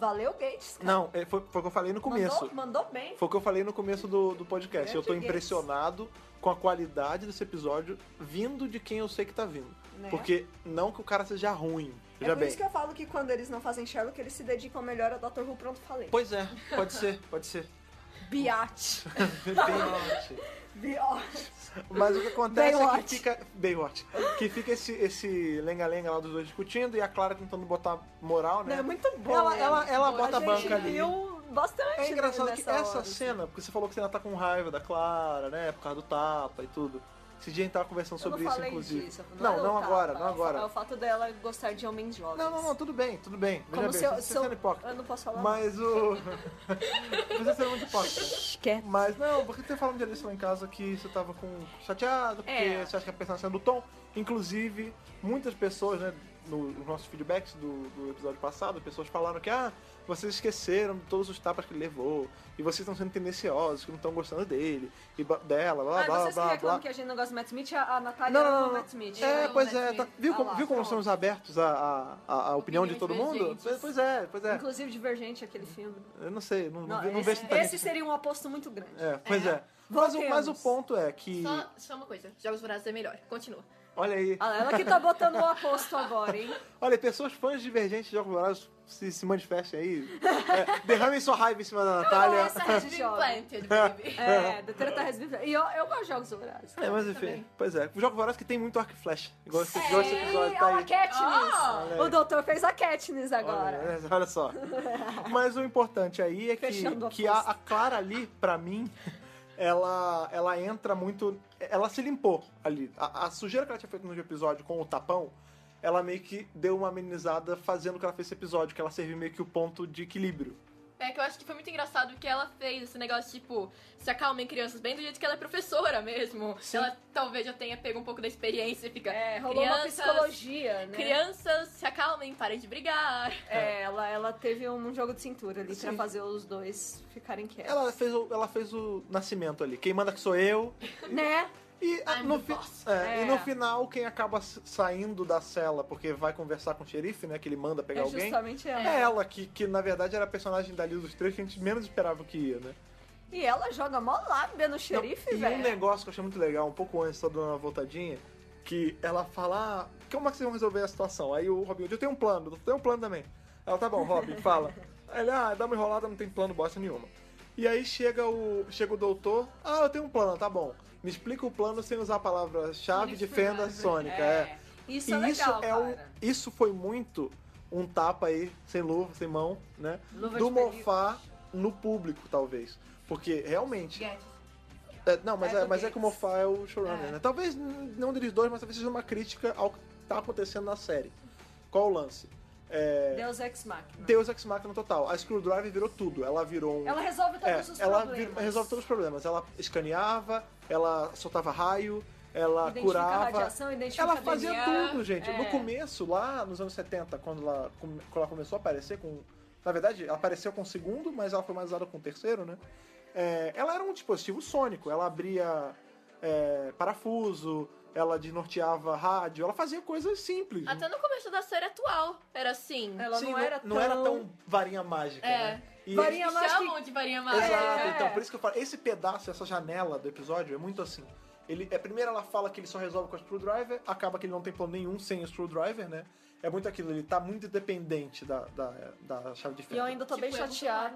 Speaker 4: Valeu, Gates. cara.
Speaker 1: Não, é, foi, foi o que eu falei no começo.
Speaker 4: Mandou, mandou bem.
Speaker 1: Foi o que eu falei no começo do, do podcast. Eu tô
Speaker 4: Grande
Speaker 1: impressionado com a qualidade desse episódio vindo de quem eu sei que tá vindo.
Speaker 4: Né?
Speaker 1: Porque não que o cara seja ruim,
Speaker 4: É
Speaker 1: já
Speaker 4: por
Speaker 1: bem.
Speaker 4: isso que eu falo que quando eles não fazem Sherlock, eles se dedicam melhor ao Dr. Who. Pronto, falei.
Speaker 1: Pois é, pode ser, pode ser.
Speaker 4: Biate.
Speaker 1: Baywatch.
Speaker 4: Biate.
Speaker 1: Mas o que acontece é que
Speaker 4: Baywatch.
Speaker 1: fica. Baywatch. Que fica esse, esse lenga-lenga lá dos dois discutindo e a Clara tentando botar moral, né?
Speaker 4: É muito bom. né?
Speaker 1: ela, ela, ela
Speaker 3: bom.
Speaker 1: bota a,
Speaker 4: a gente
Speaker 1: banca ali.
Speaker 4: riu bastante né,
Speaker 1: É engraçado que
Speaker 4: nessa
Speaker 1: essa
Speaker 4: hora. assim.
Speaker 1: cena, porque você falou que você ainda tá com raiva da Clara, né? Por causa do tapa e tudo. Esse dia a gente tava conversando
Speaker 4: Eu não
Speaker 1: sobre isso,
Speaker 4: falei
Speaker 1: inclusive.
Speaker 4: disso,
Speaker 1: não,
Speaker 4: é
Speaker 1: não,
Speaker 4: o tapa,
Speaker 1: agora, não
Speaker 4: é o fa- É o
Speaker 1: agora.
Speaker 4: fato dela gostar de homens jovens.
Speaker 1: Não, não, não, tudo bem, tudo bem. Veja
Speaker 4: Como
Speaker 1: bem,
Speaker 4: se eu-
Speaker 1: você
Speaker 4: se
Speaker 1: tá
Speaker 4: eu-
Speaker 1: sendo hipócrita.
Speaker 4: Eu não posso falar.
Speaker 1: Mas o. você sendo muito hipócrita.
Speaker 6: Quieto.
Speaker 1: Mas não, porque você falou um dia desse lá em casa que você tava com chateado, porque
Speaker 6: É.
Speaker 1: você acha que a personagem do Tom. Inclusive, muitas pessoas, né, no- nos nossos feedbacks do, do episódio passado, pessoas falaram que, ah, vocês esqueceram de todos os tapas que ele levou, e vocês estão sendo tendenciosos, que não estão gostando dele, e ba- dela, blá,
Speaker 4: Ah,
Speaker 1: blá,
Speaker 4: vocês que
Speaker 1: blá, blá.
Speaker 4: reclamam que a gente não gosta do Matt Smith, a, a Natália
Speaker 1: Não, não,
Speaker 4: ama
Speaker 1: não,
Speaker 4: o
Speaker 1: não.
Speaker 4: Matt Smith.
Speaker 1: É,
Speaker 3: Eu,
Speaker 1: pois
Speaker 3: né,
Speaker 1: é,
Speaker 3: que-
Speaker 1: tá- viu,
Speaker 4: Ah
Speaker 1: como,
Speaker 4: lá,
Speaker 1: viu como
Speaker 4: pronto.
Speaker 1: somos abertos à, à, à- à opinião de
Speaker 3: Opiniões
Speaker 1: todo mundo?
Speaker 3: divergentes.
Speaker 1: Pois- Pois é, pois é.
Speaker 4: Inclusive Divergente, aquele filme.
Speaker 1: Eu não sei, não, não, vi- não
Speaker 4: esse,
Speaker 1: vejo tanta
Speaker 4: esse
Speaker 1: gente-
Speaker 4: seria um aposto muito grande.
Speaker 1: É, pois é.
Speaker 4: É.
Speaker 1: Mas, o, mas o
Speaker 4: Voltemos.
Speaker 1: ponto é que.
Speaker 3: Só, só uma coisa, Jogos Vorazes é melhor. Continua.
Speaker 1: Olha aí.
Speaker 4: Ah, ela que tá botando o aposto agora, hein?
Speaker 1: Olha, pessoas fãs divergentes de Jogos Vorazes se, se manifestem aí. É, derramem sua raiva em cima da Natália.
Speaker 3: Essa
Speaker 4: Tá,
Speaker 3: rede de
Speaker 4: Jovem.
Speaker 3: implanted, baby.
Speaker 4: É, The Treta Has Been... E eu, eu gosto de jogos horários.
Speaker 1: É, mas enfim. Pois é. O Jogo Vorazes que tem muito arco e flecha. Igual esse, igual esse episódio tá
Speaker 4: Ih, É, olha a
Speaker 1: aí.
Speaker 4: Katniss!
Speaker 3: Ah!
Speaker 1: Olha
Speaker 4: O
Speaker 1: aí.
Speaker 4: doutor fez a Katniss
Speaker 1: Olha,
Speaker 4: agora.
Speaker 1: olha só. Mas o importante aí é
Speaker 4: Fechando
Speaker 1: que, que
Speaker 4: a
Speaker 1: a,
Speaker 4: força.
Speaker 1: a Clara ali, pra mim, ela, ela entra muito. Ela se limpou ali. A, a sujeira que ela tinha feito no episódio com o tapão, ela meio que deu uma amenizada fazendo o que ela fez esse episódio, que ela serviu meio que o ponto de equilíbrio.
Speaker 3: É que eu acho que foi muito engraçado que ela fez esse negócio, tipo, se acalmem crianças, bem do jeito que ela é professora mesmo.
Speaker 1: Sim.
Speaker 3: Ela talvez já tenha pego um pouco da experiência e fica.
Speaker 4: É, rolou
Speaker 3: crianças,
Speaker 4: uma psicologia, né?
Speaker 3: Crianças, se acalmem, parem de brigar.
Speaker 4: É, ela, ela teve um jogo de cintura ali pra
Speaker 1: Sim.
Speaker 4: fazer os dois ficarem quietos.
Speaker 1: Ela fez, o, ela fez o nascimento ali. Quem manda que sou eu.
Speaker 4: Né?
Speaker 1: E, a-
Speaker 3: I'm
Speaker 1: no
Speaker 3: the
Speaker 1: fi-
Speaker 3: boss.
Speaker 1: é, e no
Speaker 4: É.
Speaker 1: final, quem acaba s- saindo da cela porque vai conversar com o xerife, né? Que ele manda pegar
Speaker 4: É
Speaker 1: alguém.
Speaker 4: justamente ela.
Speaker 1: É ela, que, que na verdade era a personagem dali dos três que a gente menos esperava que ia, né?
Speaker 4: E ela joga mó lábia no xerife,
Speaker 1: Não, e um
Speaker 4: velho.
Speaker 1: negócio que eu achei muito legal, um pouco antes, só dando uma voltadinha, que ela fala, ah, como é que vocês vão resolver a situação? Aí o Robin, eu tenho um plano, eu tenho um plano também. Ela, tá bom, Robin, fala. Aí Ele, ah, dá uma enrolada, não tem plano bosta nenhuma. E aí chega o, chega o doutor, ah, eu tenho um plano, tá bom. Me explica o plano sem usar a palavra-chave de fenda sônica, é.
Speaker 4: Isso
Speaker 1: E
Speaker 4: é legal,
Speaker 1: isso, é um,
Speaker 4: cara.
Speaker 1: isso foi muito um tapa aí, sem luva, sem mão, né?
Speaker 6: Luva
Speaker 1: do
Speaker 6: de pelica.
Speaker 1: Mofá no público, talvez. Porque realmente. É, não, mas,
Speaker 4: É
Speaker 1: é,
Speaker 4: do
Speaker 1: mas é
Speaker 4: Gates.
Speaker 1: que o Mofá é o showrunner,
Speaker 4: É.
Speaker 1: né? Talvez n- não deles dois, mas talvez seja uma crítica ao que tá acontecendo na série. Qual o lance? É,
Speaker 4: Deus Ex Machina.
Speaker 1: Deus Ex Machina total. A Screwdrive virou tudo. Ela virou um
Speaker 4: Ela resolve todos
Speaker 1: é,
Speaker 4: os
Speaker 1: ela vi-
Speaker 4: problemas.
Speaker 1: resolve todos os problemas. Ela escaneava, ela soltava raio, ela
Speaker 4: Identifica
Speaker 1: curava.
Speaker 4: radiação, identifica
Speaker 1: ela fazia
Speaker 4: DNA,
Speaker 1: tudo, gente. No começo, lá nos anos 70, quando ela, come- quando ela começou a aparecer com. Na verdade, ela apareceu com o segundo, mas ela foi mais usada com o terceiro, né? É, ela era um dispositivo sônico, ela abria é, parafuso, ela desnorteava rádio, ela fazia coisas simples.
Speaker 3: Até no começo da série atual, era assim.
Speaker 4: Ela
Speaker 1: Sim,
Speaker 4: não, era tão...
Speaker 1: varinha mágica,
Speaker 3: É.
Speaker 1: né? E-
Speaker 4: Varinha
Speaker 3: Chamam de varinha mágica.
Speaker 1: Exato,
Speaker 4: É.
Speaker 1: então, por isso que eu falo, esse pedaço, essa janela do episódio é muito assim. Ele, é, primeiro ela fala que ele só resolve com a screwdriver, acaba que ele não tem plano nenhum sem o screwdriver, né? É muito aquilo, ele tá muito dependente da, da, da chave de
Speaker 4: E eu
Speaker 1: ferro.
Speaker 4: ainda tô
Speaker 3: Tipo,
Speaker 4: bem
Speaker 3: eu com
Speaker 4: chateada.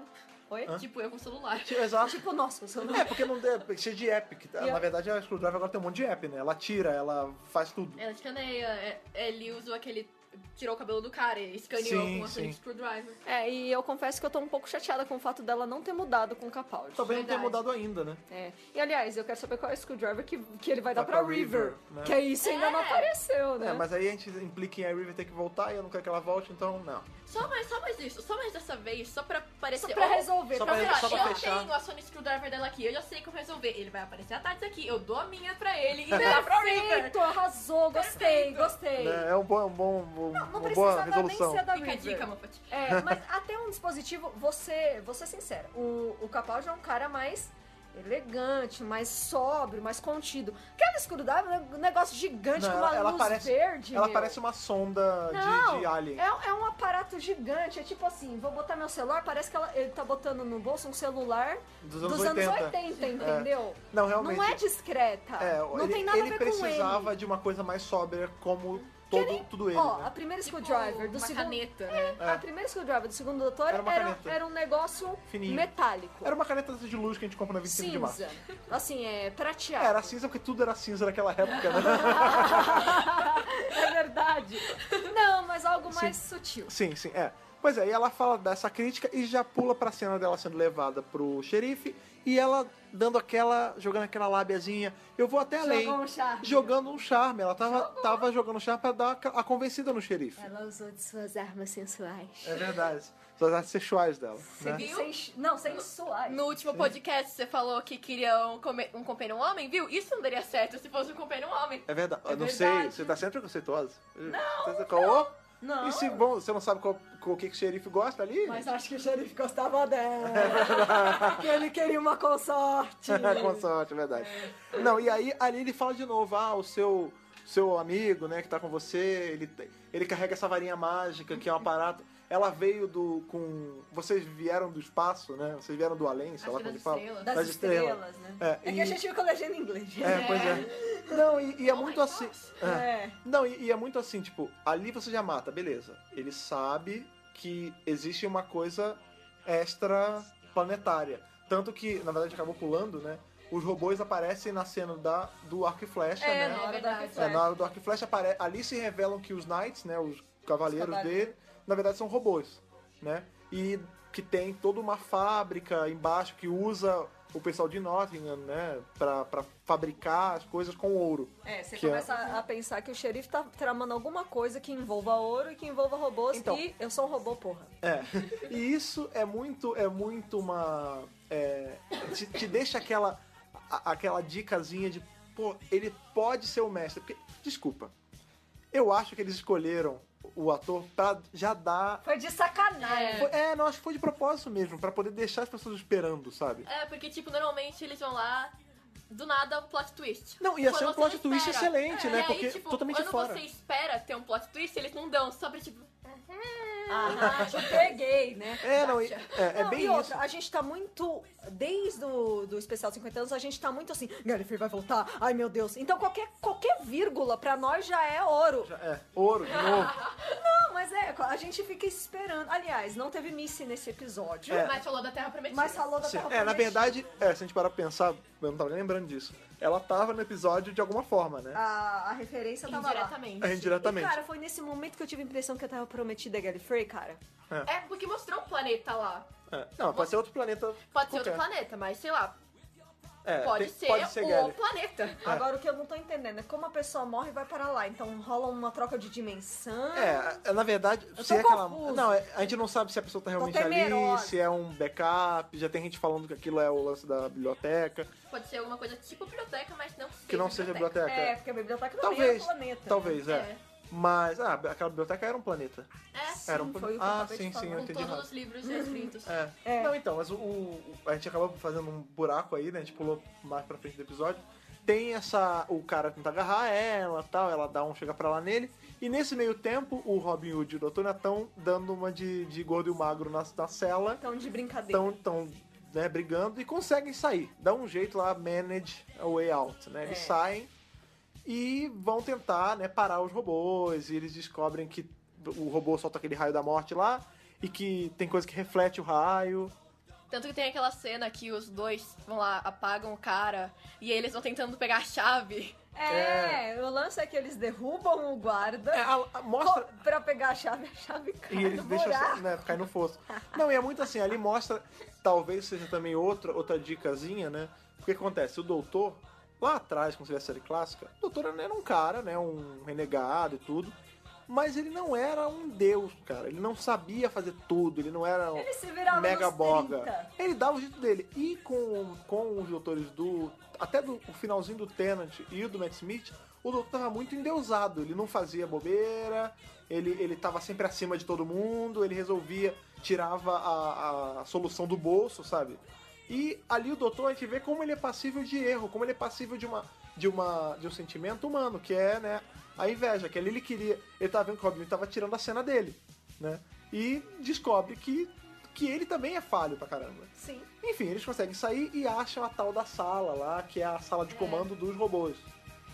Speaker 4: Oi?
Speaker 3: Tipo, eu com o celular.
Speaker 1: Exato.
Speaker 4: Tipo, nossa, eu sou
Speaker 1: É, porque não deu, cheio de app. que-
Speaker 4: E eu-
Speaker 1: na verdade, a screwdriver agora tem um monte de app, né? Ela tira, ela faz tudo.
Speaker 3: Ela escaneia, é- ele usou aquele. Tirou o cabelo do cara, e escaneou
Speaker 1: Sim,
Speaker 3: com
Speaker 1: sim.
Speaker 3: aquele screwdriver.
Speaker 4: É, e eu confesso que eu tô um pouco chateada com o fato dela não ter mudado com o Capaldi.
Speaker 1: Talvez não tenha
Speaker 3: verdade.
Speaker 1: mudado ainda, né?
Speaker 4: É. E aliás, eu quero saber qual é o screwdriver que, que ele vai dar
Speaker 1: Vai
Speaker 4: pra,
Speaker 1: pra
Speaker 4: River.
Speaker 1: River, né?
Speaker 4: Que aí isso ainda não
Speaker 3: É.
Speaker 4: apareceu, né?
Speaker 1: É, mas aí a gente implica em a River ter que voltar e eu não quero que ela volte, então não.
Speaker 3: Só mais, só mais isso, só mais dessa vez, só pra parecer.
Speaker 4: Só pra
Speaker 3: "Oh,
Speaker 4: resolver,
Speaker 1: só
Speaker 4: pra
Speaker 1: pra-
Speaker 4: virar.
Speaker 1: só pra
Speaker 3: eu
Speaker 1: fechar.
Speaker 3: tenho a Sony Screwdriver dela aqui, eu já sei como resolver. Ele vai aparecer atrás aqui, eu dou a minha pra ele e dá pra River.
Speaker 4: Perfeito, arrasou, gostei,
Speaker 3: Perfeito.
Speaker 4: gostei.
Speaker 1: É, é um bom, um bom, um-
Speaker 4: Não
Speaker 1: uma boa
Speaker 4: precisava nem
Speaker 1: resolução.
Speaker 4: ser da
Speaker 3: Fica a
Speaker 4: River.
Speaker 3: dica, Moffat. Tipo,
Speaker 4: É, mas até um dispositivo, você, vou ser sincera, o, o Capaldi é um cara mais elegante, mais sóbrio, mais contido. Aquela escuridão é um negócio gigante
Speaker 1: Não,
Speaker 4: com uma
Speaker 1: ela- ela
Speaker 4: luz
Speaker 1: parece-
Speaker 4: verde.
Speaker 1: Ela
Speaker 4: meu.
Speaker 1: parece uma sonda de,
Speaker 4: Não,
Speaker 1: de alien.
Speaker 4: É, é um aparato gigante, é tipo assim, vou botar meu celular, parece que ela- ele tá botando no bolso um celular
Speaker 1: Dos anos
Speaker 4: dos
Speaker 1: 80.
Speaker 4: anos 80, entendeu?
Speaker 1: Não, realmente.
Speaker 4: Não é discreta,
Speaker 1: É,
Speaker 4: não
Speaker 1: ele,
Speaker 4: tem nada
Speaker 1: ele
Speaker 4: a ver
Speaker 1: precisava
Speaker 4: com ele.
Speaker 1: de uma coisa mais sóbria, como todo, tudo ele.
Speaker 4: Ó,
Speaker 1: né?
Speaker 4: a primeira
Speaker 3: Tipo,
Speaker 4: screwdriver do
Speaker 3: uma
Speaker 4: segundo...
Speaker 3: caneta, né?
Speaker 1: É.
Speaker 4: A primeira screwdriver do segundo doutor
Speaker 1: Era
Speaker 4: era,
Speaker 1: uma
Speaker 4: era,
Speaker 1: caneta.
Speaker 4: um negócio
Speaker 1: Fininho.
Speaker 4: metálico.
Speaker 1: Era uma caneta dessas de luz que a gente compra na 25 de março.
Speaker 4: cinza. Assim, é
Speaker 1: É,
Speaker 4: prateado.
Speaker 1: era cinza porque tudo era cinza naquela época, né?
Speaker 4: É verdade. Não, mas algo mais sutil.
Speaker 1: sim, sim, é. Pois é, e ela fala dessa crítica e já pula pra cena dela sendo levada pro xerife e ela dando aquela. jogando aquela lábiazinha. Eu vou até além.
Speaker 4: Jogou um charme.
Speaker 1: Jogando um charme. Ela tava, tava jogando um charme pra dar a a convencida no xerife.
Speaker 4: Ela usou de suas armas sensuais.
Speaker 1: É verdade. São as artes sexuais dela. né?
Speaker 3: viu?
Speaker 4: Sem- não, sensuais.
Speaker 3: No último podcast você falou que queria um, come- um companheiro homem, viu? Isso não daria certo se fosse um companheiro homem.
Speaker 1: É verdade. eu não sei,
Speaker 4: verdade.
Speaker 1: você tá sempre preconceituosa. Não! Você, não.
Speaker 7: Não.
Speaker 1: E se bom, você não sabe qual, qual- o que, que o xerife gosta ali?
Speaker 4: Mas acho que o xerife gostava dela. que ele queria uma consorte.
Speaker 1: Com sorte, é verdade. Não, e aí ali ele fala de novo, ah, o seu, seu amigo, né, que tá com você, ele, te- ele carrega essa varinha mágica, que é um aparato. Ela veio do. com. Vocês vieram do espaço, né? Vocês vieram do além, sei
Speaker 3: Acho
Speaker 1: lá
Speaker 3: que
Speaker 1: como ele
Speaker 3: das
Speaker 1: fala.
Speaker 3: estrelas.
Speaker 7: Das,
Speaker 1: das estrelas.
Speaker 7: estrelas, né?
Speaker 1: É,
Speaker 4: É
Speaker 1: e-
Speaker 4: que a gente viu com a legenda em inglês. né?
Speaker 1: é, pois é. Não, e, e é
Speaker 3: Oh my
Speaker 1: muito assim.
Speaker 3: gosh.
Speaker 1: é.
Speaker 7: É.
Speaker 1: Não, e, e é muito assim, tipo, ali você já mata, beleza. Ele sabe que existe uma coisa extra planetária. Tanto que, na verdade, acabou pulando, né? Os robôs aparecem na cena da, do arco e flecha,
Speaker 7: É,
Speaker 1: né?
Speaker 7: na hora da
Speaker 3: verdade.
Speaker 1: É,
Speaker 7: reflexão.
Speaker 1: na hora do arco e flecha, apare- ali se revelam que os knights, né? Os cavaleiros
Speaker 7: Os cavaleiros.
Speaker 1: dele, na verdade, são robôs, né? E que tem toda uma fábrica embaixo que usa o pessoal de Nottingham, né? Pra, pra fabricar as coisas com ouro.
Speaker 7: É, você
Speaker 1: Que é-
Speaker 7: começa a-
Speaker 4: a pensar que o xerife tá tramando alguma coisa que envolva ouro e que envolva robôs
Speaker 1: Então.
Speaker 4: e eu sou um robô, porra.
Speaker 1: É. E isso é muito, é muito uma. é, te, te deixa aquela, a- aquela dicasinha de, pô, ele pode ser o mestre. Porque, desculpa. Eu acho que eles escolheram o ator pra já dar.
Speaker 4: Foi de sacanagem.
Speaker 1: Foi- é, não, acho que foi de propósito mesmo, pra poder deixar as pessoas esperando, sabe?
Speaker 3: É, porque, tipo, normalmente eles vão lá, do nada, um plot twist.
Speaker 1: Não, ia
Speaker 3: Quando
Speaker 1: ser um
Speaker 3: você
Speaker 1: plot
Speaker 3: não
Speaker 1: twist
Speaker 3: espera.
Speaker 1: excelente,
Speaker 3: É,
Speaker 1: né?
Speaker 3: E aí,
Speaker 1: Porque
Speaker 3: tipo,
Speaker 1: totalmente
Speaker 3: quando
Speaker 1: fora.
Speaker 3: você espera ter um plot twist, eles não dão, só pra, tipo...
Speaker 4: Ah, te peguei, né?
Speaker 1: É, não, e- é, é
Speaker 4: Não,
Speaker 1: bem
Speaker 4: e
Speaker 1: isso.
Speaker 4: outra, a gente tá muito. Desde o do especial 50 anos, a gente tá muito assim, Gallifrey vai voltar, ai meu Deus. Então qualquer, qualquer vírgula pra nós já é ouro.
Speaker 1: É, ouro, de novo.
Speaker 4: Não, mas é, a gente fica esperando. Aliás, não teve Missy nesse episódio.
Speaker 1: É.
Speaker 3: Mas falou da Terra Prometida.
Speaker 4: Mas falou da
Speaker 1: Sim.
Speaker 4: Terra
Speaker 1: É, na
Speaker 4: Prometida.
Speaker 1: verdade, é, se a gente parar pra pensar, eu não tava nem lembrando disso. Ela tava no episódio de alguma forma, né?
Speaker 4: A, a referência tava tá lá.
Speaker 3: Indiretamente.
Speaker 1: É, indiretamente.
Speaker 4: Ah, E, cara, foi nesse momento que eu tive a impressão que eu tava prometida a Gallifrey, cara.
Speaker 3: É, porque mostrou um planeta lá.
Speaker 1: É. Não, pode ser outro planeta.
Speaker 3: Pode ser
Speaker 1: qualquer.
Speaker 3: outro planeta, mas sei lá,
Speaker 1: É,
Speaker 3: pode,
Speaker 1: tem-
Speaker 3: ser
Speaker 1: pode ser
Speaker 3: o
Speaker 1: Gallifrey.
Speaker 3: planeta.
Speaker 1: É.
Speaker 4: Agora, o que eu não tô entendendo é como a pessoa morre e vai para lá. Então rola uma troca de dimensão.
Speaker 1: É, na verdade,
Speaker 4: tô
Speaker 1: se é aquela.
Speaker 4: confusa.
Speaker 1: Não, é- a gente não sabe se a pessoa tá realmente ali,
Speaker 4: temerosa.
Speaker 1: se é um backup, já tem gente falando que aquilo é o lance da biblioteca,
Speaker 3: Pode ser alguma coisa tipo biblioteca, mas não seja
Speaker 1: que não seja biblioteca.
Speaker 4: É, porque a biblioteca não é
Speaker 1: Talvez.
Speaker 4: o planeta.
Speaker 1: Talvez, é.
Speaker 3: É.
Speaker 1: Mas, ah, aquela biblioteca era um planeta.
Speaker 3: É,
Speaker 1: era um
Speaker 4: assim, foi o que eu
Speaker 1: planeta. Ah,
Speaker 4: acabei de
Speaker 1: sim,
Speaker 4: falar.
Speaker 1: sim, eu
Speaker 3: com
Speaker 1: entendi. errado.
Speaker 3: todos os livros já escritos.
Speaker 1: É.
Speaker 4: É.
Speaker 1: Não, então, mas o, o- a gente acabou fazendo um buraco aí, né? A gente pulou mais pra frente do episódio. Tem essa. O cara tenta agarrar ela tal, ela dá um chega pra lá nele. E nesse meio tempo, o Robin Hood e o Dr. estão dando uma de, de gordo e o magro na, na cela.
Speaker 4: Então, de brincadeira.
Speaker 1: Estão né, brigando e conseguem sair. Dá um jeito lá, manage a way out, né? Eles
Speaker 3: É.
Speaker 1: saem e vão tentar, né, parar os robôs e eles descobrem que o robô solta aquele raio da morte lá e que tem coisa que reflete o raio.
Speaker 3: Tanto que tem aquela cena que os dois vão lá, apagam o cara e eles vão tentando pegar a chave.
Speaker 4: É, o lance é que eles derrubam o guarda
Speaker 1: É, a- a- mostra,
Speaker 4: co- pra pegar a chave, a chave cai
Speaker 1: E eles
Speaker 4: no
Speaker 1: deixam
Speaker 4: buraco.
Speaker 1: assim, né, cair no fosso. Não, e é muito assim, ali mostra, talvez seja também outra, outra dicasinha, né? O que acontece? O doutor, lá atrás, quando você vê a série clássica, o doutor era um cara, né? Um renegado e tudo. Mas ele não era um deus, cara. Ele não sabia fazer tudo, ele não era um
Speaker 4: Ele se virava
Speaker 1: mega
Speaker 4: nos
Speaker 1: boga.
Speaker 4: 30.
Speaker 1: Ele dava o jeito dele. E com, com os doutores do. Até do o finalzinho do Tenant e o do Matt Smith, o doutor tava muito endeusado. Ele não fazia bobeira, ele, ele tava sempre acima de todo mundo, ele resolvia, tirava a, a solução do bolso, sabe? E ali o doutor a gente vê como ele é passível de erro, como ele é passível de uma de uma de um sentimento humano, que é, né, a inveja, que ali ele queria, ele tava vendo que o Robin tava tirando a cena dele, né? E descobre que que ele também é falho pra caramba.
Speaker 2: Sim.
Speaker 1: Enfim, eles conseguem sair e acham a tal da sala lá, que é a sala de comando dos robôs,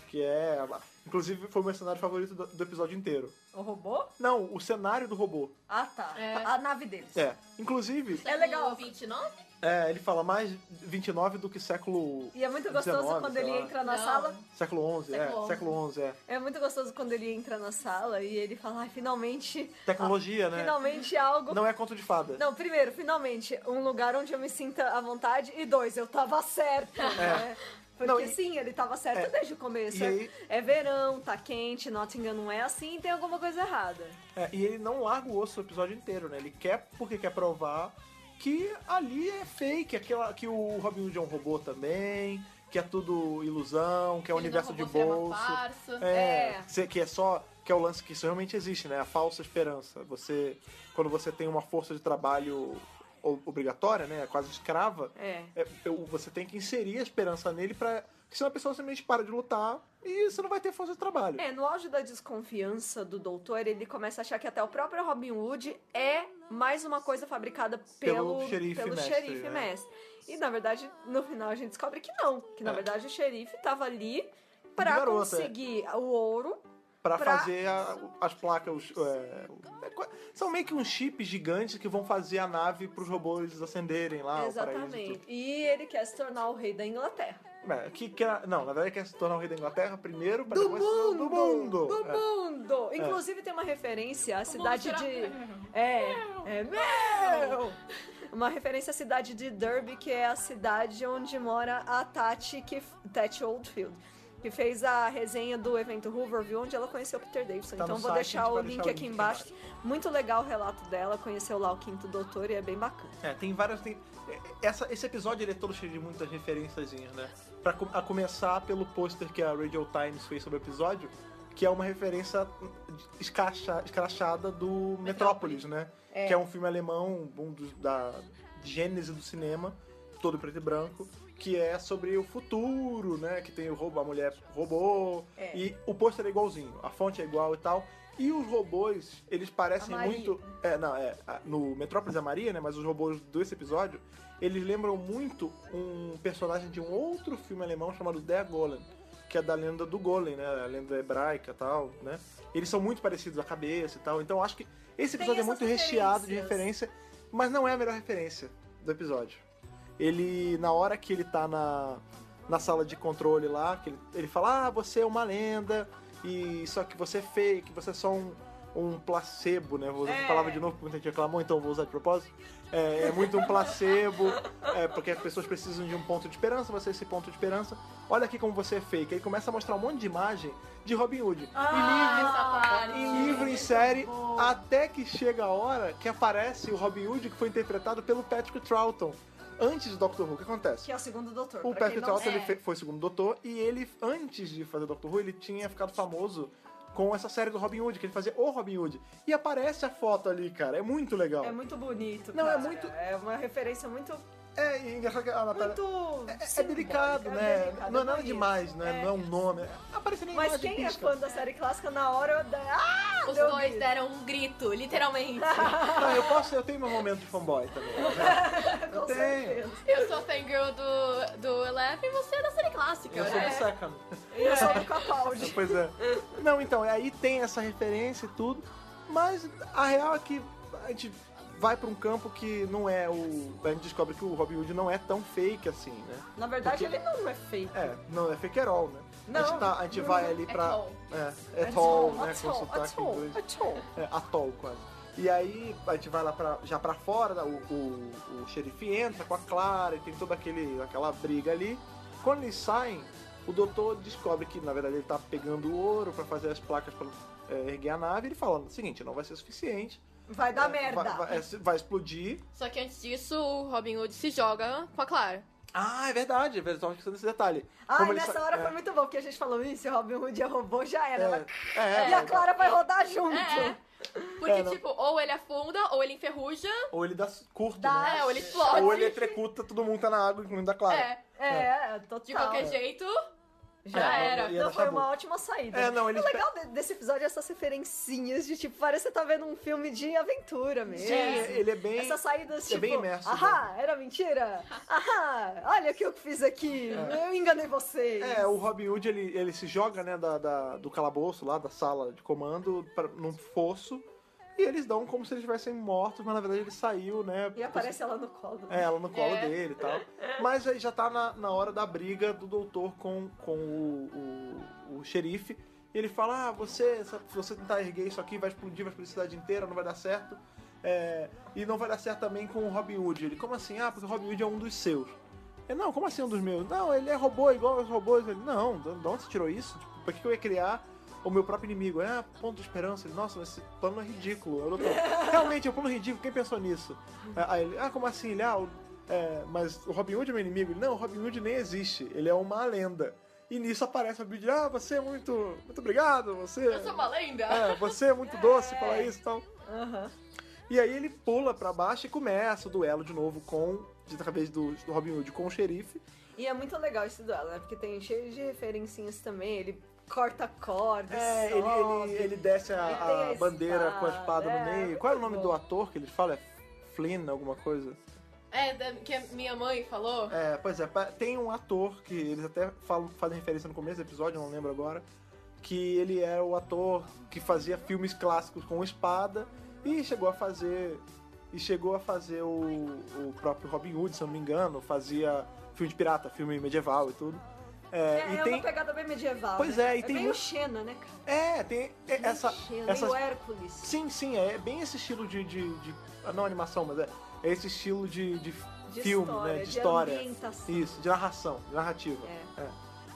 Speaker 1: que é, inclusive foi o meu cenário favorito do, do episódio inteiro.
Speaker 4: O robô?
Speaker 1: Não, o cenário do robô.
Speaker 4: Ah, tá.
Speaker 3: É.
Speaker 4: A nave deles.
Speaker 1: É. Inclusive,
Speaker 4: É legal.
Speaker 3: 29?
Speaker 1: é, ele fala mais 29 do que século
Speaker 4: E é muito gostoso
Speaker 1: 19,
Speaker 4: quando
Speaker 1: sei
Speaker 4: ele
Speaker 1: lá.
Speaker 4: entra na
Speaker 3: Não.
Speaker 4: sala.
Speaker 1: Século XI, é.
Speaker 3: Século
Speaker 1: Século XI, é.
Speaker 4: É muito gostoso quando ele entra na sala e ele fala, ai, finalmente.
Speaker 1: Tecnologia, né?
Speaker 4: Finalmente algo.
Speaker 1: Não é conto de fada.
Speaker 4: Não, primeiro, finalmente, um lugar onde eu me sinta à vontade. E dois, eu tava certo, né? Porque
Speaker 1: É. Não, e-
Speaker 4: sim, ele tava certo
Speaker 1: É.
Speaker 4: desde o começo.
Speaker 1: E aí-
Speaker 4: É, é verão, tá quente, Nottingham não é assim, tem alguma coisa errada.
Speaker 1: É, e ele não larga o osso o episódio inteiro, né? Ele quer porque quer provar que ali é fake, aquela, que o Robin Hood é um robô também, que é tudo ilusão, que é um
Speaker 3: Ele não
Speaker 1: universo de
Speaker 3: roubou, seria uma
Speaker 1: bolso.
Speaker 3: farsa.
Speaker 1: É,
Speaker 4: É.
Speaker 1: cê- que é só que é o lance que isso realmente existe, né? A falsa esperança. Você quando você tem uma força de trabalho o- obrigatória, né? Quase escrava.
Speaker 4: É.
Speaker 1: eu- você tem que inserir a esperança nele para senão a pessoa simplesmente para de lutar e você não vai ter força de trabalho.
Speaker 4: É, no auge da desconfiança do doutor, ele começa a achar que até o próprio Robin Hood é mais uma coisa fabricada pelo,
Speaker 1: Pelo xerife
Speaker 4: pelo
Speaker 1: mestre,
Speaker 4: xerife
Speaker 1: né?
Speaker 4: mestre. E na verdade, no final a gente descobre que não. Que na
Speaker 1: É.
Speaker 4: verdade o xerife tava ali
Speaker 1: De
Speaker 4: pra
Speaker 1: garoto, é.
Speaker 4: conseguir o ouro.
Speaker 1: Pra
Speaker 4: Pra-
Speaker 1: fazer a- as placas. os- é, o- é qua- são meio que uns chips gigantes que vão fazer a nave pros robôs acenderem lá. Ah, o paraíso e
Speaker 4: exatamente. E ele quer se tornar o rei da Inglaterra.
Speaker 1: tudo. É, que, que era- não, na verdade quer se tornar o rei da Inglaterra primeiro, pra
Speaker 4: Do
Speaker 1: depois se tornar
Speaker 4: mundo!
Speaker 1: do mundo!
Speaker 4: Do
Speaker 1: É.
Speaker 4: mundo! Inclusive tem uma referência à cidade
Speaker 3: será-
Speaker 4: de. É, é meu! Uma referência à cidade de Derby, que é a cidade onde mora a Tati, que, Tati Oldfield, que fez a resenha do evento Hooverview, onde ela conheceu o Peter Davidson.
Speaker 1: Tá
Speaker 4: então
Speaker 1: no
Speaker 4: vou
Speaker 1: site, a
Speaker 4: deixar
Speaker 1: gente
Speaker 4: o
Speaker 1: vai
Speaker 4: link
Speaker 1: deixar o
Speaker 4: aqui
Speaker 1: link
Speaker 4: embaixo. Muito legal o relato dela, conheceu lá o Quinto Doutor e é bem bacana.
Speaker 1: É, tem várias. Tem, é, essa, esse episódio ele é todo cheio de muitas referenciazinhas, né? Pra, co- a começar pelo pôster que a Radio Times fez sobre o episódio, que é uma referência escracha, escrachada do Metrópolis, né? Que é um filme alemão, um dos, da gênese do cinema, todo preto e branco, que é sobre o futuro, né? Que tem o robô, a mulher robô. E o pôster é igualzinho, a fonte é igual e tal. E os robôs, eles parecem
Speaker 4: A Maria.
Speaker 1: muito. É, não, é. a- No Metrópolis é Maria, né? Mas os robôs desse episódio, eles lembram muito um personagem de um outro filme alemão chamado Der Golem, que é da lenda do Golem, né? A lenda hebraica e tal, né? Eles são muito parecidos a cabeça e tal. Então eu acho que esse
Speaker 4: Tem
Speaker 1: episódio é
Speaker 4: essas
Speaker 1: muito recheado de referência,
Speaker 4: referências.
Speaker 1: mas não é a melhor referência do episódio. Ele, na hora que ele tá na, na sala de controle lá, que ele, ele fala, ah, você é uma lenda, e só que você é fake, você é só um, um placebo, né? Vou usar essa
Speaker 4: É.
Speaker 1: palavra de novo, porque muita gente reclamou, então eu vou usar de propósito. É, é muito um placebo, é, porque as pessoas precisam de um ponto de esperança, você é esse ponto de esperança. Olha aqui como você é fake. Ele começa a mostrar um monte de imagem de Robin Hood.
Speaker 3: Ah,
Speaker 1: e
Speaker 3: essa
Speaker 1: livro,
Speaker 3: parte.
Speaker 1: em livro, em série, até que chega a hora que aparece o Robin Hood, que foi interpretado pelo Patrick Troughton. Antes do Doctor Who, o que acontece?
Speaker 4: Que é o segundo doutor.
Speaker 1: O
Speaker 4: pra
Speaker 1: Patrick
Speaker 4: quem
Speaker 1: é
Speaker 4: não é.
Speaker 1: Troughton
Speaker 4: sabe.
Speaker 1: ele fe- foi segundo doutor e ele, antes de fazer Doctor Who, ele tinha ficado famoso com essa série do Robin Hood, que ele fazia o Robin Hood. E aparece a foto ali, cara. É muito legal.
Speaker 4: É muito bonito.
Speaker 1: Não, é
Speaker 4: cara.
Speaker 1: muito-
Speaker 4: É uma referência muito.
Speaker 1: É, e engraçado que a Natália...
Speaker 4: muito
Speaker 1: É, é
Speaker 4: simbólica,
Speaker 1: delicado, né?
Speaker 4: é delicado,
Speaker 1: não é
Speaker 4: bonito.
Speaker 1: nada demais, né?
Speaker 4: É.
Speaker 1: Não é um nome. Aparece nem
Speaker 4: Mas
Speaker 1: imagem
Speaker 4: quem é
Speaker 1: pisca.
Speaker 4: fã da série clássica na hora da. Ah!
Speaker 3: Os dois deram um grito, literalmente.
Speaker 1: Não, eu posso, eu tenho meu momento de fanboy também. né? Eu tenho.
Speaker 3: Eu sou fangirl do, do Eleven e você é da série clássica,
Speaker 1: Eu sou
Speaker 3: né?
Speaker 1: do Second.
Speaker 4: E
Speaker 1: É.
Speaker 4: eu sou do Capaldi.
Speaker 1: Pois é. Não, então, aí tem essa referência e tudo, mas a real é que a gente vai pra um campo que não é o. A gente descobre que o Robin Hood não é tão fake assim, né?
Speaker 4: Na verdade, ele não é fake.
Speaker 1: É, não é fake at all, né? a gente,
Speaker 4: Não.
Speaker 1: tá- a gente vai ali
Speaker 3: É
Speaker 1: pra.
Speaker 3: tall.
Speaker 1: É, é tall,
Speaker 4: Atol,
Speaker 1: né? Com
Speaker 4: atol,
Speaker 1: sotaque
Speaker 4: atol,
Speaker 1: inglês.
Speaker 4: atol.
Speaker 1: É, atol quase. E aí a gente vai lá pra, já pra fora, né, o, o, o xerife entra com a Clara e tem toda aquele, aquela briga ali. Quando eles saem, o doutor descobre que na verdade ele tá pegando ouro pra fazer as placas pra é, erguer a nave. Ele fala: o seguinte, não vai ser suficiente.
Speaker 4: Vai dar
Speaker 1: É,
Speaker 4: Tá merda.
Speaker 1: Vai, vai- é, vai explodir.
Speaker 3: Só que antes disso, o Robin Hood se joga com a Clara.
Speaker 1: Ah, é verdade, é verdade, eu tava esquecendo desse detalhe.
Speaker 4: Ai,
Speaker 1: Como ele
Speaker 4: Ah, nessa
Speaker 1: sa-
Speaker 4: hora
Speaker 1: é,
Speaker 4: foi muito bom, porque a gente falou isso, o Robin Hood é robô, já era. Ela-
Speaker 1: é, é,
Speaker 4: E a
Speaker 1: é,
Speaker 4: Clara vai rodar junto.
Speaker 3: É, é. Porque,
Speaker 1: É, não.
Speaker 3: tipo, ou ele afunda, ou ele enferruja,
Speaker 1: Ou ele dá curto,
Speaker 4: Dá,
Speaker 1: né?
Speaker 3: é, ou ele explode.
Speaker 1: Ou ele trecuta, todo mundo tá na água, incluindo a Clara.
Speaker 3: É,
Speaker 4: É, total.
Speaker 3: de qualquer jeito.
Speaker 4: Já
Speaker 3: É,
Speaker 4: era.
Speaker 1: e ela
Speaker 4: Não, foi
Speaker 1: acabou.
Speaker 4: uma ótima saída.
Speaker 1: É, não, eles
Speaker 4: O legal de- desse episódio é essas referencinhas de tipo, parece que você tá vendo um filme de aventura mesmo.
Speaker 1: Sim, ele é bem.
Speaker 4: Essas saídas,
Speaker 1: é
Speaker 4: tipo,
Speaker 1: bem imerso, então."
Speaker 4: ahá, era mentira? Ahá, olha o que eu fiz aqui, eu enganei vocês.
Speaker 1: É, o Robin Hood ele, ele se joga, né, da, da- do calabouço lá, da sala de comando, pra, num fosso, e eles dão como se eles estivessem mortos, mas na verdade ele saiu, né?
Speaker 4: E aparece ela no colo.
Speaker 1: É, ela no colo
Speaker 3: É.
Speaker 1: dele e tal. Mas aí já tá na, na hora da briga do doutor com, com o, o, o xerife. E ele fala: Ah, você, se você tentar erguer isso aqui, vai explodir, vai explodir a cidade inteira, não vai dar certo. É, e não vai dar certo também com o Robin Hood. Ele, como assim? Ah, porque o Robin Hood é um dos seus. Ele, não, como assim um dos meus? Não, ele é robô igual aos robôs. Ele, não, de de onde você tirou isso? Tipo, pra que que eu ia criar o meu próprio inimigo? Ah, ponto de esperança. Ele, nossa, mas esse plano é ridículo. Eu não tô- Realmente, é um plano ridículo. Quem pensou nisso? Aí ele, ah, como assim? Ele, ah, o- é, mas o Robin Hood é meu inimigo? Ele, não, o Robin Hood nem existe. Ele é uma lenda. E nisso aparece o Robin Hood, ah, você é muito, muito obrigado, você...
Speaker 3: Eu sou uma lenda.
Speaker 1: É, você é muito doce, falar isso e tal.
Speaker 4: Aham.
Speaker 1: E aí ele pula pra baixo e começa o duelo de novo com, de vez do, do Robin Hood com o xerife.
Speaker 4: E é muito legal esse duelo, né? Porque tem cheio de referencinhas também, ele corta corda,
Speaker 1: É, ele,
Speaker 4: sobe.
Speaker 1: ele, ele desce
Speaker 4: Ele tem
Speaker 1: a, a
Speaker 4: a
Speaker 1: bandeira com a espada
Speaker 4: espada,
Speaker 1: no
Speaker 4: é,
Speaker 1: meio. Qual é o
Speaker 4: muito
Speaker 1: nome
Speaker 4: bom.
Speaker 1: do ator que eles falam? É Flynn, alguma coisa?
Speaker 3: É, da- que a minha mãe falou.
Speaker 1: É, pois é, pa- tem um ator que eles até falam, fazem referência no começo do episódio, eu não lembro agora, que ele é o ator que fazia filmes clássicos com espada e chegou a fazer e chegou a fazer o, o próprio Robin Hood, se eu não me engano, fazia filme de pirata, filme medieval e tudo.
Speaker 4: É,
Speaker 1: É,
Speaker 4: é
Speaker 1: e
Speaker 4: uma
Speaker 1: tem,
Speaker 4: pegada bem medieval.
Speaker 1: Pois
Speaker 4: né?
Speaker 1: é, e tem
Speaker 4: meio
Speaker 1: muito-
Speaker 4: Xena, né, cara?
Speaker 1: é, tem é, essa
Speaker 4: Xena,
Speaker 1: essas
Speaker 4: meio Hércules.
Speaker 1: Sim, sim, é bem esse estilo de. de, de- ah, não animação, mas é, é esse estilo de, de,
Speaker 4: De
Speaker 1: filme,
Speaker 4: história,
Speaker 1: né? De,
Speaker 4: de
Speaker 1: história.
Speaker 4: ambientação.
Speaker 1: Isso, de narração, de narrativa.
Speaker 4: É.
Speaker 1: É.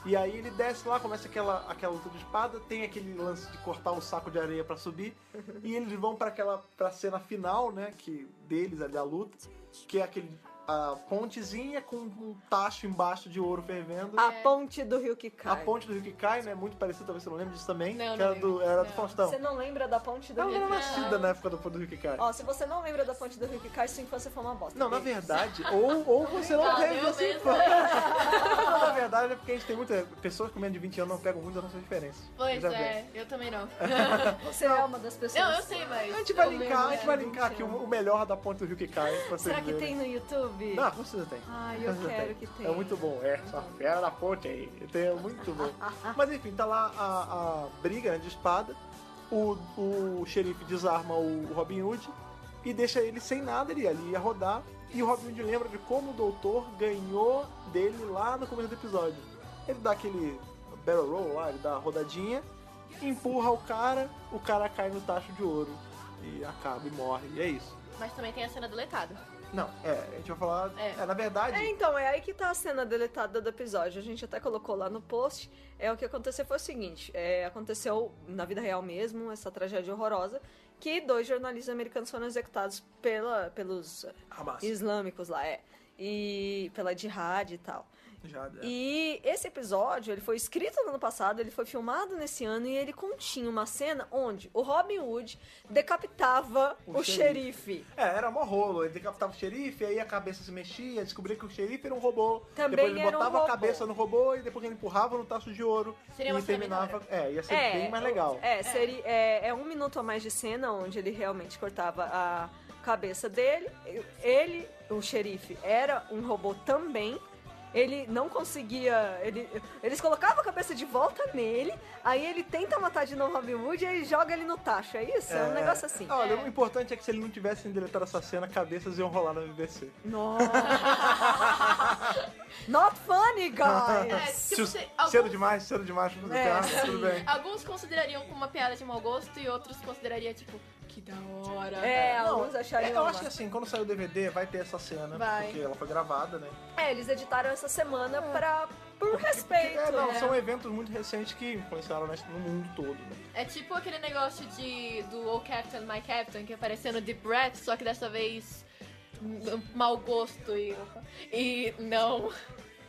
Speaker 1: E aí ele desce lá, começa aquela, aquela luta de espada, tem aquele lance de cortar um saco de areia pra subir, e eles vão pra aquela pra cena final, né, que deles ali da luta, que é aquele a pontezinha com um tacho embaixo de ouro fervendo.
Speaker 4: A ponte do rio que
Speaker 1: A
Speaker 4: Ah, cai.
Speaker 1: ponte do Rio que cai, né, muito parecido, talvez você não lembre disso também,
Speaker 3: Não,
Speaker 1: que
Speaker 3: não
Speaker 1: era do
Speaker 3: lembro.
Speaker 1: era do
Speaker 3: Não.
Speaker 1: Faustão.
Speaker 4: Você não lembra da ponte do
Speaker 1: então. Eu não
Speaker 4: rio
Speaker 1: era
Speaker 4: que cai?
Speaker 1: nascida na época do, do Rio que cai.
Speaker 4: Ó, se você não lembra da ponte do rio que cai, sua infância foi uma bosta.
Speaker 1: Não, na verdade, ou, ou você não
Speaker 3: É. Não,
Speaker 1: teve
Speaker 3: eu
Speaker 1: essa
Speaker 3: mesma.
Speaker 1: infância. Não, na verdade, é porque a gente tem muitas pessoas com menos de 20 anos não pegam muito das nossas diferenças.
Speaker 3: Pois
Speaker 1: Já
Speaker 3: é,
Speaker 1: vê.
Speaker 3: eu também não.
Speaker 4: Você é uma das pessoas.
Speaker 3: Não, eu sei, mas.
Speaker 1: A gente vai
Speaker 3: eu
Speaker 1: linkar, a gente
Speaker 3: lembro,
Speaker 1: vai
Speaker 3: é.
Speaker 1: linkar aqui o o melhor da ponte do Rio que cai. pra vocês
Speaker 4: Será que
Speaker 1: verem.
Speaker 4: tem no YouTube?
Speaker 1: Não, com certeza tem.
Speaker 4: Ai, eu
Speaker 1: Com certeza
Speaker 4: quero
Speaker 1: tem.
Speaker 4: que tenha.
Speaker 1: É muito bom, é. Essa fera da ponte aí. Tem, é muito bom. Mas enfim, tá lá a, a briga né, de espada. O, o xerife desarma o Robin Hood e deixa ele sem nada, ele ali ia rodar. E o Robin Hood lembra de como o doutor ganhou dele lá no começo do episódio. Ele dá aquele barrel roll lá, ele dá a rodadinha, empurra o cara, o cara cai no tacho de ouro. E acaba e morre, e é isso.
Speaker 3: Mas também tem a cena deletada.
Speaker 1: Não, é, a gente vai falar. É,
Speaker 3: É.
Speaker 1: na verdade.
Speaker 4: É, então, é aí que tá a cena deletada do episódio. A gente até colocou lá no post. É, o que aconteceu foi o seguinte: é, aconteceu na vida real mesmo, essa tragédia horrorosa, que dois jornalistas americanos foram executados pela, pelos
Speaker 1: Hamas.
Speaker 4: islâmicos lá, é. E pela jihad e tal.
Speaker 1: Já, é.
Speaker 4: E esse episódio, ele foi escrito no ano passado, ele foi filmado nesse ano e ele continha uma cena onde o Robin Hood decapitava
Speaker 1: O
Speaker 4: o,
Speaker 1: xerife.
Speaker 4: xerife.
Speaker 1: É, era mó rolo. Ele decapitava o xerife, aí a cabeça se mexia, descobria que o xerife era um robô.
Speaker 4: Também
Speaker 1: depois ele
Speaker 4: era um
Speaker 1: botava a
Speaker 4: robô.
Speaker 1: cabeça no robô e depois ele empurrava no taço de ouro.
Speaker 3: Seria
Speaker 1: e
Speaker 3: uma cena
Speaker 1: terminava. É, ia ser bem mais
Speaker 4: o-
Speaker 1: legal.
Speaker 4: É, seria, é, é um minuto a mais de cena onde ele realmente cortava a cabeça dele. Ele, o xerife, era um robô também. Ele não conseguia. Ele, eles colocavam a cabeça de volta nele, aí ele tenta matar de novo o Robin Hood e aí joga ele no tacho. É isso? É, um negócio assim.
Speaker 1: Olha, o importante é que se ele não tivesse deletado essa cena, cabeças iam rolar no BBC.
Speaker 4: Nossa! Not funny, guys!
Speaker 3: É, se
Speaker 1: Se-
Speaker 3: você-
Speaker 1: Cedo
Speaker 3: alguns-
Speaker 1: demais, cedo demais pra fazer
Speaker 4: É,
Speaker 1: teatro, tudo bem.
Speaker 3: Alguns considerariam como uma piada de mau gosto e outros considerariam, tipo, que da hora.
Speaker 4: É,
Speaker 1: Não,
Speaker 4: alguns achariam.
Speaker 1: eu
Speaker 4: uma-
Speaker 1: acho que assim, quando sair o DVD, vai ter essa cena,
Speaker 3: Vai.
Speaker 1: porque ela foi gravada, né?
Speaker 4: É, eles editaram essa semana pra, por respeito.
Speaker 1: É, não,
Speaker 4: né?
Speaker 1: são eventos muito recentes que influenciaram né, no mundo todo, né?
Speaker 3: É tipo aquele negócio de do Oh Captain, My Captain, que apareceu no Deep Breath, só que dessa vez n- mau gosto e, e não.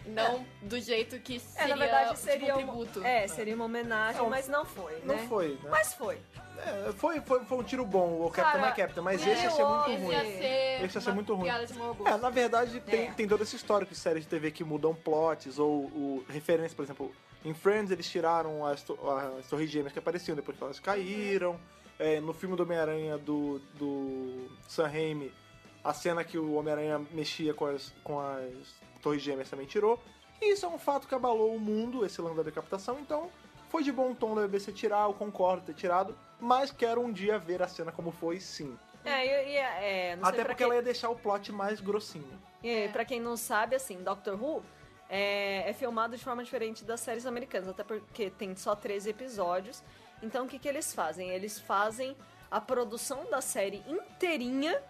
Speaker 3: Não do jeito que seria,
Speaker 4: É, na verdade
Speaker 3: tipo,
Speaker 4: seria
Speaker 3: um
Speaker 4: uma-
Speaker 3: tributo.
Speaker 4: É, seria uma homenagem,
Speaker 1: Não,
Speaker 4: mas não foi,
Speaker 1: Não
Speaker 4: né?
Speaker 1: foi, né?
Speaker 4: Mas foi.
Speaker 1: É, foi, foi, foi um tiro bom, o Captain
Speaker 4: Cara,
Speaker 1: My Captain, mas
Speaker 4: e
Speaker 1: esse ia ser muito
Speaker 4: eu-
Speaker 3: Esse
Speaker 1: ruim.
Speaker 3: ia ser,
Speaker 1: Esse ia ser
Speaker 3: uma
Speaker 1: muito ruim.
Speaker 3: piada de mau gosto.
Speaker 1: É, na verdade, tem,
Speaker 4: É.
Speaker 1: tem toda essa história de séries de TV que mudam plots ou, o- referências, por exemplo, em Friends eles tiraram as, to- as torres gêmeas que apareciam depois que elas caíram.
Speaker 4: Uhum.
Speaker 1: É, no filme do Homem-Aranha do, do Sam Raimi, a cena que o Homem-Aranha mexia com as, com as torres gêmeas também tirou. E isso é um fato que abalou o mundo, esse lance da decapitação, então foi de bom tom da BBC tirar, eu concordo ter tirado, mas quero um dia ver a cena como foi, sim.
Speaker 4: É, eu ia- é, não sei
Speaker 1: Até
Speaker 4: pra
Speaker 1: porque
Speaker 4: quem,
Speaker 1: ela ia deixar o plot mais grossinho.
Speaker 4: é, pra quem não sabe, assim, Doctor Who é, é filmado de forma diferente das séries americanas, até porque tem só 13 episódios. Então o que, que eles fazem? Eles fazem a produção da série inteirinha,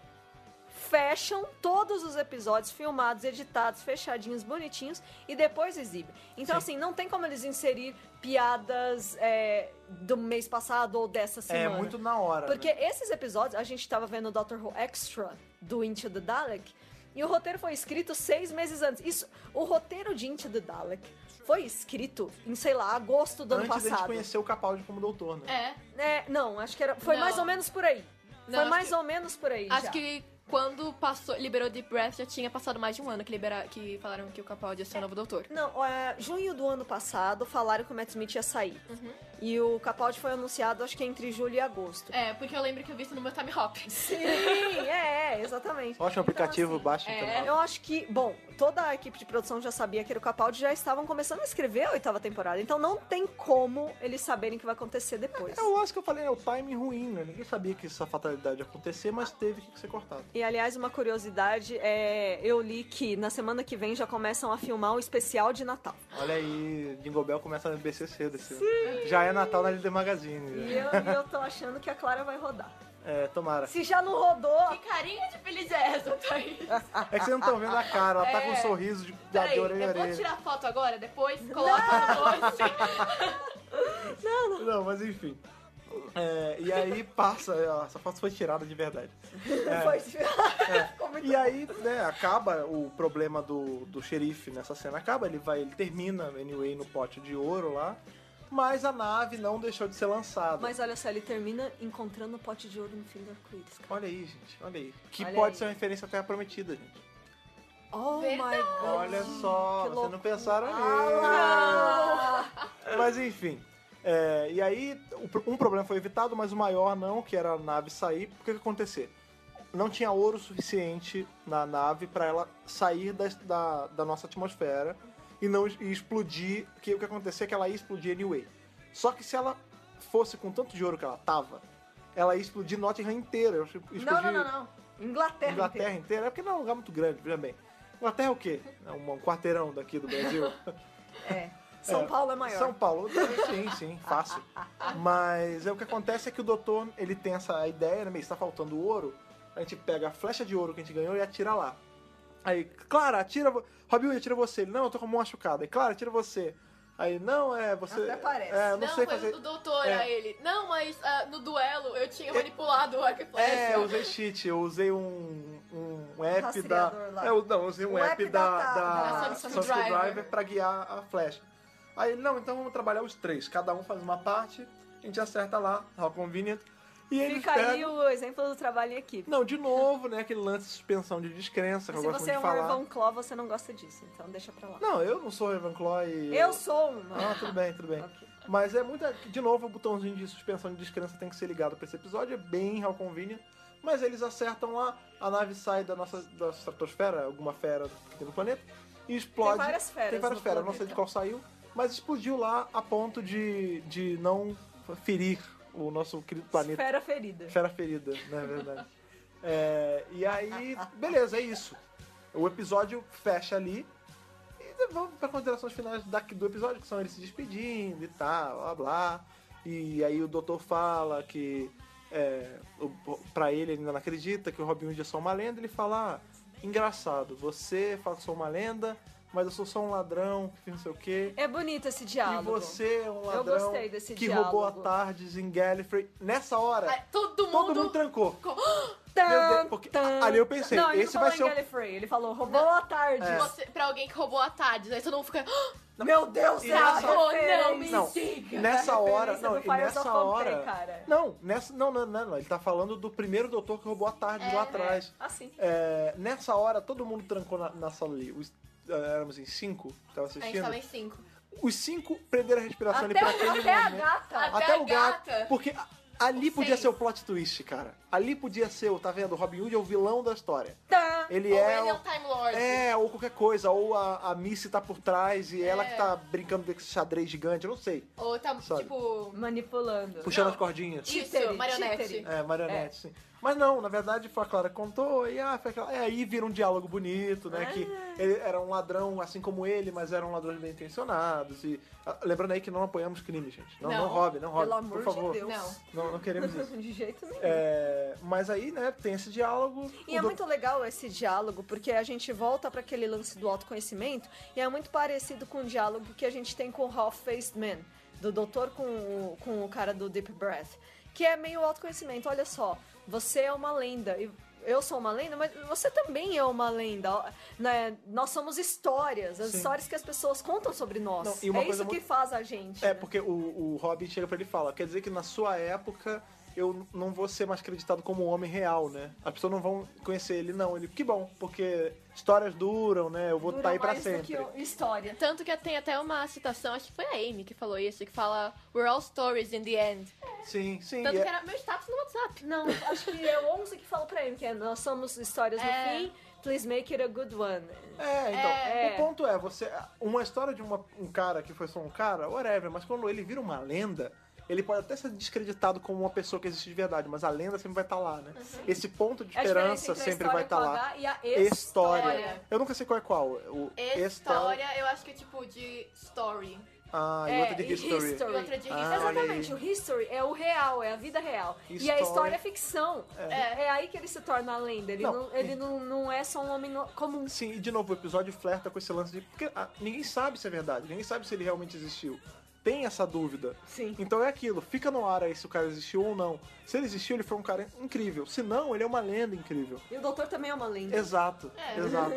Speaker 4: fecham todos os episódios filmados, editados, fechadinhos, bonitinhos, e depois exibem. Então, assim, não tem como eles inserir piadas é, do mês passado ou dessa
Speaker 1: É
Speaker 4: semana.
Speaker 1: muito na hora.
Speaker 4: Porque
Speaker 1: né?
Speaker 4: esses episódios, a gente tava vendo o Doctor Who Extra do Into the Dalek, e o roteiro foi escrito seis meses antes. Isso, o roteiro de Into the Dalek foi escrito em, sei lá, agosto do
Speaker 1: antes
Speaker 4: ano
Speaker 1: da gente
Speaker 4: passado.
Speaker 1: conhecer o Capaldi como doutor, né?
Speaker 3: É.
Speaker 4: É, não, acho que era. Foi
Speaker 3: Não.
Speaker 4: mais ou menos por aí.
Speaker 3: Não,
Speaker 4: foi
Speaker 3: acho
Speaker 4: mais
Speaker 3: que-
Speaker 4: ou menos por aí.
Speaker 3: Acho
Speaker 4: já.
Speaker 3: que quando passou, liberou Deep Breath, já tinha passado mais de um ano que, libera, que falaram que o Capaldi ia ser o novo doutor.
Speaker 4: Não, é, junho do ano passado falaram que o Matt Smith ia sair.
Speaker 3: Uhum.
Speaker 4: E o Capaldi foi anunciado, acho que entre julho e agosto.
Speaker 3: É, porque eu lembro que eu vi isso no meu time hop.
Speaker 4: Sim, é, é, exatamente.
Speaker 1: Ótimo um aplicativo,
Speaker 4: assim,
Speaker 1: baixa
Speaker 3: Então, é.
Speaker 1: então.
Speaker 4: Eu acho que, bom, toda a equipe de produção já sabia que era o Capaldi, já estavam começando a escrever a oitava temporada, então não tem como eles saberem o que vai acontecer depois.
Speaker 1: É o lance que eu falei, é o timing ruim, né? Ninguém sabia que essa fatalidade ia acontecer, mas teve que ser cortado.
Speaker 4: E aliás, uma curiosidade, é, eu li que na semana que vem já começam a filmar o especial de Natal.
Speaker 1: Olha aí, Jingle Bell começa no BC cedo esse ano. Já é Natal na Líder
Speaker 4: E
Speaker 1: Magazine. já.
Speaker 4: eu, e eu tô achando que a Clara vai rodar.
Speaker 1: É, tomara.
Speaker 4: Se já não rodou,
Speaker 3: Que carinha de feliz é essa, Thaís?
Speaker 1: É que vocês não estão vendo a cara, ela tá com um
Speaker 3: ah, É.
Speaker 1: sorriso de, de,
Speaker 3: Peraí,
Speaker 1: de orelha a
Speaker 3: eu vou
Speaker 1: é orelha.
Speaker 3: tirar foto agora, depois coloca no post.
Speaker 1: Não, mas enfim. É, e aí passa, essa foto foi tirada de verdade.
Speaker 4: foi. Ficou muito
Speaker 1: E aí, né, acaba o problema do, do xerife nessa cena. Acaba, ele vai, ele termina, anyway, no pote de ouro lá. Mas a nave não deixou de ser lançada.
Speaker 4: Mas olha só, ele termina encontrando o pote de ouro no fim do arco-íris. cara.
Speaker 1: Olha aí, gente, olha aí. Que
Speaker 4: Olha
Speaker 1: pode
Speaker 4: aí.
Speaker 1: ser uma referência à Terra Prometida, gente.
Speaker 4: Oh my god.
Speaker 1: Olha só,
Speaker 4: que
Speaker 1: vocês
Speaker 4: loucura.
Speaker 1: não pensaram
Speaker 4: Ah.
Speaker 1: nisso. Mas enfim. é, e aí, o pro- um problema foi evitado, mas o maior não, que era a nave sair. O que, que acontecer? Não tinha ouro suficiente na nave pra ela sair das- da, da nossa atmosfera e não es- e explodir. Que o que acontecia é que ela ia explodir anyway. Só que se ela fosse com tanto de ouro que ela tava, ela ia explodir Nottingham inteira. ia Explodir
Speaker 4: Não, não, não, não. Inglaterra.
Speaker 1: Inglaterra
Speaker 4: inteira.
Speaker 1: inteira, é porque não é um lugar muito grande, veja bem. Inglaterra é o quê? É um, um quarteirão daqui do Brasil.
Speaker 4: É. São
Speaker 1: É,
Speaker 4: Paulo é maior.
Speaker 1: São Paulo, sim, sim, fácil. Mas é, o que acontece é que o doutor, ele tem essa ideia, né, meio, está faltando ouro, a gente pega a flecha de ouro que a gente ganhou e atira lá. Aí, Clara, atira... vo- Robin Hood, atira você. Ele, não, eu tô com a mão machucada. Aí, Clara, atira você. Aí, não, é, você...
Speaker 4: Até parece.
Speaker 1: É, eu não, sei
Speaker 3: foi
Speaker 1: fazer...
Speaker 3: o doutor,
Speaker 1: É.
Speaker 3: a ele. Não, mas ah, no duelo eu tinha manipulado o arco e flecha.
Speaker 1: É, eu usei cheat, eu usei um, um, um app da.
Speaker 5: rastreador lá.
Speaker 1: É, o- não, assim, um,
Speaker 5: Um
Speaker 1: app,
Speaker 5: app
Speaker 1: da,
Speaker 5: da-
Speaker 1: da,
Speaker 3: da Sunset
Speaker 1: Sunset
Speaker 3: Driver.
Speaker 1: Driver pra guiar a flecha. Aí ele, não, então vamos trabalhar os três. Cada um faz uma parte, a gente acerta lá, how convenient. E ele
Speaker 4: Fica
Speaker 1: pega...
Speaker 4: aí o exemplo do trabalho em equipe.
Speaker 1: Não, de novo, né? Aquele lance de suspensão de descrença que
Speaker 4: Se
Speaker 1: eu gosto
Speaker 4: você é
Speaker 1: muito
Speaker 4: um
Speaker 1: de falar.
Speaker 4: Ravenclaw, você não gosta disso, então deixa pra lá.
Speaker 1: Não, eu não sou Ravenclaw e.
Speaker 4: Eu sou uma.
Speaker 1: Ah, tudo bem, tudo bem.
Speaker 4: Ok.
Speaker 1: Mas é muita. De novo, o botãozinho de suspensão de descrença tem que ser ligado pra esse episódio, é bem Hell Convenient. Mas eles acertam lá, a nave sai da nossa da estratosfera, alguma fera que tem no planeta, e explode.
Speaker 4: Tem várias feras
Speaker 1: Tem várias
Speaker 4: no
Speaker 1: feras, não
Speaker 4: planeta.
Speaker 1: sei de qual saiu, mas explodiu lá a ponto de, de não ferir o nosso querido planeta.
Speaker 4: Esfera ferida.
Speaker 1: Fera ferida, na verdade. É, e aí, beleza, é isso. O episódio fecha ali. E vamos para considerações finais daqui do episódio, que são eles se despedindo e tal, blá blá. E aí o doutor fala que é, o- pra ele ele ainda não acredita que o Robin Hood é só uma lenda. Ele fala: ah, engraçado, você fala que sou uma lenda, mas eu sou só um ladrão, que não sei o quê.
Speaker 4: É bonito esse
Speaker 1: E
Speaker 4: diálogo.
Speaker 1: você é um ladrão
Speaker 4: gostei desse
Speaker 1: que roubou a
Speaker 4: diálogo.
Speaker 1: tardes em Gallifrey. Nessa hora,
Speaker 3: Ai, todo mundo. "Ah!"
Speaker 1: todo mundo trancou.
Speaker 3: Co-
Speaker 1: Meu Deus, porque a- ali eu pensei,
Speaker 4: não, ele
Speaker 1: esse
Speaker 4: não
Speaker 1: vai
Speaker 4: falou
Speaker 1: ser
Speaker 4: em
Speaker 1: o-
Speaker 4: Gallifrey, ele falou, roubou a tarde.
Speaker 1: É.
Speaker 3: Você- pra alguém que roubou a tarde. Aí todo mundo fica. "Ah,
Speaker 5: Meu Deus,
Speaker 1: E
Speaker 5: Sérgio!
Speaker 1: nessa-
Speaker 3: Travou, não me
Speaker 1: Não,
Speaker 3: siga.
Speaker 1: nessa hora,
Speaker 4: referência
Speaker 1: não,
Speaker 4: do
Speaker 1: e
Speaker 4: Fires
Speaker 1: nessa
Speaker 4: of
Speaker 1: hora,
Speaker 4: Pompeii, cara.
Speaker 1: não, nessa, não, não, não, não, ele tá falando do primeiro doutor que roubou a tarde
Speaker 3: É, né?
Speaker 1: lá atrás.
Speaker 4: Assim.
Speaker 1: É, nessa hora, todo mundo trancou na, na sala ali. Os, eh, éramos em cinco, que tava
Speaker 3: A gente
Speaker 1: assistindo.
Speaker 3: tava em cinco.
Speaker 1: Os cinco prenderam a respiração ali
Speaker 4: Até,
Speaker 1: pra aquele
Speaker 4: até a
Speaker 1: momento.
Speaker 4: gata.
Speaker 3: Até a
Speaker 1: o gato.
Speaker 3: é gata.
Speaker 1: Porque a- ali podia
Speaker 3: Seis.
Speaker 1: ser o plot twist, cara. Ali podia ser, o- tá vendo? O Robin Hood é o vilão da história.
Speaker 4: Tá.
Speaker 1: Ele
Speaker 3: Ou
Speaker 1: é.
Speaker 3: ele é
Speaker 1: o-
Speaker 3: um Time Lord.
Speaker 1: É, ou qualquer coisa, ou a, a Missy tá por trás e ela
Speaker 3: É.
Speaker 1: que tá brincando desse xadrez gigante, eu não sei.
Speaker 3: Ou tá,
Speaker 1: Sabe?
Speaker 3: tipo.
Speaker 4: Manipulando.
Speaker 1: Puxando
Speaker 3: Não.
Speaker 1: as cordinhas.
Speaker 3: Isso,
Speaker 4: Títere,
Speaker 3: marionete.
Speaker 4: títere.
Speaker 1: É, marionete, sim. Mas não, na verdade foi a Clara que contou, e ah, foi aquela... é, aí vira um diálogo bonito, né? Que
Speaker 4: É.
Speaker 1: ele era um ladrão assim como ele, mas eram ladrões bem intencionados. E... ah, Lembrando aí que não apoiamos crime, gente. Não, não,
Speaker 3: Não.
Speaker 1: roube, não roube.
Speaker 4: Pelo amor
Speaker 1: por favor.
Speaker 4: de Deus.
Speaker 3: Não.
Speaker 1: Não, não queremos isso.
Speaker 4: De jeito nenhum.
Speaker 1: É, mas aí, né, tem esse diálogo.
Speaker 4: E
Speaker 1: o
Speaker 4: é
Speaker 1: do-
Speaker 4: muito legal esse diálogo, porque a gente volta para aquele lance do autoconhecimento e é muito parecido com o diálogo que a gente tem com o Half-Faced Man, do doutor com o, com o cara do Deep Breath, que é meio autoconhecimento. Olha só, você é uma lenda e eu sou uma lenda, mas você também é uma lenda. ó, Né? Nós somos histórias, as
Speaker 1: Sim.
Speaker 4: histórias que as pessoas contam sobre nós.
Speaker 1: Não, e uma
Speaker 4: é
Speaker 1: coisa
Speaker 4: isso que
Speaker 1: muito-
Speaker 4: faz a gente.
Speaker 1: É,
Speaker 4: né?
Speaker 1: porque o, o Robin chega pra ele e fala: quer dizer que na sua época eu n- não vou ser mais acreditado como um homem real, né? As pessoas não vão conhecer ele, não. Ele, que bom, porque histórias duram, né? Eu vou
Speaker 4: Dura
Speaker 1: estar aí pra
Speaker 4: mais do que
Speaker 1: sempre.
Speaker 4: o- história.
Speaker 3: Tanto que tem até uma citação, acho que foi a Amy que falou isso, que fala We're all stories in the end.
Speaker 1: Sim, sim.
Speaker 3: Tanto
Speaker 1: e é-
Speaker 3: que era meu status no WhatsApp.
Speaker 4: Não, acho que é o 11 que fala pra ele, que é nós somos histórias
Speaker 3: É.
Speaker 4: no fim, please make it a good one.
Speaker 1: É, então,
Speaker 4: É.
Speaker 1: o ponto é, você. Uma história de uma- um cara que foi só um cara, whatever, mas quando ele vira uma lenda, ele pode até ser descreditado como uma pessoa que existe de verdade, mas a lenda sempre vai estar lá, né? Esse ponto de
Speaker 4: É a diferença
Speaker 1: esperança
Speaker 4: entre a
Speaker 1: sempre
Speaker 4: história
Speaker 1: vai estar
Speaker 4: com
Speaker 1: lá.
Speaker 4: H E a
Speaker 1: História.
Speaker 4: história.
Speaker 1: Eu nunca sei qual é qual. O
Speaker 3: História,
Speaker 1: Então-
Speaker 3: eu acho que é tipo de story.
Speaker 1: Ah, e
Speaker 4: É,
Speaker 1: outra de
Speaker 4: e
Speaker 1: history.
Speaker 3: E
Speaker 4: history.
Speaker 3: outra de
Speaker 1: Ah,
Speaker 3: history.
Speaker 1: olha aí.
Speaker 4: Exatamente, o history é o real, é a vida real. E a
Speaker 1: História-
Speaker 4: história é ficção.
Speaker 3: É.
Speaker 4: É. aí que ele se torna a lenda. Ele,
Speaker 1: Não,
Speaker 4: não, ele não, não é só um homem no- comum.
Speaker 1: Sim, e de novo, o episódio flerta com esse lance de. Porque ah, ninguém sabe se é verdade, ninguém sabe se ele realmente existiu. Tem essa dúvida.
Speaker 4: Sim.
Speaker 1: Então é aquilo, fica no ar aí se o cara existiu ou não. Se ele existiu, ele foi um cara incrível. Se não, ele é uma lenda incrível.
Speaker 4: E o doutor também é uma lenda.
Speaker 1: Exato,
Speaker 3: É.
Speaker 1: exato.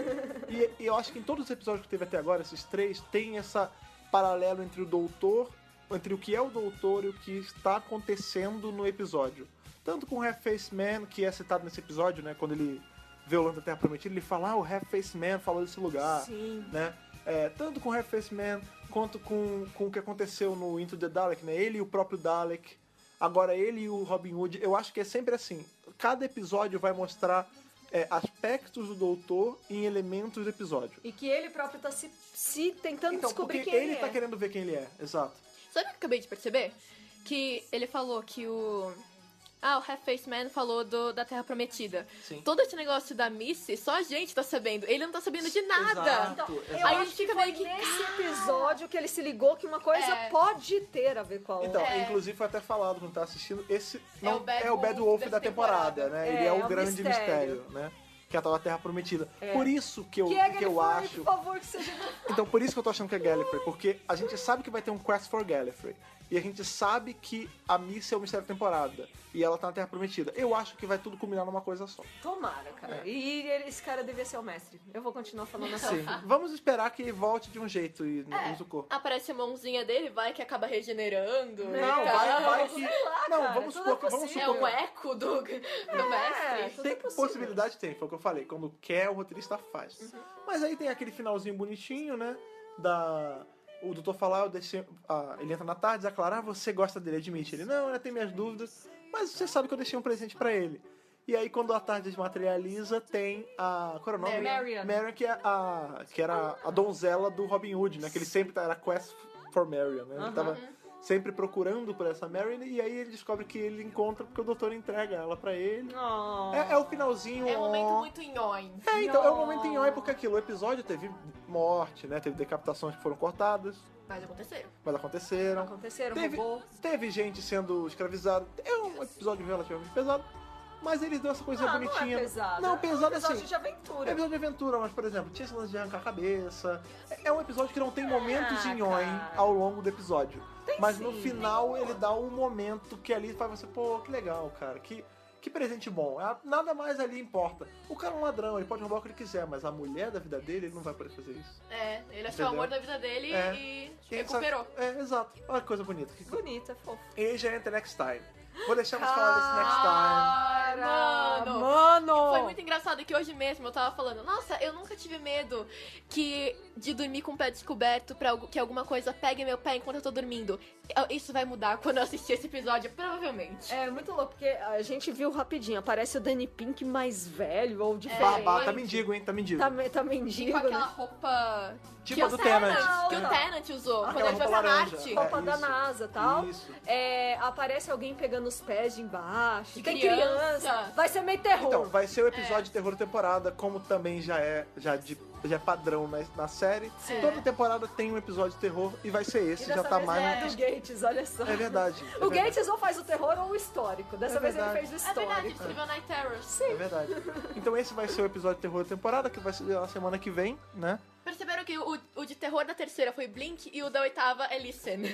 Speaker 1: E, e eu acho que em todos os episódios que teve até agora, esses três, tem essa paralelo entre o doutor, entre o que é o doutor e o que está acontecendo no episódio. Tanto com o Half-Face Man, que é citado nesse episódio, né? Quando ele vê o Lando da Terra Prometida, ele fala, ah, o Half-Face Man falou desse lugar,
Speaker 4: Sim.
Speaker 1: né? É, tanto com o Half-Face Man, quanto com, com o que aconteceu no Into the Dalek, né? Ele e o próprio Dalek. Agora ele e o Robin Hood. Eu acho que é sempre assim. Cada episódio vai mostrar é, aspectos do Doutor em elementos do episódio.
Speaker 4: E que ele próprio tá se, se tentando
Speaker 1: Então,
Speaker 4: descobrir
Speaker 1: porque
Speaker 4: quem ele,
Speaker 1: ele tá
Speaker 4: é.
Speaker 1: querendo ver quem ele é. Exato.
Speaker 3: Sabe o que eu acabei de perceber? Que ele falou que o. Ah, o Half-Face Man falou do, da Terra Prometida.
Speaker 1: Sim.
Speaker 3: Todo esse negócio da Missy, só a gente tá sabendo. Ele não tá sabendo de nada.
Speaker 1: Exato.
Speaker 4: Então, eu
Speaker 1: Exato.
Speaker 3: Aí ele
Speaker 4: acho que
Speaker 3: fica
Speaker 4: foi
Speaker 3: meio que,
Speaker 4: nesse episódio que ele se ligou que uma coisa
Speaker 3: É.
Speaker 4: pode ter a ver com a outra.
Speaker 1: Então,
Speaker 3: É.
Speaker 1: inclusive foi até falado quando tá assistindo, esse
Speaker 3: É
Speaker 1: não
Speaker 3: o Bad
Speaker 1: é o Bad
Speaker 3: Wolf
Speaker 1: Wolf
Speaker 3: dessa
Speaker 1: da temporada,
Speaker 3: temporada.
Speaker 1: né?
Speaker 4: É,
Speaker 1: ele é o
Speaker 4: é um
Speaker 1: grande mistério,
Speaker 4: mistério.
Speaker 1: né? que é a tal da Terra Prometida. Por isso que eu,
Speaker 8: Que é
Speaker 1: Então, que eu
Speaker 8: Gallifrey,
Speaker 1: acho.
Speaker 8: por favor, que seja
Speaker 1: Então por isso que eu tô achando que é Gallifrey, porque a gente sabe que vai ter um Quest for Gallifrey. E a gente sabe que a Missa é o mistério da temporada. E ela tá na Terra Prometida. Eu acho que vai tudo culminar numa coisa só.
Speaker 4: Tomara,
Speaker 1: É.
Speaker 4: cara. E ele- esse cara devia ser o mestre. Eu vou continuar falando assim. essa
Speaker 1: Sim. Vamos esperar que volte de um jeito e
Speaker 3: É.
Speaker 1: use o corpo.
Speaker 3: Aparece a mãozinha dele, vai que acaba regenerando.
Speaker 1: Não,
Speaker 3: né,
Speaker 1: vai, tipo,
Speaker 3: cara?
Speaker 1: vai que. não,
Speaker 4: cara,
Speaker 1: vamos
Speaker 4: tudo
Speaker 1: supor
Speaker 4: é
Speaker 1: que. Vamos
Speaker 4: possível.
Speaker 3: É
Speaker 1: supor
Speaker 3: um eco do, do mestre.
Speaker 4: tudo
Speaker 1: Tem
Speaker 4: é possível. Uhum.
Speaker 1: possibilidade, tem, foi o que eu falei. Quando quer, o roteirista faz. Mas aí tem aquele finalzinho bonitinho, né? Da. O doutor falar, eu deixei- ah, ele entra na tarde, diz a Clara, ah, você gosta dele, admite. Ele, não, ainda tem minhas dúvidas, mas você sabe que eu deixei um presente pra ele. E aí, quando a tarde materializa, tem a. Qual era o nome?
Speaker 4: Marion.
Speaker 1: Marion, que, é a, que era a donzela do Robin Hood, né? Que ele sempre tá- era Quest for Marion, né? Ele
Speaker 4: Aham.
Speaker 1: tava sempre procurando por essa Marion, e aí ele descobre que ele encontra porque o doutor entrega ela pra ele.
Speaker 4: Oh.
Speaker 1: É, é o finalzinho.
Speaker 3: É um momento
Speaker 1: ó.
Speaker 3: muito nhói.
Speaker 1: É, então, é um
Speaker 4: Não.
Speaker 1: momento em oi, porque aquilo, o episódio teve morte, né? Teve decapitações que foram cortadas,
Speaker 3: Mas aconteceu.
Speaker 1: mas aconteceram.
Speaker 4: Aconteceram,
Speaker 1: Teve-
Speaker 4: roubou.
Speaker 1: Teve gente sendo escravizada. É um episódio relativamente pesado, mas eles deu essa coisa
Speaker 8: Ah, não
Speaker 1: bonitinha.
Speaker 8: é pesado.
Speaker 1: Não,
Speaker 8: é um
Speaker 1: pesado
Speaker 8: episódio
Speaker 1: assim.
Speaker 8: de
Speaker 1: É
Speaker 8: aventura.
Speaker 1: episódio de aventura, mas, por exemplo, tinha esse lance de arrancar a cabeça. É- É um episódio que não tem momentos em on
Speaker 4: cara.
Speaker 1: ao longo do episódio.
Speaker 8: Tem
Speaker 1: mas
Speaker 8: sim.
Speaker 1: no final ele dá um momento que ali faz você, pô, que legal, cara. Que, que presente bom. Ah, Nada mais ali importa. O cara é um ladrão, ele pode roubar o que ele quiser, mas a mulher da vida dele, ele não vai poder fazer isso.
Speaker 3: É, ele achou
Speaker 1: Entendeu?
Speaker 3: o amor da vida dele
Speaker 1: É.
Speaker 3: e
Speaker 1: E aí,
Speaker 3: recuperou.
Speaker 1: sabe- É, exato. Olha que coisa bonita. Que-
Speaker 4: Bonito, é fofo.
Speaker 1: E aí já entra next time. Vou deixar vocês falar desse next time.
Speaker 4: Ah,
Speaker 3: Ai, mano.
Speaker 8: Mano!
Speaker 3: Foi muito engraçado que hoje mesmo eu tava falando, nossa, eu nunca tive medo que de dormir com o pé descoberto pra algu- que alguma coisa pegue meu pé enquanto eu tô dormindo. Eu- Isso vai mudar quando eu assistir esse episódio, provavelmente.
Speaker 4: É muito louco, porque a gente viu rapidinho. Aparece o Danny Pink mais velho ou diferente.
Speaker 1: Barbá, tá mendigo, hein? Tá mendigo.
Speaker 4: Tá, tá
Speaker 3: É. E
Speaker 4: mendigo,
Speaker 3: com aquela
Speaker 4: né?
Speaker 3: roupa
Speaker 1: tipo
Speaker 3: que
Speaker 1: a
Speaker 3: o
Speaker 1: do
Speaker 3: Tenant,
Speaker 1: Tenant.
Speaker 3: que o
Speaker 1: É.
Speaker 3: Tenant usou
Speaker 1: Aquela
Speaker 3: quando ele
Speaker 1: roupa
Speaker 3: foi pra
Speaker 1: laranja.
Speaker 3: Marte.
Speaker 1: É,
Speaker 4: Roupa da
Speaker 1: isso.
Speaker 4: NASA e tal.
Speaker 1: Isso.
Speaker 4: É, aparece alguém pegando os pés de embaixo.
Speaker 3: De
Speaker 4: tem
Speaker 3: criança.
Speaker 4: criança. Vai ser meio terror.
Speaker 1: Então, vai ser o
Speaker 4: É.
Speaker 1: episódio de terror da temporada, como também já é, já de- já é padrão na, na série.
Speaker 3: Sim.
Speaker 1: Toda temporada tem um episódio de terror e vai ser esse,
Speaker 4: e
Speaker 1: já
Speaker 4: dessa
Speaker 1: tá
Speaker 4: vez
Speaker 1: mais.
Speaker 4: não é
Speaker 1: no-
Speaker 4: do Gates, olha só.
Speaker 1: É verdade. é
Speaker 4: O
Speaker 1: verdade,
Speaker 4: Gates ou faz o terror ou o histórico. Dessa
Speaker 1: É
Speaker 4: vez ele
Speaker 1: verdade.
Speaker 4: fez o
Speaker 3: É verdade, ele
Speaker 4: histórico.
Speaker 3: escreveu Night Terrors.
Speaker 1: É verdade. Então esse vai ser o episódio de terror da temporada, que vai ser na semana que vem, né?
Speaker 3: Perceberam que o, o de terror da terceira foi Blink e o da oitava é Listen.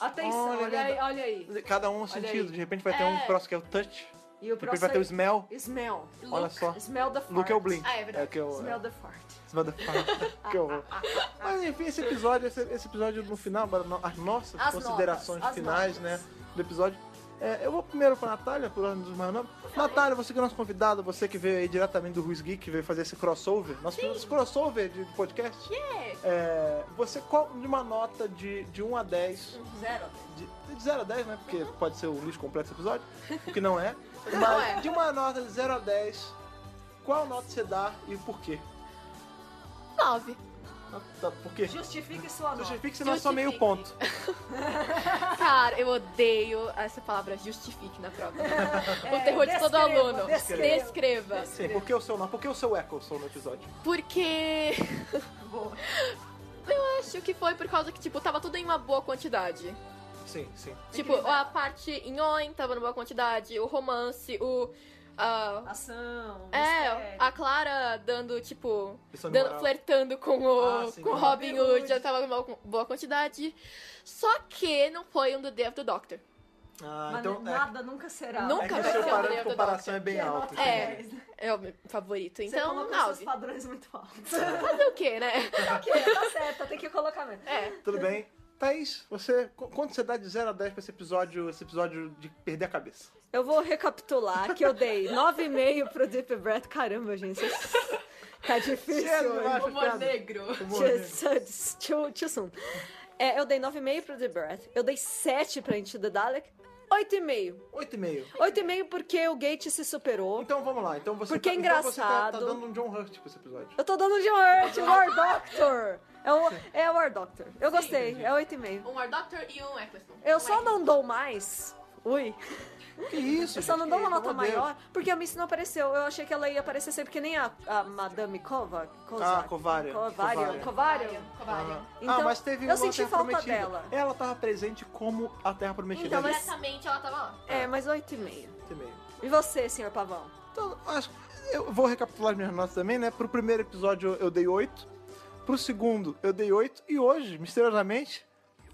Speaker 4: Atenção,
Speaker 1: Olha,
Speaker 4: olha, aí,
Speaker 1: verdade.
Speaker 4: olha aí.
Speaker 1: Cada um um
Speaker 4: Olha
Speaker 1: sentido.
Speaker 4: aí.
Speaker 1: De repente vai ter um
Speaker 3: É.
Speaker 1: próximo que é o touch.
Speaker 4: E o
Speaker 1: De repente vai ter
Speaker 4: próximo
Speaker 1: o smell.
Speaker 4: é Smell.
Speaker 1: Olha só.
Speaker 4: Smell the fart.
Speaker 1: Luke é o blink.
Speaker 3: Ah, é verdade.
Speaker 1: que eu, é
Speaker 4: Smell the fart. Ah,
Speaker 1: Smell the fart. que horror. Mas enfim, esse episódio, esse, esse episódio no final, agora no- as nossas
Speaker 4: As
Speaker 1: considerações
Speaker 4: notas, as
Speaker 1: finais, né? Do episódio. É, eu vou primeiro pra Natália, por ordem dos maiores nomes. Natália, você que é nosso convidado, você que veio aí diretamente do Ruiz Geek, que veio fazer esse crossover, nosso primeiro crossover de de podcast. É, você, qual de uma nota de, de 1 a 10?
Speaker 4: ah,
Speaker 8: Zero.
Speaker 1: De, de 0 a 10, né? Porque pode ser o lixo completo esse episódio, o que não é. Mas
Speaker 3: é.
Speaker 1: de uma nota de 0 a 10, qual nota você dá e por quê?
Speaker 3: Nove.
Speaker 1: Tá, Por quê?
Speaker 8: Justifique sua nota.
Speaker 1: Justifique se não é só meio ponto.
Speaker 3: Cara, eu odeio essa palavra justifique na prova. o
Speaker 8: É,
Speaker 3: terror de todo
Speaker 8: descreva,
Speaker 3: aluno.
Speaker 8: descreva.
Speaker 3: Descreva.
Speaker 1: Sim,
Speaker 4: É.
Speaker 1: por que o seu não? Por que o seu Eccleston no episódio?
Speaker 3: Porque
Speaker 8: Boa.
Speaker 3: eu acho que foi por causa que, tipo, tava tudo em uma boa quantidade.
Speaker 1: Sim, sim.
Speaker 3: Tipo, a parte em on tava numa boa quantidade, o romance, o. a-
Speaker 8: Ação.
Speaker 3: é,
Speaker 8: mistério.
Speaker 3: a Clara dando, tipo,
Speaker 1: Lição de
Speaker 3: dando,
Speaker 1: é moral.
Speaker 3: flertando com o,
Speaker 1: Ah, sim,
Speaker 3: com o
Speaker 1: com o
Speaker 3: Robin
Speaker 8: Robin
Speaker 3: Hood,
Speaker 8: Hood.
Speaker 3: já tava numa boa quantidade. Só que não foi um do Day of the Doctor.
Speaker 1: Ah,
Speaker 8: Mas
Speaker 1: então. É,
Speaker 8: nada nunca será.
Speaker 1: é que
Speaker 3: Nunca
Speaker 1: o seu
Speaker 3: vai ser um o
Speaker 1: parâmetro de
Speaker 3: Day of the
Speaker 1: comparação é
Speaker 3: Doctor.
Speaker 1: bem
Speaker 4: né?
Speaker 1: alto.
Speaker 4: assim.
Speaker 3: É.
Speaker 1: entendi.
Speaker 3: É o meu favorito.
Speaker 8: Você
Speaker 3: Então,
Speaker 8: colocou seus
Speaker 3: nove.
Speaker 8: padrões muito altos.
Speaker 3: Fazer o quê, né?
Speaker 8: ok, tá certo, tem que colocar mesmo.
Speaker 3: É.
Speaker 1: Tudo bem. Thaís, você, qu- quanto você dá de 0 a 10 pra esse episódio, esse episódio de perder a cabeça?
Speaker 4: Eu vou recapitular que eu dei 9,5 pro Deep Breath. Caramba, gente. isso- Tá difícil.
Speaker 1: Sério,
Speaker 4: hoje.
Speaker 1: eu acho
Speaker 3: Humor
Speaker 1: piada.
Speaker 3: negro.
Speaker 1: é Humor negro.
Speaker 4: Jesus, too, too soon. É, eu dei 9,5 pro The Breath, eu dei 7 pra Into the Dalek, 8,5.
Speaker 1: 8,5.
Speaker 4: 8,5 porque o Gate se superou.
Speaker 1: Então vamos lá. Então você,
Speaker 4: Porque é
Speaker 1: tá, então você tá, tá
Speaker 4: engraçado.
Speaker 1: dando um John Hurt pra esse episódio.
Speaker 4: Eu tô dando de Hurt, War Doctor. É o, é o War Doctor. Eu gostei, é 8,5.
Speaker 3: Um War Doctor e um Eccleston.
Speaker 4: Eu
Speaker 3: Um
Speaker 4: só não dou mais. Ui.
Speaker 1: Que isso?
Speaker 4: Eu só não
Speaker 1: gente?
Speaker 4: dou uma
Speaker 1: Pelo
Speaker 4: nota
Speaker 1: amor de Deus.
Speaker 4: maior porque a Miss não apareceu. Eu achei que ela ia aparecer sempre que nem a, a Madame Kova. Koza-
Speaker 1: Ah, Kovaria.
Speaker 4: Kovaria.
Speaker 1: Kovaria.
Speaker 4: Kovaria.
Speaker 3: Covalha.
Speaker 1: ah,
Speaker 4: Então,
Speaker 1: mas teve
Speaker 4: eu
Speaker 1: uma
Speaker 4: senti
Speaker 1: Terra
Speaker 4: falta
Speaker 1: prometida.
Speaker 4: dela.
Speaker 1: Ela tava presente como a Terra Prometida.
Speaker 4: Então, mas-
Speaker 1: É.
Speaker 3: Diretamente ela tava lá.
Speaker 4: É, mas 8,5.
Speaker 1: 8,5.
Speaker 4: E você, senhor Pavão?
Speaker 1: Então, acho eu vou recapitular minhas notas também, né? Pro primeiro episódio eu- eu dei 8. Pro segundo eu dei 8. E hoje, misteriosamente,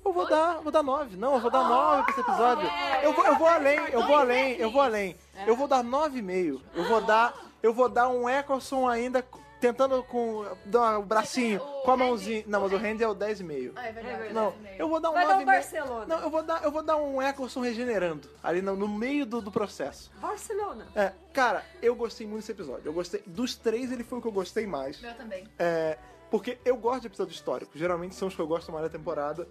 Speaker 1: eu vou dar, vou dar 9. Não, eu vou dar 9 pra esse episódio.
Speaker 4: É.
Speaker 1: Eu vou, eu vou além,
Speaker 4: Tá
Speaker 1: eu vou além, eu vou além. Eu vou dar 9,5. Eu vou dar. Eu vou dar um Eccleston ainda c- tentando com. dar o bracinho,
Speaker 4: é,
Speaker 3: o
Speaker 1: com a
Speaker 3: Randy-
Speaker 1: mãozinha. Não,
Speaker 3: o
Speaker 1: mas o
Speaker 3: Randy-
Speaker 1: Randy é o 10,5.
Speaker 3: Ah, é verdade.
Speaker 1: Não, eu vou dar um
Speaker 4: Vai dar um
Speaker 1: 9,5.
Speaker 4: Barcelona.
Speaker 1: Não, eu vou dar, eu vou dar um Eccleston regenerando. Ali no, no meio do, do processo.
Speaker 4: Barcelona.
Speaker 1: É, cara, eu gostei muito desse episódio. Eu gostei. Dos três, ele foi o que eu gostei mais.
Speaker 3: Meu também.
Speaker 1: É, porque eu gosto de episódio histórico. Geralmente são os que eu gosto mais da temporada.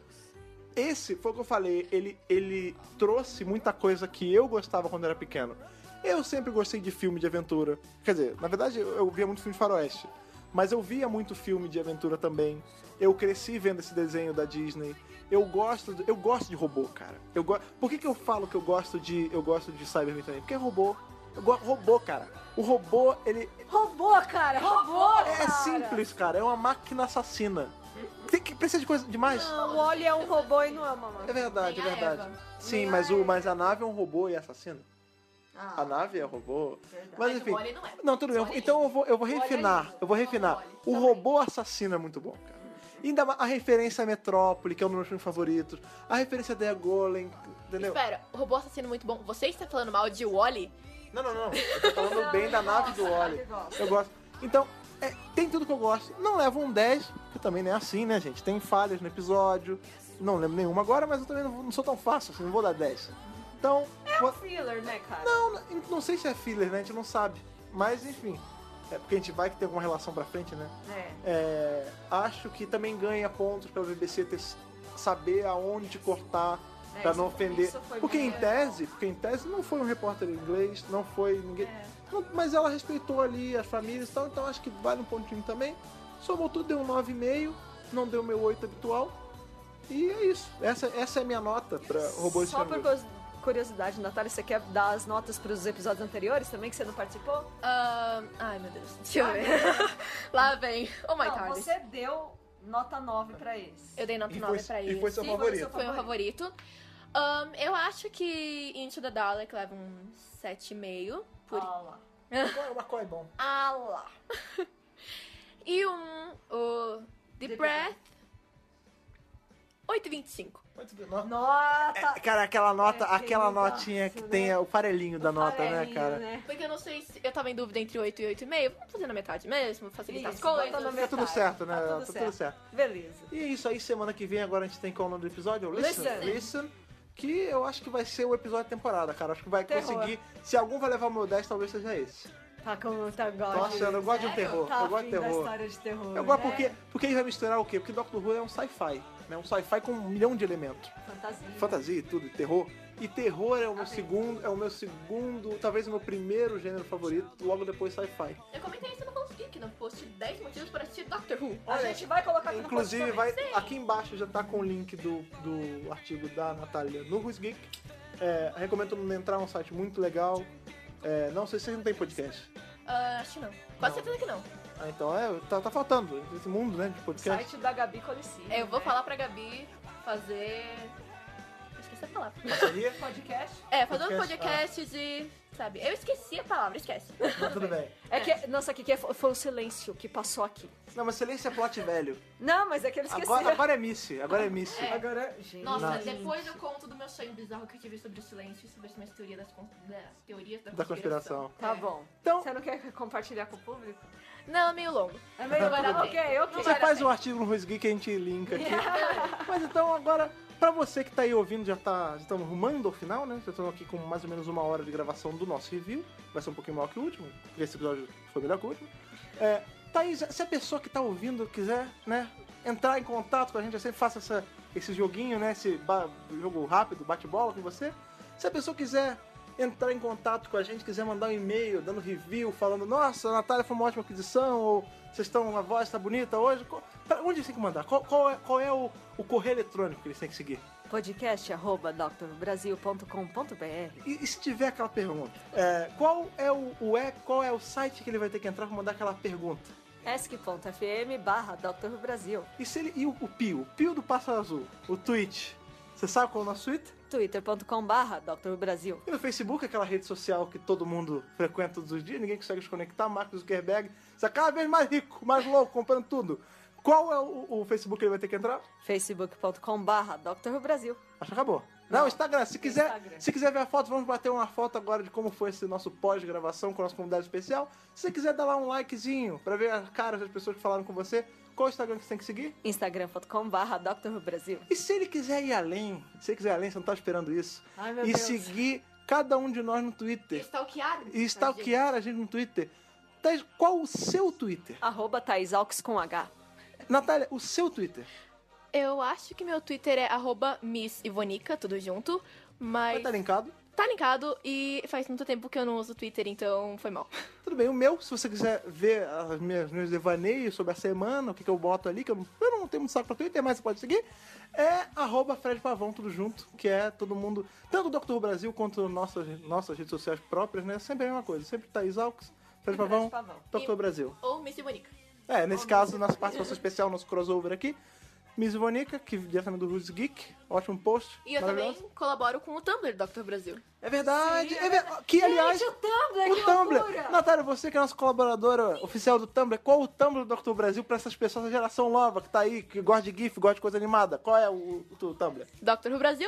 Speaker 1: Esse, foi o que eu falei, ele, ele trouxe muita coisa que eu gostava quando era pequeno. Eu sempre gostei de filme de aventura. Quer dizer, na verdade eu, eu via muito filme de faroeste. Mas eu via muito filme de aventura também. Eu cresci vendo esse desenho da Disney. Eu gosto, do- eu gosto de robô, cara. Eu go... Por que, que eu falo que eu gosto de, eu gosto de Cyberman também? Porque é robô. Eu go... Robô, cara. O robô, ele,
Speaker 4: Robô, cara, robô!
Speaker 1: é
Speaker 4: cara.
Speaker 1: simples, cara. É uma máquina assassina. Tem que, precisa de coisa demais?
Speaker 2: Não, o Oli é um robô e não é uma
Speaker 1: É
Speaker 2: máquina.
Speaker 1: verdade, é
Speaker 3: Nem a
Speaker 1: verdade.
Speaker 3: Eva.
Speaker 1: Sim, mas, o, mas a nave é um robô e assassina.
Speaker 3: Ah,
Speaker 1: A nave é robô. Mas
Speaker 3: Mas
Speaker 1: enfim.
Speaker 3: o Wally não é.
Speaker 1: Não, tudo bem.
Speaker 3: Olha
Speaker 1: Então eu vou, eu vou
Speaker 3: Olha
Speaker 1: refinar.
Speaker 3: isso.
Speaker 1: Eu vou refinar.
Speaker 3: Olha,
Speaker 1: O
Speaker 3: tá
Speaker 1: robô assassino é muito bom, cara. Ainda ma- a referência à Metrópole, que é um dos meus filmes favoritos. A referência a The Golem, entendeu?
Speaker 3: Espera, o robô assassino é muito bom. Você está falando mal de Wally?
Speaker 1: Não, não, não. Eu tô falando bem da nave do Oli. Eu gosto. Então, é, tem tudo que eu gosto. Não levo um 10, que também não é assim, né, gente? Tem falhas no episódio. Não lembro nenhuma agora, mas eu também não, vou- não sou tão fácil assim, não vou dar 10. Então, vou-
Speaker 4: Filler, né, cara?
Speaker 1: não, não sei se é filler, né? A gente não sabe. Mas, enfim. É porque a gente vai que tem alguma relação pra frente, né?
Speaker 4: É.
Speaker 1: É, acho que também ganha pontos pela BBC ter, saber aonde cortar
Speaker 4: É,
Speaker 1: pra
Speaker 4: isso-
Speaker 1: não ofender.
Speaker 4: isso foi
Speaker 1: Porque
Speaker 4: bem
Speaker 1: em
Speaker 4: legal.
Speaker 1: tese, porque em tese não foi um repórter inglês, não foi ninguém. Não, mas ela respeitou ali as famílias e tal, então acho que vale um pontinho também. Somou tudo, deu um 9,5, não deu meu 8 habitual. E é isso. Essa, essa é a minha nota pra robôs
Speaker 2: Só por
Speaker 1: Xangu.
Speaker 2: cos- curiosidade, Natália, você quer dar as notas pros episódios anteriores também, que você não participou?
Speaker 3: Ah, ai, meu Deus. Deixa eu ver. Lá vem. Oh my
Speaker 4: Não,
Speaker 3: god.
Speaker 4: você deu nota 9 pra esse.
Speaker 3: Eu dei nota
Speaker 1: E
Speaker 3: 9
Speaker 1: foi-
Speaker 3: pra
Speaker 1: e
Speaker 3: ele.
Speaker 1: foi seu
Speaker 3: Sim,
Speaker 1: favorito.
Speaker 3: Foi meu favorito. Ahn, eu acho que Into the Dalek leva um 7,5. Por...
Speaker 4: Ah, lá.
Speaker 1: Qual é o Macaw é bom?
Speaker 3: Ah lá. e um. O The,
Speaker 4: The
Speaker 3: Breath. 8,25.
Speaker 1: Muito bem, nota.
Speaker 4: Nota!
Speaker 1: É, Cara, aquela nota,
Speaker 4: Tá. É,
Speaker 1: aquela
Speaker 4: tem um
Speaker 1: notinha que
Speaker 4: negócio,
Speaker 1: tem é
Speaker 4: né?
Speaker 1: o farelinho da nota, né,
Speaker 4: Farelinho,
Speaker 1: cara?
Speaker 4: né?
Speaker 3: Porque eu não sei se. Eu tava em dúvida entre 8 e 8,5. Vamos fazer na metade mesmo, facilitar
Speaker 4: Isso,
Speaker 3: as coisas.
Speaker 4: bota na
Speaker 1: Tá tudo
Speaker 4: Metade.
Speaker 1: certo, né?
Speaker 4: Tá tudo
Speaker 1: Tá tudo
Speaker 4: certo.
Speaker 1: certo.
Speaker 4: Beleza.
Speaker 1: E é isso aí, semana que vem agora a gente tem qual o nome do episódio? Listen. Listen.
Speaker 4: Listen.
Speaker 1: que eu acho que vai ser o episódio da temporada, cara. Acho que vai
Speaker 4: Terror.
Speaker 1: conseguir. Se algum vai levar o meu 10, talvez seja esse.
Speaker 2: Tá com tá
Speaker 1: Tô
Speaker 2: agora.
Speaker 1: achando, eu gosto de um
Speaker 3: Sério?
Speaker 1: terror.
Speaker 4: Tá
Speaker 1: eu gosto de
Speaker 4: afim da
Speaker 1: terror.
Speaker 4: história de terror.
Speaker 1: Eu gosto
Speaker 4: né?
Speaker 1: porque, porque ele vai misturar o quê? Porque Doctor Who é um sci-fi, né? Um sci-fi com um milhão de elementos.
Speaker 4: Fantasia.
Speaker 1: Fantasia e tudo, terror. E terror é o meu segundo, é o meu segundo, talvez o meu primeiro gênero favorito, logo depois sci-fi.
Speaker 3: Eu comentei isso no Post Geek, no post 10 motivos para assistir Doctor Who.
Speaker 4: A gente vai colocar aqui
Speaker 1: Inclusive,
Speaker 4: no
Speaker 1: vai, aqui embaixo já tá com o link do, do artigo da Natália no Who's Geek. É, recomendo entrar, é um site muito legal. É, não sei se vocês não tem podcast.
Speaker 3: Ah, acho que não.
Speaker 1: Não.
Speaker 3: Quase certeza que não.
Speaker 1: Ah, então é, tá, tá faltando esse mundo, né, de podcast.
Speaker 4: site da Gabi Colicínio.
Speaker 2: É,
Speaker 3: É, Eu vou
Speaker 4: né?
Speaker 3: falar pra Gabi fazer. Esqueci a palavra.
Speaker 1: Parceria?
Speaker 4: tá Podcast.
Speaker 3: É, fazer um
Speaker 1: Podcast,
Speaker 3: podcast de. Sabe? Eu esqueci a palavra, esquece.
Speaker 1: Mas tudo bem.
Speaker 2: É que, nossa, que, que foi o silêncio que passou aqui.
Speaker 1: Não, mas excelência é plot velho.
Speaker 2: Não, mas é que ele esqueceu.
Speaker 1: Agora, agora é Missy, agora é Missy.
Speaker 4: Agora, gente.
Speaker 3: Nossa,
Speaker 1: Nossa.
Speaker 3: depois eu conto do meu sonho bizarro que eu tive sobre o silêncio e sobre as minhas teorias das, con- das teorias da,
Speaker 1: Da conspiração.
Speaker 2: Tá bom.
Speaker 1: Então,
Speaker 2: Você não quer compartilhar com o público?
Speaker 3: Não, é meio longo.
Speaker 4: É meio
Speaker 3: Vai dar
Speaker 4: Ok, ok.
Speaker 1: Você faz um artigo no Rosgui que a gente linka aqui. Mas então agora, pra você que tá aí ouvindo, já tá. Já estamos rumando ao final, né? Já estamos aqui com mais ou menos uma hora de gravação do nosso review. Vai ser um pouquinho maior que o último, porque esse episódio foi melhor que o último. É, Thaís, se a pessoa que tá ouvindo quiser, né, entrar em contato com a gente, eu sempre faço essa- esse joguinho, né? Esse ba- jogo rápido, bate-bola com você. Se a pessoa quiser entrar em contato com a gente, quiser mandar um e-mail, dando review, falando, nossa, a Natália foi uma ótima aquisição, ou vocês estão, a voz tá bonita hoje. co- pra onde eles têm que mandar? Qual, qual é, qual é o, o correio eletrônico que eles têm que seguir?
Speaker 2: Podcast arroba drbrasil.com.br
Speaker 1: E, e se tiver aquela pergunta, é, qual é o, o é, qual é o site que ele vai ter que entrar pra mandar aquela pergunta?
Speaker 2: ask.fm barra Dr. Brasil
Speaker 1: E se ele. E o, o Pio? O Pio do Pássaro Azul, o Twitch. Você sabe qual é o nosso Twitter?
Speaker 2: twitter.com/barra Brasil.
Speaker 1: E no Facebook, aquela rede social que todo mundo frequenta todos os dias, ninguém consegue se conectar, Mark Zuckerberg está cada vez mais rico, mais louco, comprando tudo. Qual é o, o Facebook que ele vai ter que entrar?
Speaker 2: facebook.com/barra Brasil.
Speaker 1: Acho que acabou. Não, Instagram. Se quiser,
Speaker 2: Instagram.
Speaker 1: se quiser ver a foto, vamos bater uma foto agora de como foi esse nosso pós-gravação com a nossa comunidade especial. Se você quiser dar lá um likezinho pra ver a cara das pessoas que falaram com você, qual é o Instagram que você tem que seguir?
Speaker 2: instagram.com/barra Brasil.
Speaker 1: E se ele quiser ir além, se ele quiser ir além, você não tá esperando isso,
Speaker 4: Ai, meu
Speaker 1: e
Speaker 4: Deus.
Speaker 1: seguir cada um de nós no Twitter
Speaker 3: Stalkear.
Speaker 1: e stalkear a gente no Twitter, Thaís, qual o seu Twitter?
Speaker 2: Arroba Thaís Alves com H.
Speaker 1: Natália, o seu Twitter?
Speaker 3: Eu acho que meu Twitter é arroba Miss Ivonica, tudo junto.
Speaker 1: Vai
Speaker 3: Mas
Speaker 1: estar linkado?
Speaker 3: tá linkado e faz muito tempo que eu não uso o Twitter, então foi mal.
Speaker 1: Tudo bem, o meu, se você quiser ver as minhas meus devaneios sobre a semana, o que, que eu boto ali, que eu não, eu não tenho muito saco pra Twitter, mas você pode seguir, é arroba Fred Pavão, tudo junto, que é todo mundo, tanto o Dr. Brasil quanto nossas, nossas redes sociais próprias, né? Sempre a mesma coisa, sempre Thaís Alves, Fred Pavão,
Speaker 4: Pavão.
Speaker 1: Dr. Brasil.
Speaker 3: Ou Miss Ivonica.
Speaker 1: É, nesse caso, nossa participação especial, nosso crossover aqui, Miss Ivonica, que diretamente do Who's Geek, ótimo post.
Speaker 3: E eu também
Speaker 1: maravilhoso.
Speaker 3: colaboro com o Tumblr Dr. Brasil.
Speaker 1: É verdade, é verdade. Que, aliás,
Speaker 4: Gente, o Tumblr,
Speaker 1: O
Speaker 4: que
Speaker 1: Tumblr!
Speaker 4: loucura!
Speaker 1: Natália, você que é nossa colaboradora oficial do Tumblr, qual o Tumblr do Dr. Brasil pra essas pessoas da geração nova que tá aí, que gosta de GIF, gosta de coisa animada? Qual é o, o teu Tumblr?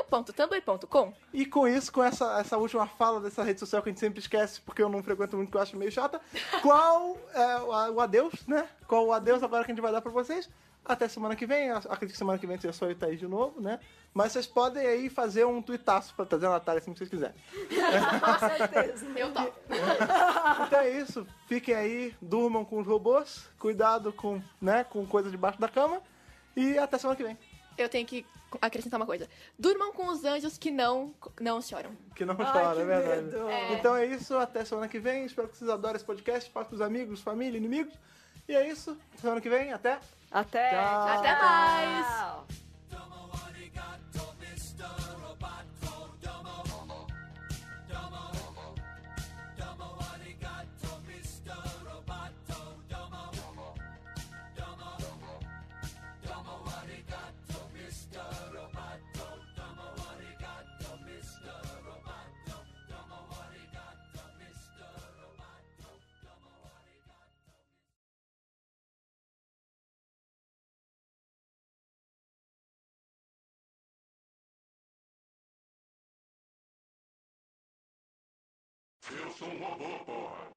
Speaker 3: drrubrasil.tumblr.com
Speaker 1: E com isso, com essa, essa última fala dessa rede social que a gente sempre esquece, porque eu não frequento muito, que eu acho meio chata, qual é o, a- o adeus, né? Qual o adeus agora que a gente vai dar pra vocês? Até semana que vem, ac- acredito que semana que vem seja só eu e Thaís de novo, né? Mas vocês podem aí fazer um tuitaço pra trazer a Natália, assim que vocês quiserem.
Speaker 4: Com certeza.
Speaker 3: Eu topo.
Speaker 1: Então é isso. Fiquem aí, durmam com os robôs, cuidado com, né, com coisa debaixo da cama e até semana que vem.
Speaker 3: Eu tenho que acrescentar uma coisa. Durmam com os anjos que não, não choram.
Speaker 1: Que não
Speaker 4: Ai,
Speaker 1: chora,
Speaker 4: que
Speaker 1: é verdade.
Speaker 4: medo.
Speaker 1: Então é isso, até semana que vem. Espero que vocês adorem esse podcast, para os amigos, família, inimigos. E é isso. Até Semana que vem, até.
Speaker 2: Até!
Speaker 1: Tchau.
Speaker 3: Até mais!
Speaker 2: Tchau.
Speaker 5: Dumbo, what he got, to Mr. Robot called Dumbo. Dumbo, Dumbo, what he got, to Mr. Robot called Dumbo. Dumbo, Dumbo, what he got, to Mr. Robot called Dumbo. What he got, to Mr. Robot called Dumbo. What he got, to Mr. Robot called Dumbo. What he got.
Speaker 9: Eu sou um robô, porra.